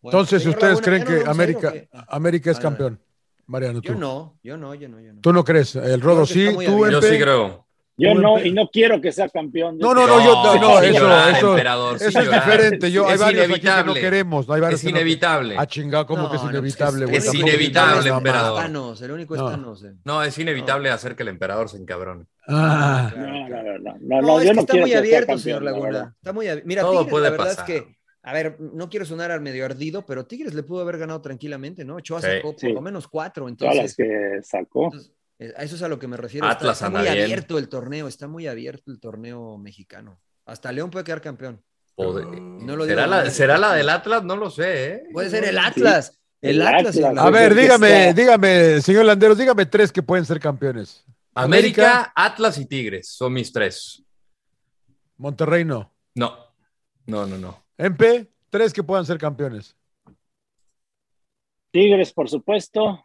Speaker 2: Bueno,
Speaker 3: Entonces,
Speaker 2: señor
Speaker 3: ¿ustedes
Speaker 2: Laguna,
Speaker 3: creen
Speaker 2: ¿ya
Speaker 3: que
Speaker 2: nos vamos a ir o
Speaker 3: América,
Speaker 2: qué?
Speaker 3: América es
Speaker 2: Ah, no.
Speaker 3: campeón? Mariano, tú.
Speaker 2: Yo no, yo no, yo no, yo no.
Speaker 3: Tú no crees. El
Speaker 2: creo
Speaker 3: Rodo
Speaker 2: que
Speaker 3: sí,
Speaker 2: está muy
Speaker 3: tú,
Speaker 2: abierto.
Speaker 3: Empe.
Speaker 2: Yo sí
Speaker 1: creo.
Speaker 4: Yo
Speaker 3: Tú,
Speaker 4: no,
Speaker 3: Empe.
Speaker 4: y no quiero que sea campeón.
Speaker 3: No, no, no, yo no,
Speaker 1: No, sin
Speaker 3: eso,
Speaker 1: llorar,
Speaker 3: eso,
Speaker 1: emperador, sin
Speaker 3: eso es
Speaker 1: llorar.
Speaker 3: diferente. Yo, hay
Speaker 1: Es
Speaker 3: varios aquí que no
Speaker 1: inevitable.
Speaker 3: queremos. Hay varios
Speaker 1: Es
Speaker 3: que no-
Speaker 1: inevitable.
Speaker 3: ah, chingado, ¿cómo que es
Speaker 2: No, no, pues,
Speaker 3: inevitable? güey?
Speaker 1: es
Speaker 3: Tampoco
Speaker 1: inevitable,
Speaker 3: inevitable,
Speaker 1: emperador.
Speaker 3: mamá.
Speaker 2: Thanos, el único es
Speaker 3: No.
Speaker 2: Thanos, eh.
Speaker 1: No, es inevitable hacer que el emperador se encabrone.
Speaker 3: Ah.
Speaker 4: No, no, no, no,
Speaker 2: No,
Speaker 4: no, no,
Speaker 2: es
Speaker 4: yo
Speaker 2: que
Speaker 4: no
Speaker 2: está
Speaker 4: quiero
Speaker 2: muy
Speaker 4: que sea
Speaker 2: abierto,
Speaker 4: campeón,
Speaker 2: señor
Speaker 4: la
Speaker 2: Laguna.
Speaker 4: verdad.
Speaker 2: está muy abierto. Mira,
Speaker 1: Todo
Speaker 2: Tigres,
Speaker 1: puede
Speaker 2: la verdad
Speaker 1: pasar.
Speaker 2: es que, a ver, no quiero sonar al medio ardido, pero Tigres le pudo haber ganado tranquilamente, ¿no? Ochoa
Speaker 1: Sí,
Speaker 2: sacó por
Speaker 4: sí.
Speaker 2: lo menos cuatro,
Speaker 4: Todas las
Speaker 2: entonces.
Speaker 4: que sacó.
Speaker 2: eh, A eso es a lo que me refiero. está-
Speaker 1: Atlas
Speaker 2: está
Speaker 1: anda
Speaker 2: muy
Speaker 1: bien.
Speaker 2: abierto el torneo, está muy abierto el torneo mexicano. Hasta León puede quedar campeón. Mm.
Speaker 1: Poder-
Speaker 2: No lo
Speaker 1: ¿Será,
Speaker 2: digo
Speaker 1: la,
Speaker 2: mal.
Speaker 1: será la del Atlas? No lo sé. ¿eh?
Speaker 2: Puede ser el
Speaker 1: No lo sé.
Speaker 2: Atlas. El
Speaker 4: el
Speaker 2: Atlas. señor
Speaker 4: Atlas.
Speaker 3: A
Speaker 2: Laguna.
Speaker 3: ver,
Speaker 4: que
Speaker 3: dígame,
Speaker 4: está-
Speaker 3: dígame, señor Landeros, dígame tres que pueden ser campeones.
Speaker 1: América, Atlas y Tigres son mis tres.
Speaker 3: Monterrey no.
Speaker 1: No, no, no, no.
Speaker 3: MP, tres que puedan ser campeones.
Speaker 4: Tigres, por supuesto.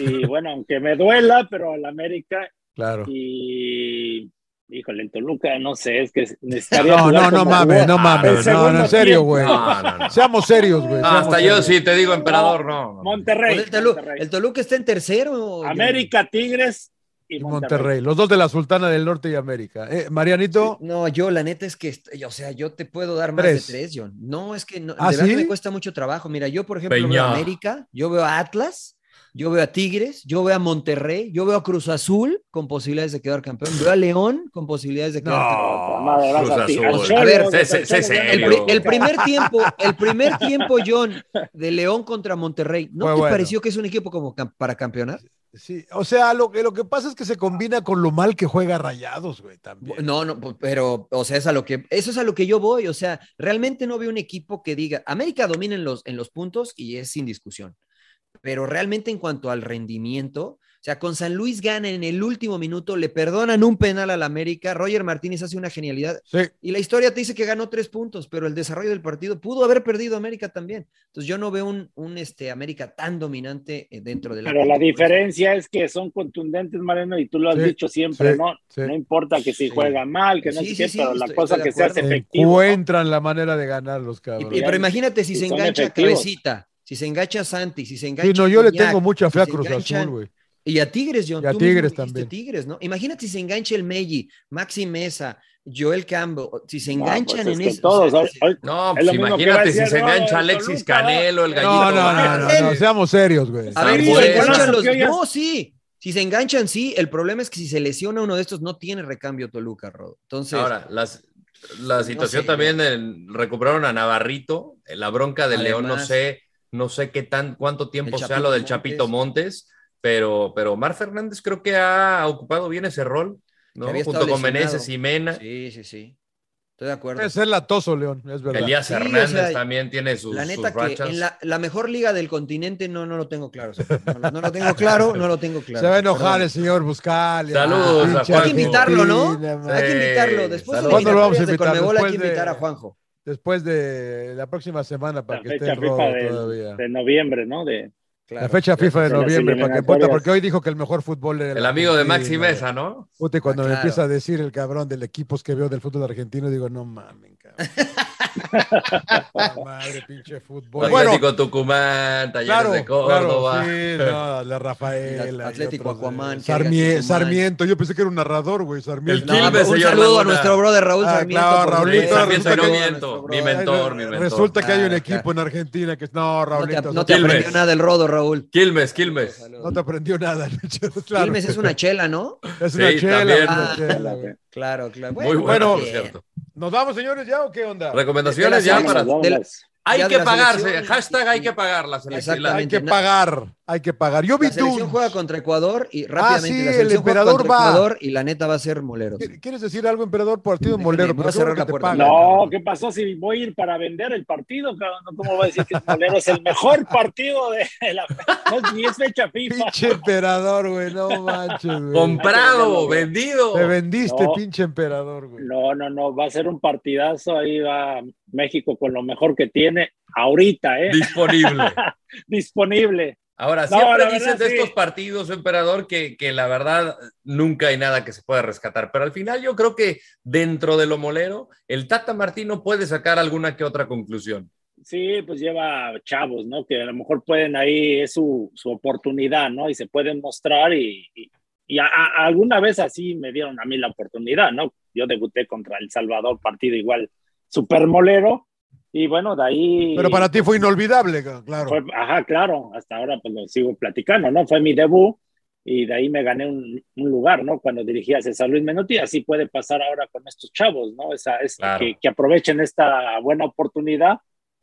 Speaker 4: Y bueno, aunque me duela, pero al América
Speaker 3: Claro.
Speaker 4: y. Híjole, el Toluca, no sé, es que necesitaría.
Speaker 3: No,
Speaker 4: jugar
Speaker 3: no, no
Speaker 4: como
Speaker 3: mames,
Speaker 4: jugó.
Speaker 3: no
Speaker 1: El
Speaker 3: mames. No, no,
Speaker 4: segundo
Speaker 3: en serio,
Speaker 4: tiempo.
Speaker 3: güey.
Speaker 1: No, no, no.
Speaker 3: Seamos serios, güey.
Speaker 1: No,
Speaker 3: seamos
Speaker 1: hasta yo
Speaker 3: serios.
Speaker 1: sí te digo emperador, no. no.
Speaker 4: Monterrey.
Speaker 2: Pues el, Tolu-
Speaker 4: Monterrey.
Speaker 2: el Toluca está en tercero.
Speaker 4: América, Tigres y
Speaker 3: Y
Speaker 4: Monterrey.
Speaker 3: Monterrey, los dos de la Sultana del Norte y América. Eh, Marianito,
Speaker 2: No, yo la neta es que, est- o sea, yo te puedo dar más
Speaker 3: Tres.
Speaker 2: de tres, John. No, es que no,
Speaker 3: ¿Ah,
Speaker 2: de verdad
Speaker 3: sí?
Speaker 2: me cuesta mucho trabajo. Mira, yo, por ejemplo, veo
Speaker 1: Peña.
Speaker 2: a América, yo veo a Atlas, yo veo a Tigres, yo veo a Monterrey, yo veo a Cruz Azul con posibilidades de quedar campeón, veo a León con posibilidades de quedar campeón.
Speaker 4: Oh, Madre, vas
Speaker 1: Cruz
Speaker 4: a ti-
Speaker 1: Azul.
Speaker 4: al Cholo,
Speaker 2: A ver,
Speaker 4: al
Speaker 1: sé- sé- sé
Speaker 4: Cholo, ya no
Speaker 2: El,
Speaker 1: serio.
Speaker 2: pri- el primer tiempo, el primer tiempo, John, de León contra Monterrey, ¿no
Speaker 3: Fue
Speaker 2: te
Speaker 3: bueno.
Speaker 2: pareció que es un equipo como cam- para campeonar?
Speaker 3: sí, o sea, lo que, lo que pasa es que se combina con lo mal que juega Rayados, güey, también.
Speaker 2: No, no, po- pero, o sea, es a lo que, eso es a lo que yo voy. O sea, realmente no veo un equipo que diga, América domina en los, en los puntos y es sin discusión. Pero realmente en cuanto al rendimiento, o sea, con San Luis gana en el último minuto, le perdonan un penal al América, Roger Martínez hace una genialidad
Speaker 3: Sí,
Speaker 2: y la historia te dice que ganó tres puntos, pero el desarrollo del partido pudo haber perdido América también. Entonces yo no veo un, un este, América tan dominante eh, dentro de la...
Speaker 4: Pero la
Speaker 2: Copa, por eso.
Speaker 4: diferencia es que son contundentes, Mariano, y tú lo has
Speaker 3: Sí,
Speaker 4: dicho siempre,
Speaker 3: sí,
Speaker 4: ¿no?
Speaker 3: sí.
Speaker 4: No importa que si
Speaker 2: Sí.
Speaker 4: juega mal, que no
Speaker 2: Sí,
Speaker 4: sé
Speaker 2: sí,
Speaker 4: qué,
Speaker 2: sí,
Speaker 4: pero la
Speaker 2: estoy-
Speaker 4: cosa
Speaker 2: estoy de
Speaker 4: que seas
Speaker 2: acuerdo.
Speaker 4: efectivo. ¿no?
Speaker 3: encuentran la manera de ganar los cabros.
Speaker 2: Y- y- pero imagínate si
Speaker 4: Y
Speaker 2: se
Speaker 4: son
Speaker 2: engancha
Speaker 4: efectivos.
Speaker 2: Cabecita, si se engancha Santi, si se engancha.
Speaker 3: Sí, no, yo le
Speaker 2: Guiñac,
Speaker 3: tengo mucha fe
Speaker 2: si
Speaker 3: a
Speaker 2: se
Speaker 3: Cruz Azul,
Speaker 2: enganchan-
Speaker 3: güey.
Speaker 2: Y a Tigres, John.
Speaker 3: Y a
Speaker 2: tú mismo
Speaker 3: Tigres
Speaker 2: dijiste
Speaker 3: también.
Speaker 2: Tigres, ¿no? Imagínate si se engancha el Meji, Maxi Mesa, Joel Cambo, si se
Speaker 4: No,
Speaker 2: enganchan
Speaker 4: pues es
Speaker 2: en
Speaker 4: que
Speaker 2: eso.
Speaker 4: todos,
Speaker 2: o sea,
Speaker 4: hoy-
Speaker 2: si-
Speaker 4: hoy-
Speaker 1: No,
Speaker 4: Es
Speaker 1: pues
Speaker 4: lo mismo que va a
Speaker 1: imagínate si
Speaker 4: decir,
Speaker 1: se
Speaker 4: no,
Speaker 1: engancha
Speaker 4: el
Speaker 1: Alexis
Speaker 4: Toluca va-
Speaker 1: Canelo, el gallito.
Speaker 3: No, no, no, no, no,
Speaker 1: Vázquez.
Speaker 3: seamos serios, güey.
Speaker 2: A ver,
Speaker 1: Ah,
Speaker 2: si
Speaker 1: por
Speaker 2: se
Speaker 1: eso.
Speaker 2: enganchan los.
Speaker 4: Que hoy es-
Speaker 2: No, sí. Si se enganchan, sí. El problema es que si se lesiona uno de estos, no tiene recambio Toluca, Rodo. Entonces.
Speaker 1: Ahora, las- la situación
Speaker 2: sé.
Speaker 1: también, en- recuperaron a Navarrito, en la bronca de León, no
Speaker 2: Además.
Speaker 1: sé, no sé qué tan, cuánto tiempo
Speaker 2: El
Speaker 1: sea lo del
Speaker 2: Chapito
Speaker 1: Chapito Montes, pero, pero Omar Fernández creo que ha ocupado bien ese rol, ¿no?
Speaker 2: había estado
Speaker 1: Junto con
Speaker 2: lesionado.
Speaker 1: Meneses y Mena.
Speaker 2: Sí, sí, sí. Estoy de acuerdo.
Speaker 3: Es el latoso, León, es verdad.
Speaker 1: Elías
Speaker 2: Sí, o
Speaker 1: Hernández
Speaker 2: sea,
Speaker 1: también tiene sus,
Speaker 2: la
Speaker 1: sus
Speaker 2: neta que
Speaker 1: rachas.
Speaker 2: en la, la mejor liga del continente no, no lo tengo claro. señor. No, lo- no lo tengo claro, no lo tengo claro.
Speaker 3: Se va a enojar
Speaker 2: Perdón.
Speaker 3: el señor ah, Buscal.
Speaker 1: Saludos a
Speaker 2: Hay que invitarlo, ¿no? Hay
Speaker 3: eh,
Speaker 2: que invitarlo. Después de
Speaker 3: ¿Cuándo lo vamos a
Speaker 2: eliminatorias
Speaker 3: invitar?
Speaker 2: de Conmebol hay que
Speaker 3: Después de-
Speaker 2: invitar a Juanjo.
Speaker 3: Después de la próxima semana para
Speaker 4: La
Speaker 3: que esté
Speaker 4: fecha
Speaker 3: en rodo
Speaker 4: FIFA del-
Speaker 3: todavía.
Speaker 4: de noviembre, ¿no? De,
Speaker 3: la fecha FIFA de
Speaker 4: de las
Speaker 3: noviembre, para que pueda,
Speaker 4: eliminatorias.
Speaker 3: porque hoy dijo que el mejor fútbol era
Speaker 1: El amigo de Maxi
Speaker 3: Argentina.
Speaker 1: Mesa, ¿no?
Speaker 3: Puta, y cuando
Speaker 2: Ah,
Speaker 3: me
Speaker 2: claro.
Speaker 3: empieza a decir el cabrón del equipos que veo del fútbol argentino, digo, no mames, cabrón. Puta madre, pinche fútbol.
Speaker 1: Atlético Tucumán, Talleres de Córdoba.
Speaker 3: sí, no, la Rafael.
Speaker 2: At- Atlético Aquaman, que diga
Speaker 3: Sarmiento,
Speaker 2: Tucumán.
Speaker 3: Sarmiento, yo pensé que era un narrador, güey, Sarmiento.
Speaker 1: El Quilmes,
Speaker 2: un
Speaker 1: señor
Speaker 2: saludo a
Speaker 1: Laguna.
Speaker 2: nuestro brother Raúl
Speaker 3: Ah,
Speaker 2: Sarmiento.
Speaker 3: claro,
Speaker 2: por
Speaker 3: Raulito,
Speaker 2: supuesto.
Speaker 1: Sarmiento
Speaker 2: Saludo a
Speaker 1: Sarmiento, mi
Speaker 2: nuestro brother.
Speaker 1: mentor. mi mentor.
Speaker 3: Resulta que hay un
Speaker 2: Claro,
Speaker 3: equipo
Speaker 2: Ah, claro.
Speaker 3: en Argentina que es. No,
Speaker 2: No te,
Speaker 3: Raulito.
Speaker 2: no te
Speaker 1: Quilmes.
Speaker 2: aprendió nada del rodo, Raúl.
Speaker 1: Quilmes, Quilmes.
Speaker 3: no te aprendió nada. Nacho, claro.
Speaker 2: Quilmes es una chela, ¿no?
Speaker 3: Es una
Speaker 1: Sí,
Speaker 3: chela,
Speaker 1: también.
Speaker 3: una
Speaker 2: Ah.
Speaker 3: chela, güey.
Speaker 2: Claro, claro.
Speaker 1: Muy bueno, por
Speaker 2: bien.
Speaker 1: cierto.
Speaker 3: ¿Nos vamos, señores, ya o qué onda?
Speaker 1: Recomendaciones
Speaker 2: De la
Speaker 1: ya
Speaker 2: semana.
Speaker 1: para.
Speaker 4: vámonos,
Speaker 2: de la-
Speaker 4: vámonos.
Speaker 1: Hay
Speaker 2: Ya
Speaker 1: que
Speaker 2: de la
Speaker 1: pagarse.
Speaker 2: selección.
Speaker 1: Hashtag hay que pagar las
Speaker 2: Exactamente.
Speaker 1: elecciones.
Speaker 3: Hay que pagar, hay que pagar. Yo vi
Speaker 2: La selección
Speaker 3: Dunes.
Speaker 2: juega contra Ecuador y rápidamente
Speaker 3: Ah, sí,
Speaker 2: la
Speaker 3: el
Speaker 2: selección juega
Speaker 3: emperador
Speaker 2: contra
Speaker 3: va.
Speaker 2: Ecuador y la neta va a ser molero.
Speaker 3: ¿Qui- ¿Quieres decir algo, emperador? Partido
Speaker 2: Déjame,
Speaker 3: molero,
Speaker 2: voy a
Speaker 3: pero seguro
Speaker 2: cerrar
Speaker 3: que
Speaker 2: la
Speaker 3: te
Speaker 2: puerta.
Speaker 3: pagan.
Speaker 4: No, ¿qué pasó si voy a ir para vender el partido? cabrón? ¿Cómo va a decir que es molero? Es el mejor partido de la. No, es- ni es fecha FIFA.
Speaker 3: Pinche emperador, güey, no manches, güey.
Speaker 1: Comprado, vendido.
Speaker 3: Te vendiste,
Speaker 4: No.
Speaker 3: pinche emperador, güey.
Speaker 4: No, no, no, va a ser un partidazo. Ahí va México con lo mejor que tiene ahorita, ¿eh?
Speaker 1: Disponible.
Speaker 4: Disponible.
Speaker 1: Ahora,
Speaker 4: No,
Speaker 1: siempre
Speaker 4: la
Speaker 1: dices
Speaker 4: verdad,
Speaker 1: de
Speaker 4: sí.
Speaker 1: estos partidos, emperador, que, que la verdad nunca hay nada que se pueda rescatar. Pero al final yo creo que dentro de lo molero, el Tata Martino puede sacar alguna que otra conclusión.
Speaker 4: Sí, pues lleva chavos, ¿no? Que a lo mejor pueden ahí, es su, su oportunidad, ¿no? Y se pueden mostrar y, y, y a- a- alguna vez así me dieron a mí la oportunidad, ¿no? Yo debuté contra El Salvador, partido igual, super molero. Y bueno, de ahí...
Speaker 3: Pero para ti fue inolvidable, ca- claro.
Speaker 4: Fue- ajá, claro, hasta ahora pues lo sigo platicando, ¿no? Fue mi debut y de ahí me gané un, un lugar, ¿no? Cuando dirigía a César Luis Menotti, así puede pasar ahora con estos chavos, ¿no? Esa, es
Speaker 1: Claro.
Speaker 4: que, que aprovechen esta buena oportunidad,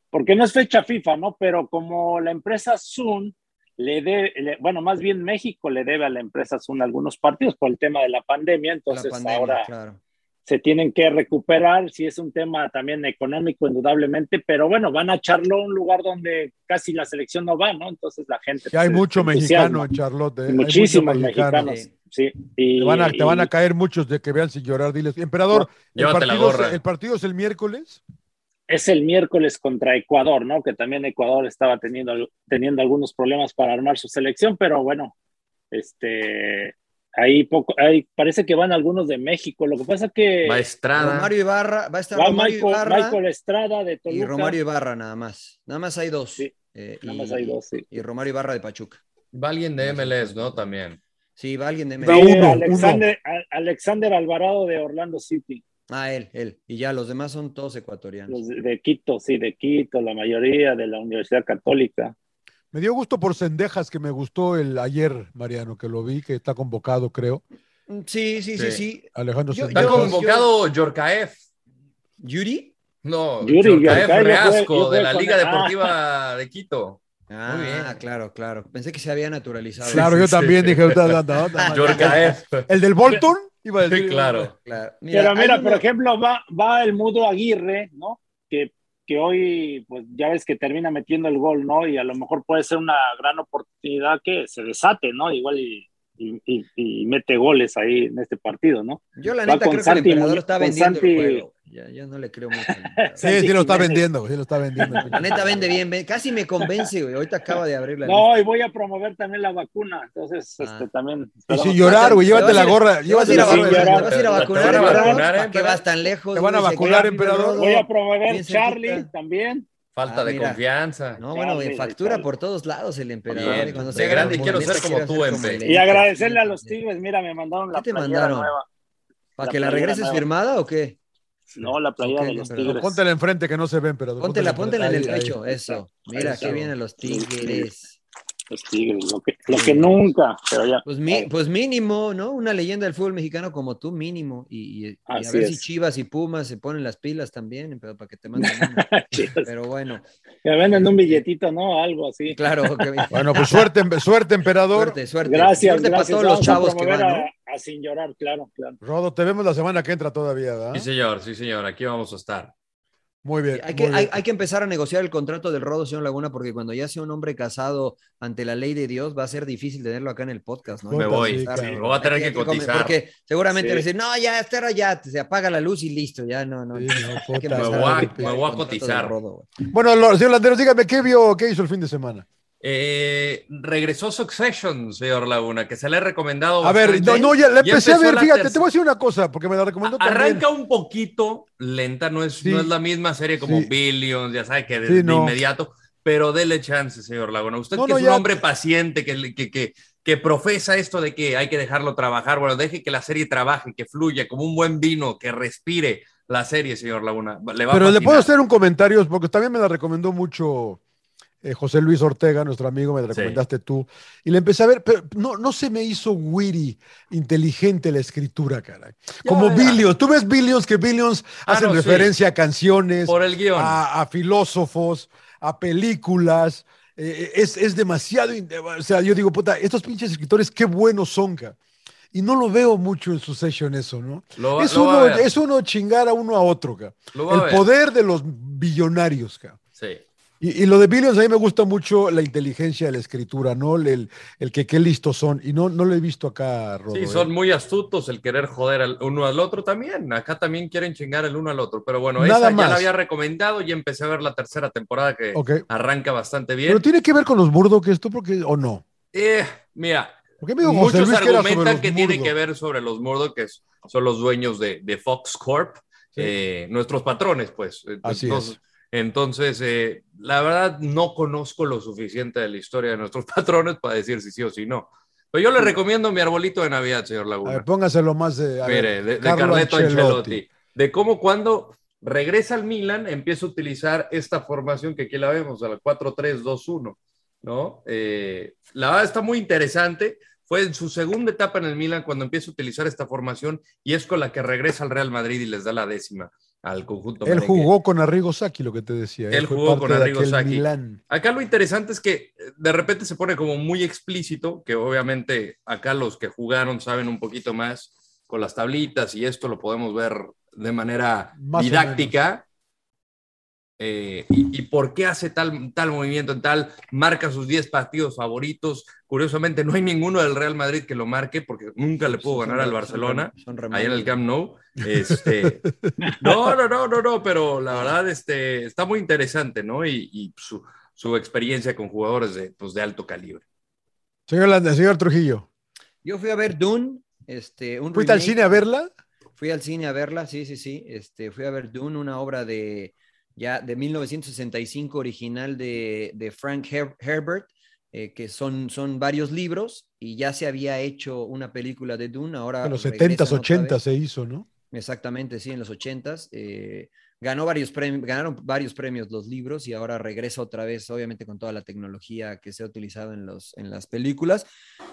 Speaker 4: porque no es fecha FIFA, ¿no? Pero como la empresa Zoom le debe, le- bueno, más bien México le debe a la empresa Zoom algunos partidos por el tema de la pandemia, entonces
Speaker 2: la pandemia,
Speaker 4: ahora
Speaker 2: claro.
Speaker 4: se tienen que recuperar, si es un tema también económico, indudablemente, pero bueno, van a Charlotte, un lugar donde casi la selección no va, ¿no? Entonces la gente...
Speaker 3: Que hay
Speaker 4: pues,
Speaker 3: mucho
Speaker 4: se
Speaker 3: mexicano
Speaker 4: entusiasma.
Speaker 3: en Charlotte. eh, hay mucho
Speaker 4: Muchísimos
Speaker 3: mexicano.
Speaker 4: mexicanos, sí. Y,
Speaker 3: Te van, a, te van a
Speaker 4: y-
Speaker 3: caer muchos de que vean sin llorar. Diles, emperador, el
Speaker 1: Llévate la
Speaker 3: partido, es-
Speaker 1: gorra.
Speaker 3: el partido es el miércoles.
Speaker 4: es el miércoles contra Ecuador, ¿no? Que también Ecuador estaba teniendo, al- teniendo algunos problemas para armar su selección, pero bueno, este, ahí poco, ahí parece que van algunos de México. Lo que pasa que
Speaker 1: Maestrada.
Speaker 2: Romario Ibarra, va a estar
Speaker 4: va
Speaker 2: Romario
Speaker 4: Michael,
Speaker 2: Ibarra
Speaker 4: Michael Estrada de
Speaker 2: y
Speaker 4: Toluca.
Speaker 2: Romario Ibarra nada más. Nada más hay dos.
Speaker 4: Sí,
Speaker 2: Eh,
Speaker 4: Nada
Speaker 2: y-
Speaker 4: más hay dos, sí.
Speaker 2: Y Romario Ibarra de Pachuca.
Speaker 1: Va alguien de MLS, ¿no? También.
Speaker 2: Sí, va alguien de
Speaker 3: Da
Speaker 4: Sí,
Speaker 2: México.
Speaker 3: uno,
Speaker 4: Alexander, A- Alexander Alvarado de Orlando City,
Speaker 2: Ah, él, él. Y ya, los demás son todos ecuatorianos.
Speaker 4: los de, de Quito, sí, de Quito, la mayoría de la Universidad Católica.
Speaker 3: Me dio gusto por Cendejas, que me gustó el ayer, Mariano, que lo vi, que está convocado, creo.
Speaker 2: Mm, Sí, sí, sí, sí.
Speaker 3: Alejandro
Speaker 2: Yo-
Speaker 1: Está
Speaker 2: yo-
Speaker 3: Cendejas.
Speaker 1: convocado Yorkaef.
Speaker 2: ¿Yuri?
Speaker 1: No,
Speaker 4: Yuri
Speaker 1: Yorkaef
Speaker 4: Yorkaeff, yo jugué- yo
Speaker 1: Reasco,
Speaker 4: jugué
Speaker 1: de la
Speaker 4: con-
Speaker 1: Liga
Speaker 4: ah.
Speaker 1: Deportiva de Quito.
Speaker 2: Ah,
Speaker 1: Muy bien.
Speaker 2: claro, claro. Pensé que se había naturalizado.
Speaker 3: Claro,
Speaker 1: Sí,
Speaker 3: yo
Speaker 1: sí,
Speaker 3: también
Speaker 1: sí.
Speaker 3: dije, "Anda, anda, anda,
Speaker 2: Ah,
Speaker 3: anda".
Speaker 1: Yorkaef.
Speaker 3: el del Bolton, iba a decir.
Speaker 1: Sí, claro.
Speaker 2: Claro.
Speaker 4: Pero mira,
Speaker 2: hay
Speaker 4: por
Speaker 2: uno-
Speaker 4: ejemplo, va, va el Mudo Aguirre, ¿no? Que, que hoy, pues ya ves que termina metiendo el gol, ¿no? Y a lo mejor puede ser una gran oportunidad que se desate, ¿no? Igual y, y- y- y mete goles ahí en este partido, ¿no?
Speaker 2: Yo la
Speaker 4: Va
Speaker 2: neta
Speaker 4: con
Speaker 2: creo que
Speaker 4: Santi
Speaker 2: el emperador
Speaker 4: Muñoz-
Speaker 2: está
Speaker 4: con
Speaker 2: vendiendo
Speaker 4: Santi-
Speaker 2: el juego. Ya, ya no le creo mucho. al emperador.
Speaker 3: Sí, sí lo está
Speaker 4: Santi Jiménez.
Speaker 3: vendiendo, güey, sí lo está vendiendo.
Speaker 2: La neta vende bien, ve- casi me convence, güey. Ahorita acaba de abrir la
Speaker 4: No, y voy a promover también la vacuna, entonces,
Speaker 2: Ah.
Speaker 4: este, también.
Speaker 3: Y
Speaker 4: esperamos-
Speaker 3: sin llorar, güey,
Speaker 2: Te vas a
Speaker 3: llévate la
Speaker 2: ir-
Speaker 3: gorra.
Speaker 2: ¿Te vas a
Speaker 3: Llévate
Speaker 2: ir a
Speaker 3: la
Speaker 4: Sí,
Speaker 2: vacunar?
Speaker 4: llorar.
Speaker 2: ¿Te vas a ir a
Speaker 1: Te
Speaker 2: vacunar?
Speaker 1: van a
Speaker 2: emperador?
Speaker 1: vacunar, ¿eh?
Speaker 2: ¿Para qué
Speaker 1: emperador?
Speaker 2: vas tan lejos?
Speaker 3: Te van a
Speaker 2: güey? Se
Speaker 3: vacunar,
Speaker 2: queda
Speaker 3: emperador.
Speaker 4: Voy a
Speaker 2: Bien
Speaker 4: promover Charlie
Speaker 2: cerquita.
Speaker 4: también.
Speaker 1: Falta
Speaker 2: Ah,
Speaker 1: de
Speaker 2: mira.
Speaker 1: confianza.
Speaker 2: No, bueno, güey,
Speaker 4: Charlie,
Speaker 2: factura
Speaker 4: Charlie.
Speaker 2: por todos lados el emperador.
Speaker 1: Bien.
Speaker 2: güey, cuando
Speaker 1: De
Speaker 2: se
Speaker 1: grande
Speaker 2: graba,
Speaker 1: quiero
Speaker 2: neta,
Speaker 1: ser como tú,
Speaker 2: como
Speaker 1: empe.
Speaker 2: el
Speaker 4: Y
Speaker 2: Inter,
Speaker 4: agradecerle a los
Speaker 2: sí.
Speaker 4: Tigres, mira, me mandaron la
Speaker 2: ¿Qué te
Speaker 4: playera
Speaker 2: mandaron?
Speaker 4: nueva.
Speaker 2: ¿Para
Speaker 4: La
Speaker 2: que la
Speaker 4: playera
Speaker 2: regreses
Speaker 4: nueva.
Speaker 2: firmada o qué?
Speaker 4: No, la playera
Speaker 2: Ok,
Speaker 4: de los
Speaker 2: emperador.
Speaker 4: Tigres.
Speaker 3: Póntela enfrente que no se ven, pero.
Speaker 2: Póntela, póntela en el
Speaker 3: ahí, ahí.
Speaker 2: pecho, eso. Mira,
Speaker 4: está.
Speaker 2: qué vienen los tigres.
Speaker 4: Los Tigres, lo que, lo que nunca, pero ya.
Speaker 2: Pues, mi- pues mínimo, ¿no? Una leyenda del fútbol mexicano como tú, mínimo. Y, y- y a
Speaker 4: Así
Speaker 2: ver si
Speaker 4: es.
Speaker 2: Chivas y Pumas se ponen las pilas también, pero para que te manden uno.
Speaker 4: Chivas.
Speaker 2: Pero bueno,
Speaker 4: Me venden un billetito, ¿no? Algo así.
Speaker 2: pues, claro. que-
Speaker 3: Bueno, pues suerte, suerte, emperador.
Speaker 2: suerte, suerte.
Speaker 4: Gracias,
Speaker 2: Suerte
Speaker 4: gracias.
Speaker 2: para todos los
Speaker 4: Vamos a
Speaker 2: chavos que
Speaker 4: promover
Speaker 2: van, ¿no?
Speaker 4: a, Ah, sin llorar, claro, claro.
Speaker 3: Rodo, te vemos la semana que entra todavía,
Speaker 2: ¿ah?
Speaker 3: ¿verdad?
Speaker 1: Sí, señor, sí, señor, aquí vamos a estar.
Speaker 3: Muy bien.
Speaker 2: Hay
Speaker 3: muy
Speaker 2: que,
Speaker 3: bien.
Speaker 2: hay- hay que empezar a negociar el contrato del Rodo, señor Laguna, porque cuando ya sea un hombre casado ante la ley de Dios, va a ser difícil tenerlo acá en el podcast, ¿no?
Speaker 1: Me
Speaker 2: Hay que
Speaker 1: voy,
Speaker 2: cotizar,
Speaker 1: sí,
Speaker 2: ¿no?
Speaker 1: lo voy a tener
Speaker 2: Hay
Speaker 1: que
Speaker 2: hay comer,
Speaker 1: cotizar.
Speaker 2: Porque seguramente
Speaker 4: Sí.
Speaker 2: le dicen, no, ya, este era ya, se apaga la luz y listo, ya, no, no.
Speaker 3: Sí,
Speaker 2: Hay
Speaker 3: no,
Speaker 2: que
Speaker 3: puta, pues.
Speaker 2: empezar
Speaker 1: Me voy a-
Speaker 2: negociar
Speaker 1: me
Speaker 2: el
Speaker 1: voy a
Speaker 2: contrato del
Speaker 1: cotizar.
Speaker 2: Rodo, güey.
Speaker 3: Bueno, lo- señor Landeros, dígame, ¿qué vio, qué hizo el fin de semana?
Speaker 1: Eh, regresó Succession, señor Laguna, que se le ha recomendado.
Speaker 3: A ver,
Speaker 1: bastante.
Speaker 3: no, no, ya la
Speaker 1: Oh, Ya
Speaker 3: empecé a
Speaker 1: empezó
Speaker 3: ver,
Speaker 1: la
Speaker 3: fíjate,
Speaker 1: tercera.
Speaker 3: te voy a decir una cosa, porque me la recomendó
Speaker 1: A-
Speaker 3: también.
Speaker 1: Arranca un poquito lenta, no es,
Speaker 3: Sí.
Speaker 1: no es la misma serie como
Speaker 3: Sí.
Speaker 1: Billions, ya sabe que de,
Speaker 3: Sí,
Speaker 1: de
Speaker 3: no.
Speaker 1: inmediato, pero dele chance, señor Laguna. Usted
Speaker 3: No,
Speaker 1: que
Speaker 3: no,
Speaker 1: es
Speaker 3: ya.
Speaker 1: un hombre paciente, que, le- que, que, que profesa esto de que hay que dejarlo trabajar, bueno, deje que la serie trabaje, que fluya como un buen vino, que respire la serie, señor Laguna. Le va a
Speaker 3: Pero le
Speaker 1: fascinar.
Speaker 3: puedo hacer un comentario, porque también me la recomendó mucho eh, José Luis Ortega, nuestro amigo, me la
Speaker 1: Sí.
Speaker 3: recomendaste tú. Y la empecé a ver, pero no, no se me hizo witty, inteligente la escritura, caray. Como
Speaker 1: verás.
Speaker 3: Billions. Tú ves Billions, que Billions
Speaker 1: Ah,
Speaker 3: hacen
Speaker 1: no, sí.
Speaker 3: referencia a canciones,
Speaker 1: Por el guión.
Speaker 3: a, a filósofos, a películas. eh, es, es demasiado. in- eh, O sea, yo digo, puta, estos pinches escritores, qué buenos son, ca. Y no lo veo mucho en su session eso, ¿no?
Speaker 1: Lo va-
Speaker 3: es,
Speaker 1: lo va a
Speaker 3: uno,
Speaker 1: ver.
Speaker 3: es uno chingar a uno a otro, ca.
Speaker 1: Lo va a
Speaker 3: El
Speaker 1: ver.
Speaker 3: poder de los billonarios, ca.
Speaker 1: Sí.
Speaker 3: Y, y lo de Billions, a mí me gusta mucho la inteligencia de la escritura, ¿no? El, el, el que qué listos son. Y no, no lo he visto acá, Rodo.
Speaker 1: Sí,
Speaker 3: ¿eh?
Speaker 1: son muy astutos el querer joder al uno al otro también. Acá también quieren chingar el uno al otro. Pero bueno,
Speaker 3: Nada
Speaker 1: esa ya
Speaker 3: más.
Speaker 1: la había recomendado y empecé a ver la tercera temporada que
Speaker 3: Ok.
Speaker 1: arranca bastante bien.
Speaker 3: Pero tiene que ver con los burdo que esto, porque, o no.
Speaker 1: Eh, mira,
Speaker 3: Porque me dijo José
Speaker 1: muchos
Speaker 3: Luis que era sobre
Speaker 1: argumentan
Speaker 3: los
Speaker 1: que tiene
Speaker 3: Murdoch.
Speaker 1: que ver sobre los Murdoch, que es- son los dueños de, de Fox Corp, eh, nuestros patrones, pues.
Speaker 3: Así
Speaker 1: entonces,
Speaker 3: es.
Speaker 1: entonces, eh, la verdad, no conozco lo suficiente de la historia de nuestros patrones para decir si sí o si no. Pero yo le recomiendo mi arbolito de Navidad, señor
Speaker 3: A
Speaker 1: Laguna.
Speaker 3: ver, póngaselo más de. a
Speaker 1: Mire,
Speaker 3: ver,
Speaker 1: de, de
Speaker 3: Carlo
Speaker 1: Carleto Ancelotti.
Speaker 3: Ancelotti.
Speaker 1: De cómo cuando regresa al Milan empieza a utilizar esta formación que aquí la vemos, a la 4-3-2-1, ¿no? Eh, la verdad está muy interesante. Fue en su segunda etapa en el Milan cuando empieza a utilizar esta formación y es con la que regresa al Real Madrid y les da la décima al conjunto.
Speaker 3: Él
Speaker 1: merengue.
Speaker 3: jugó con Arrigo Sacchi, lo que te decía. ¿eh?
Speaker 1: Él
Speaker 3: fue parte
Speaker 1: jugó con
Speaker 3: de
Speaker 1: Arrigo
Speaker 3: aquel
Speaker 1: Sacchi.
Speaker 3: Milán.
Speaker 1: Acá lo interesante es que eh, de repente se pone como muy explícito, que obviamente acá los que jugaron saben un poquito más con las tablitas y esto lo podemos ver de manera
Speaker 3: Más o
Speaker 1: didáctica. Eh, y, y por qué hace tal, tal movimiento en tal, marca sus 10 partidos favoritos. Curiosamente, no hay ninguno del Real Madrid que lo marque porque nunca le pudo
Speaker 2: Son-
Speaker 1: ganar al
Speaker 2: son-
Speaker 1: Barcelona
Speaker 2: son
Speaker 1: ahí en el
Speaker 2: remanentes.
Speaker 1: Camp Nou. Este, no, no, no, no, no, pero la verdad este, está muy interesante, ¿no? Y, y su, su experiencia con jugadores de, pues, de alto calibre.
Speaker 3: Señor, Landa- señor Trujillo,
Speaker 2: Yo fui a ver Dune, este, un
Speaker 3: ¿fuiste al
Speaker 2: remake.
Speaker 3: cine a verla?
Speaker 2: Fui al cine a verla, sí, sí, sí. Este, fui a ver Dune, una obra de ya de 1965 original de, de Frank Her- Herbert, eh, que son, son varios libros y ya se había hecho una película de Dune. Ahora
Speaker 3: En los
Speaker 2: regresan
Speaker 3: 70s,
Speaker 2: otra
Speaker 3: 80s
Speaker 2: vez.
Speaker 3: se hizo, ¿no?
Speaker 2: Exactamente, sí, en los 80s. eh, ganó varios premios, ganaron varios premios los libros y ahora regresa otra vez, obviamente con toda la tecnología que se ha utilizado en, los, en las películas.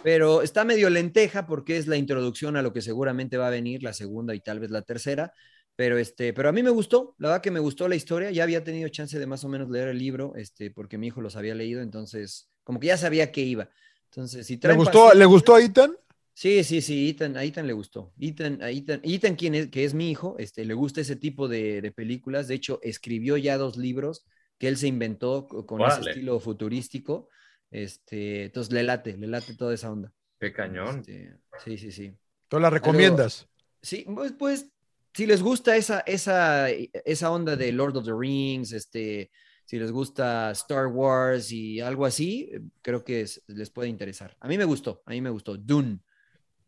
Speaker 2: Pero está medio lenteja porque es la introducción a lo que seguramente va a venir, la segunda y tal vez la tercera. Pero, este, pero a mí me gustó, la verdad que me gustó la historia. Ya había tenido chance de más o menos leer el libro este, porque mi hijo los había leído, entonces como que ya sabía que iba. Entonces, si
Speaker 3: ¿Le
Speaker 2: traen
Speaker 3: gustó,
Speaker 2: paciencia-
Speaker 3: ¿Le gustó a Ethan?
Speaker 2: Sí, sí, sí, Ethan, a Ethan le gustó. Ethan, a Ethan, Ethan, quien es, que es mi hijo, este, le gusta ese tipo de, de películas. De hecho, escribió ya dos libros que él se inventó co- con ese
Speaker 1: Órale.
Speaker 2: estilo futurístico. Este, entonces le late, le late toda esa onda.
Speaker 1: Qué cañón.
Speaker 2: Este, sí, sí, sí.
Speaker 3: ¿Tú la recomiendas?
Speaker 2: Sí, pues, pues, si les gusta esa, esa, e, esa onda de Lord of the Rings, este, si les gusta Star Wars y algo así, creo que es- les puede interesar. A mí me gustó, a mí me gustó. Dune,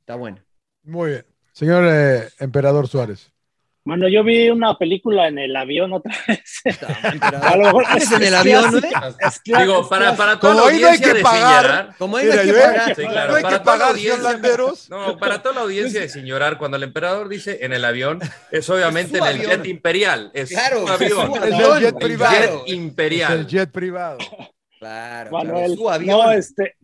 Speaker 2: está bueno.
Speaker 3: Muy bien. Señor eh, Emperador Suárez.
Speaker 4: Bueno, yo vi una película en el avión otra vez.
Speaker 2: A
Speaker 4: lo mejor-
Speaker 2: Ah, es en el avión, ¿no?
Speaker 1: Digo, para, para toda la
Speaker 3: Como ahí no hay
Speaker 1: audiencia
Speaker 3: que
Speaker 1: de
Speaker 3: pagar.
Speaker 1: pagar.
Speaker 2: Como él no hay
Speaker 3: Mira,
Speaker 2: que
Speaker 3: yo-
Speaker 2: pagar.
Speaker 1: Sí,
Speaker 3: No
Speaker 1: claro.
Speaker 3: hay que
Speaker 1: Para toda la
Speaker 3: pagar, señor
Speaker 1: audiencia.
Speaker 3: Landeros.
Speaker 1: No, para toda la audiencia de Sin Llorar, cuando el emperador dice en el avión, es obviamente
Speaker 2: su
Speaker 1: en el
Speaker 2: avión.
Speaker 1: jet imperial. Es
Speaker 2: Claro,
Speaker 1: un
Speaker 2: es su
Speaker 1: avión.
Speaker 3: El
Speaker 2: avión,
Speaker 3: del jet
Speaker 2: güey,
Speaker 3: privado.
Speaker 2: claro.
Speaker 1: Jet
Speaker 3: Es
Speaker 1: imperial.
Speaker 3: el jet privado.
Speaker 2: Claro, claro,
Speaker 4: Manuel,
Speaker 2: su avión.
Speaker 4: no, este,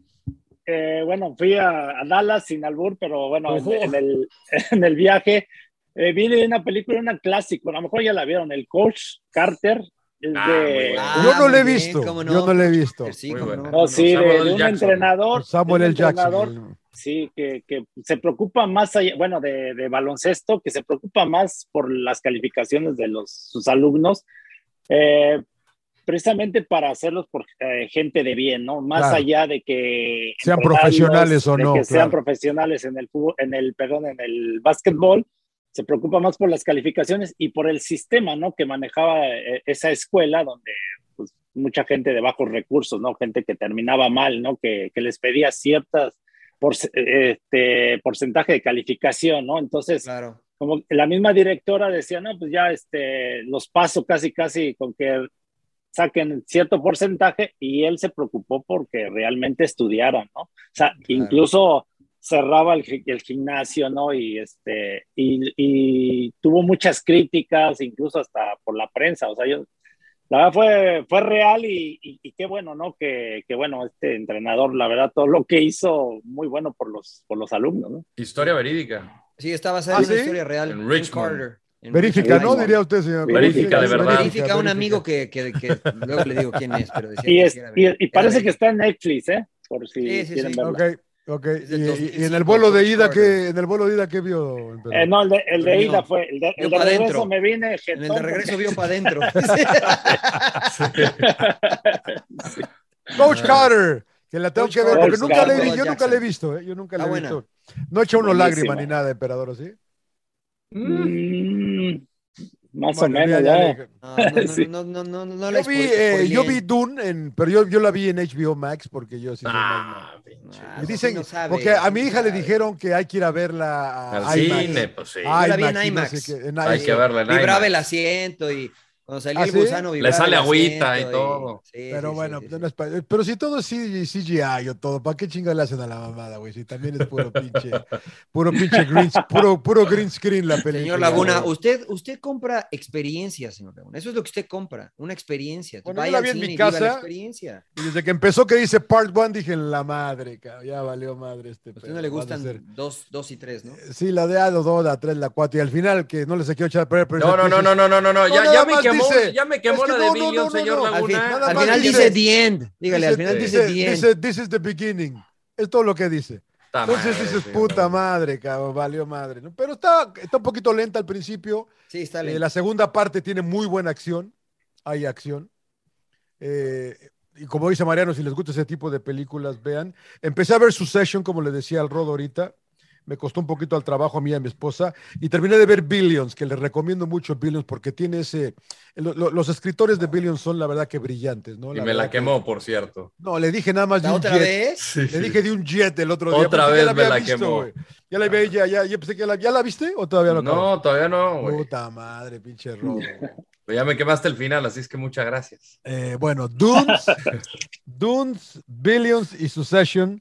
Speaker 4: eh, bueno, fui a, a Dallas sin albur, pero bueno, en,
Speaker 2: Ojo.
Speaker 4: en el, en el viaje eh, vi una película, una clásica, a lo mejor ya la vieron, el Coach Carter, Es
Speaker 1: Ah,
Speaker 4: de-
Speaker 1: muy bueno.
Speaker 3: Yo no le he visto. Yo no le he visto.
Speaker 4: No, sí, de, de un entrenador.
Speaker 3: Samuel
Speaker 4: de un
Speaker 3: L. Jackson.
Speaker 4: entrenador, Sí, que, que se preocupa más, allá- bueno, de, de baloncesto, que se preocupa más por las calificaciones de los, sus alumnos, eh, precisamente para hacerlos por eh, gente de bien, ¿no? Más
Speaker 3: Claro.
Speaker 4: allá de que...
Speaker 3: Sean
Speaker 4: entrenarlos,
Speaker 3: profesionales o
Speaker 4: de
Speaker 3: no,
Speaker 4: Que sean
Speaker 3: claro.
Speaker 4: profesionales en el, fútbol, en el, perdón, en el básquetbol, se preocupa más por las calificaciones y por el sistema, ¿no? Que manejaba eh, esa escuela donde pues, mucha gente de bajos recursos, ¿no? Gente que terminaba mal, ¿no? Que, que les pedía ciertas por, este, porcentaje de calificación, ¿no? Entonces, como la misma directora decía, no, pues ya este, los paso casi, casi con que saquen cierto porcentaje y él se preocupó porque realmente estudiaran, ¿no? O sea, incluso cerraba el, gi- el gimnasio, ¿no? Y, este, y, y tuvo muchas críticas, incluso hasta por la prensa, o sea, yo, la verdad fue, fue real y, y- y qué bueno, ¿no? Que, que bueno, este entrenador, la verdad, todo lo que hizo, muy bueno por los, por los alumnos, ¿no?
Speaker 1: Historia verídica.
Speaker 2: Sí, esta va a ser
Speaker 1: ¿Ah,
Speaker 2: una
Speaker 1: sí?
Speaker 2: historia real.
Speaker 1: En
Speaker 2: Jim
Speaker 1: Richmond.
Speaker 2: Carter. En
Speaker 3: Verifica,
Speaker 2: Richmond.
Speaker 3: ¿no? Diría usted, señor.
Speaker 1: Verifica, de verdad.
Speaker 2: Verifica a un amigo que, que- que luego le digo quién es, pero decía
Speaker 4: Y,
Speaker 2: que
Speaker 4: es-
Speaker 2: sí era
Speaker 4: y,
Speaker 2: verídica.
Speaker 4: y parece que está en Netflix, ¿eh? Por si
Speaker 2: Sí, sí,
Speaker 4: quieren
Speaker 2: sí.
Speaker 4: verla.
Speaker 3: Ok, ok. Y,
Speaker 2: del
Speaker 3: y- y en
Speaker 2: 2005,
Speaker 3: el vuelo de
Speaker 2: Coach
Speaker 3: ida,
Speaker 2: Carter.
Speaker 3: ¿qué, en el vuelo de ida, ¿qué vio? en Perú?
Speaker 4: Eh, no, el de, el de
Speaker 2: Dormió.
Speaker 4: ida fue. El de, el
Speaker 2: Vio
Speaker 4: de
Speaker 2: pa'
Speaker 4: regreso
Speaker 2: dentro.
Speaker 4: me vine.
Speaker 2: En el de regreso vio para adentro.
Speaker 3: Coach Carter, que la tengo
Speaker 2: Coach
Speaker 3: que ver,
Speaker 4: Carter.
Speaker 3: porque nunca
Speaker 4: Coach
Speaker 3: le vi,
Speaker 2: Carter
Speaker 3: yo nunca le he
Speaker 2: Jackson.
Speaker 3: visto, ¿eh? yo nunca le
Speaker 2: Ah,
Speaker 3: he
Speaker 2: buena.
Speaker 3: visto. No he hecho una
Speaker 4: Buenísima.
Speaker 3: lágrima ni nada, emperador, ¿sí?
Speaker 4: Mm, más
Speaker 3: Bueno,
Speaker 4: o menos,
Speaker 3: ya-
Speaker 4: ¿eh?
Speaker 3: ya dije.
Speaker 4: ya.
Speaker 2: No, no,
Speaker 4: Sí.
Speaker 2: no, no, no, no, pues, no la
Speaker 3: Yo vi, eh,
Speaker 2: spoileen.
Speaker 3: yo vi Dune, en- pero yo, yo la vi en HBO Max porque yo sí soy más-
Speaker 1: Ah, pinche.
Speaker 2: Ah,
Speaker 3: Me
Speaker 2: no,
Speaker 3: dicen,
Speaker 2: no sabe,
Speaker 3: porque a
Speaker 2: no
Speaker 3: mi hija le
Speaker 2: sabe.
Speaker 3: dijeron que hay que ir a verla a
Speaker 1: Al
Speaker 3: IMAX.
Speaker 1: cine, pues sí.
Speaker 3: Ah,
Speaker 2: Yo la vi en
Speaker 3: IMAX, y no sé
Speaker 2: IMAX.
Speaker 3: qué, en
Speaker 1: Hay
Speaker 3: IMAX.
Speaker 1: que verla en
Speaker 2: Vibraba
Speaker 1: IMAX.
Speaker 2: el asiento y cuando salía
Speaker 3: ¿Ah,
Speaker 2: el
Speaker 3: sí?
Speaker 2: gusano
Speaker 1: Le
Speaker 2: vibraba
Speaker 1: sale
Speaker 2: el
Speaker 1: agüita
Speaker 2: asiento
Speaker 1: y todo.
Speaker 2: Sí,
Speaker 3: Pero
Speaker 2: sí,
Speaker 3: bueno, pues
Speaker 2: sí, sí,
Speaker 3: no
Speaker 2: sí.
Speaker 3: es pa- pero si todo es C- CGI o todo, ¿para qué chinga le hacen a la mamada, güey? Si también es puro pinche, puro pinche green, puro, puro green screen la película.
Speaker 2: Señor Laguna,
Speaker 3: güey.
Speaker 2: usted, usted compra experiencia, señor Laguna. Eso es lo que usted compra, una experiencia.
Speaker 3: Bueno, yo
Speaker 2: Vaya
Speaker 3: la
Speaker 2: al
Speaker 3: vi en
Speaker 2: cine
Speaker 3: mi
Speaker 2: y viva la
Speaker 3: casa.
Speaker 2: experiencia.
Speaker 3: Y desde que empezó que dice part one, dije la madre, cabrón, ya valió madre este.
Speaker 2: Pues, A usted
Speaker 3: pedo,
Speaker 2: no le
Speaker 3: va a ser-
Speaker 2: gustan dos, dos y tres, ¿no?
Speaker 3: Sí, la de A, la 2, la 3, la 4 y al final que no les quiero echar a perder. pero
Speaker 1: No, no,
Speaker 3: dices,
Speaker 1: no, no, no, no, no, no.
Speaker 3: No,
Speaker 1: Ya, ya
Speaker 3: nada
Speaker 1: me
Speaker 3: más
Speaker 1: quemó,
Speaker 3: dice-
Speaker 1: ya me
Speaker 3: Es
Speaker 1: quemó
Speaker 3: que no,
Speaker 1: la de
Speaker 3: no,
Speaker 1: Billion,
Speaker 3: no, no,
Speaker 1: señor
Speaker 3: no. Al
Speaker 2: Al, fin-
Speaker 1: Laguna.
Speaker 3: nada
Speaker 2: al
Speaker 3: más
Speaker 2: final
Speaker 3: dice-
Speaker 2: dice the end. Dígale, al final dice the
Speaker 3: dice,
Speaker 2: end.
Speaker 3: dice, this is the beginning. Es todo lo que dice.
Speaker 1: Puta
Speaker 3: Entonces
Speaker 1: Ah, madre,
Speaker 3: dices,
Speaker 1: señor
Speaker 3: puta
Speaker 1: Laguna.
Speaker 3: madre, cabrón, valió madre. ¿no? Pero está, está un poquito lenta al principio.
Speaker 2: Sí, está
Speaker 3: Eh,
Speaker 2: bien.
Speaker 3: la segunda parte tiene muy buena acción. Hay acción. Eh, y como dice Mariano, si les gusta ese tipo de películas, vean. Empecé a ver Succession, como le decía al Rodo ahorita. Me costó un poquito al trabajo a mí y a mi esposa. Y terminé de ver Billions, que les recomiendo mucho Billions, porque tiene ese. lo- lo- los escritores de Billions son la verdad que brillantes, ¿no?
Speaker 1: Y me la
Speaker 3: verdad que-
Speaker 1: quemó, por cierto.
Speaker 3: no, le dije nada más de
Speaker 2: ¿La
Speaker 3: un
Speaker 2: otra
Speaker 3: jet.
Speaker 2: vez?
Speaker 3: Le dije de un jet el otro día.
Speaker 1: Otra
Speaker 3: porque
Speaker 1: vez
Speaker 3: ya
Speaker 1: me
Speaker 3: había
Speaker 1: la quemó.
Speaker 3: güey. Ya la veía, ya, ya, yo pensé que ya la, ¿ya la viste o todavía no. acabas?
Speaker 1: No, todavía no, güey.
Speaker 3: Puta madre, pinche robo.
Speaker 1: Pero Ya me quemaste el final, así es que muchas gracias.
Speaker 3: Eh, bueno, Dunes, Dunes, Billions y Succession.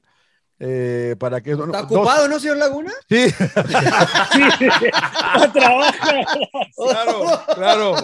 Speaker 3: eh, para que
Speaker 2: ¿Está
Speaker 3: dos-
Speaker 2: ocupado, no, señor Laguna?
Speaker 3: sí,
Speaker 4: No trabaja.
Speaker 3: claro, claro,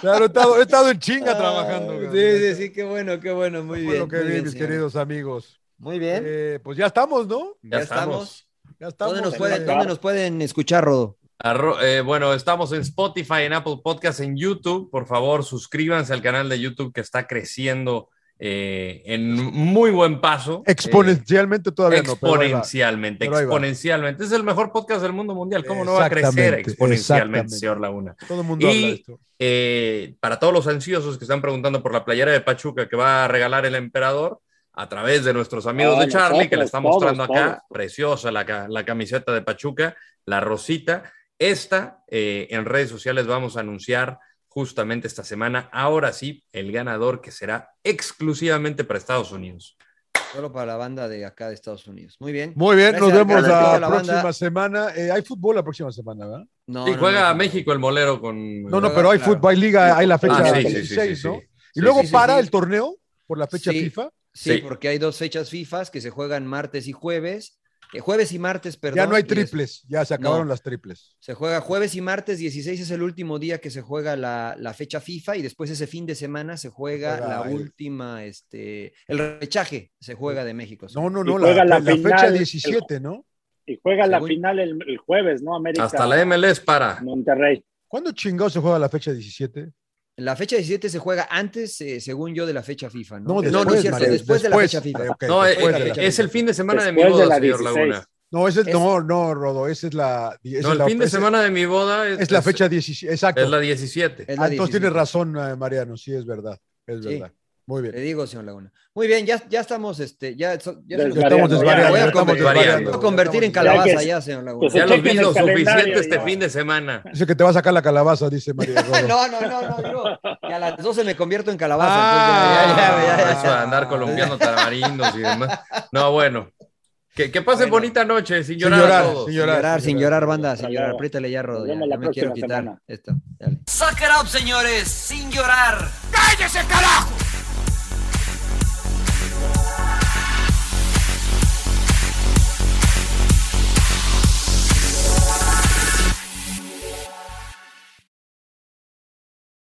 Speaker 3: claro, he estado, he estado en chinga trabajando.
Speaker 2: Ah,
Speaker 3: cabrón.
Speaker 2: Sí, sí, sí, qué bueno, qué bueno. Muy
Speaker 3: Fue
Speaker 2: bien.
Speaker 3: lo que
Speaker 2: muy
Speaker 3: vi,
Speaker 2: bien,
Speaker 3: mis
Speaker 2: señor.
Speaker 3: queridos amigos.
Speaker 2: Muy bien.
Speaker 3: Eh, pues ya estamos, ¿no?
Speaker 1: Ya,
Speaker 2: Ya
Speaker 1: estamos.
Speaker 2: estamos.
Speaker 3: Ya estamos.
Speaker 2: ¿Dónde nos,
Speaker 3: en
Speaker 2: pueden,
Speaker 3: la-
Speaker 2: dónde nos pueden escuchar, Rodo?
Speaker 1: Arro- eh, bueno, estamos en Spotify, en Apple Podcast, en YouTube. Por favor, suscríbanse al canal de YouTube que está creciendo eh, en muy buen paso. Eh,
Speaker 3: Exponencialmente todavía no. pero ahí va.
Speaker 1: exponencialmente,
Speaker 3: Pero ahí va.
Speaker 1: exponencialmente. Es el mejor podcast del mundo mundial. ¿Cómo no va a crecer
Speaker 3: Exactamente,
Speaker 1: exponencialmente,
Speaker 3: exactamente.
Speaker 1: señor Laguna?
Speaker 3: Todo el mundo habla de
Speaker 1: Y-
Speaker 3: esto.
Speaker 1: Eh, para todos los ansiosos que están preguntando por la playera de Pachuca que va a regalar el emperador, a través de nuestros amigos
Speaker 4: Ah,
Speaker 1: de Charlie, que le
Speaker 4: nosotros,
Speaker 1: está
Speaker 4: todos,
Speaker 1: mostrando acá,
Speaker 4: todos.
Speaker 1: preciosa la, ca- la camiseta de Pachuca, la rosita. Esta eh, en redes sociales vamos a anunciar justamente esta semana, ahora sí, el ganador que será exclusivamente para Estados Unidos.
Speaker 2: Solo para la banda de acá de Estados Unidos. Muy bien.
Speaker 3: Muy bien, nos
Speaker 2: Gracias,
Speaker 3: vemos
Speaker 2: gracias
Speaker 3: la,
Speaker 2: a la banda.
Speaker 3: próxima semana. Eh, hay fútbol la próxima semana, ¿verdad?
Speaker 2: No,
Speaker 1: y
Speaker 2: no,
Speaker 1: juega
Speaker 2: no, no.
Speaker 1: México el molero con...
Speaker 3: No, no, pero hay
Speaker 2: claro.
Speaker 3: fútbol, hay liga, hay la fecha
Speaker 1: Ah, sí, sí, sí,
Speaker 3: 16,
Speaker 1: sí,
Speaker 3: ¿no?
Speaker 1: sí.
Speaker 3: Y luego
Speaker 2: sí, sí,
Speaker 3: para
Speaker 2: sí.
Speaker 3: el torneo por la fecha
Speaker 2: Sí.
Speaker 3: FIFA.
Speaker 2: Sí,
Speaker 1: Sí.
Speaker 2: porque hay dos fechas FIFA que se juegan martes y jueves. Eh, jueves y martes, perdón.
Speaker 3: ya no hay
Speaker 2: y des-
Speaker 3: triples, ya se acabaron
Speaker 2: No.
Speaker 3: las triples.
Speaker 2: Se juega jueves y martes, 16 es el último día que se juega la, la fecha FIFA y después ese fin de semana se juega
Speaker 3: Juega
Speaker 2: la
Speaker 3: el-
Speaker 2: última, este, el rechaje se juega de México. sí.
Speaker 3: No, no,
Speaker 4: Y
Speaker 3: no, la,
Speaker 4: juega la
Speaker 3: la fecha
Speaker 4: final,
Speaker 3: 17, ¿no?
Speaker 4: Y juega la
Speaker 2: Según-
Speaker 4: final el, el jueves, ¿no? América.
Speaker 1: Hasta la MLS E para.
Speaker 4: Monterrey.
Speaker 3: ¿Cuándo chingado se juega la fecha 17?
Speaker 2: La fecha 17 se juega antes, eh, según yo, de la fecha FIFA, ¿no?
Speaker 3: No,
Speaker 2: no, no
Speaker 3: después,
Speaker 2: es cierto,
Speaker 3: Mario,
Speaker 2: después, de la
Speaker 3: después.
Speaker 2: fecha FIFA.
Speaker 3: Ok,
Speaker 1: No,
Speaker 3: después
Speaker 1: eh,
Speaker 3: de la
Speaker 1: eh,
Speaker 3: fecha
Speaker 1: es el fin de semana de mi
Speaker 4: Después de
Speaker 1: boda,
Speaker 4: la
Speaker 1: señor
Speaker 4: 16.
Speaker 1: Laguna.
Speaker 3: No, ese,
Speaker 2: Es-
Speaker 3: no, no, Rodo, esa es la. esa
Speaker 1: No,
Speaker 3: es
Speaker 1: el
Speaker 3: la-
Speaker 1: fin de
Speaker 3: esa-
Speaker 1: semana de mi boda es,
Speaker 3: Es la
Speaker 1: es-
Speaker 3: fecha 17, exacto.
Speaker 1: es la 17.
Speaker 2: Es la
Speaker 3: Ah, entonces
Speaker 2: 17.
Speaker 3: tienes razón, eh, Mariano, sí, es verdad, es
Speaker 2: Sí. Eh,
Speaker 3: verdad. Muy
Speaker 2: Le
Speaker 3: bien.
Speaker 2: digo, señor Laguna. Muy bien, ya, ya estamos, este, ya, so- ya se
Speaker 4: Ya
Speaker 2: nos-
Speaker 3: Ya estamos
Speaker 4: Variando,
Speaker 3: desvariando,
Speaker 2: voy a
Speaker 3: ya estamos
Speaker 2: convertir-
Speaker 3: desvariando.
Speaker 2: voy a convertir en
Speaker 3: Ya estamos-
Speaker 2: calabaza
Speaker 4: que-
Speaker 2: ya, señor Laguna.
Speaker 4: que se
Speaker 1: Ya los
Speaker 4: chequen
Speaker 1: vi
Speaker 4: el
Speaker 1: lo
Speaker 4: calendario
Speaker 1: suficiente este
Speaker 4: ya.
Speaker 1: fin de semana.
Speaker 3: Dice que te va a sacar la calabaza, dice María Rodo.
Speaker 2: No, no, no, no, digo, que a las 12 me convierto en calabaza.
Speaker 3: Ah,
Speaker 2: entonces, ya, ya, ya, ya, ya.
Speaker 1: Eso de andar colombiano tamarindos y demás. No, bueno. Que, que pasen
Speaker 2: Bueno.
Speaker 1: bonita noche, sin
Speaker 3: Sin
Speaker 1: llorar, a
Speaker 3: llorar,
Speaker 1: todos.
Speaker 3: sin
Speaker 2: Sin llorar, sin llorar, banda, sin
Speaker 4: Hasta
Speaker 2: llorar.
Speaker 4: luego.
Speaker 2: Apriétale ya, Rodo.
Speaker 4: Nos
Speaker 2: Ya,
Speaker 4: vemos la
Speaker 2: ya me quiero
Speaker 4: próxima
Speaker 2: quitar.
Speaker 4: semana.
Speaker 2: Esto, dale.
Speaker 8: Suck it up, señores, sin llorar.
Speaker 9: ¡Cállese, carajo!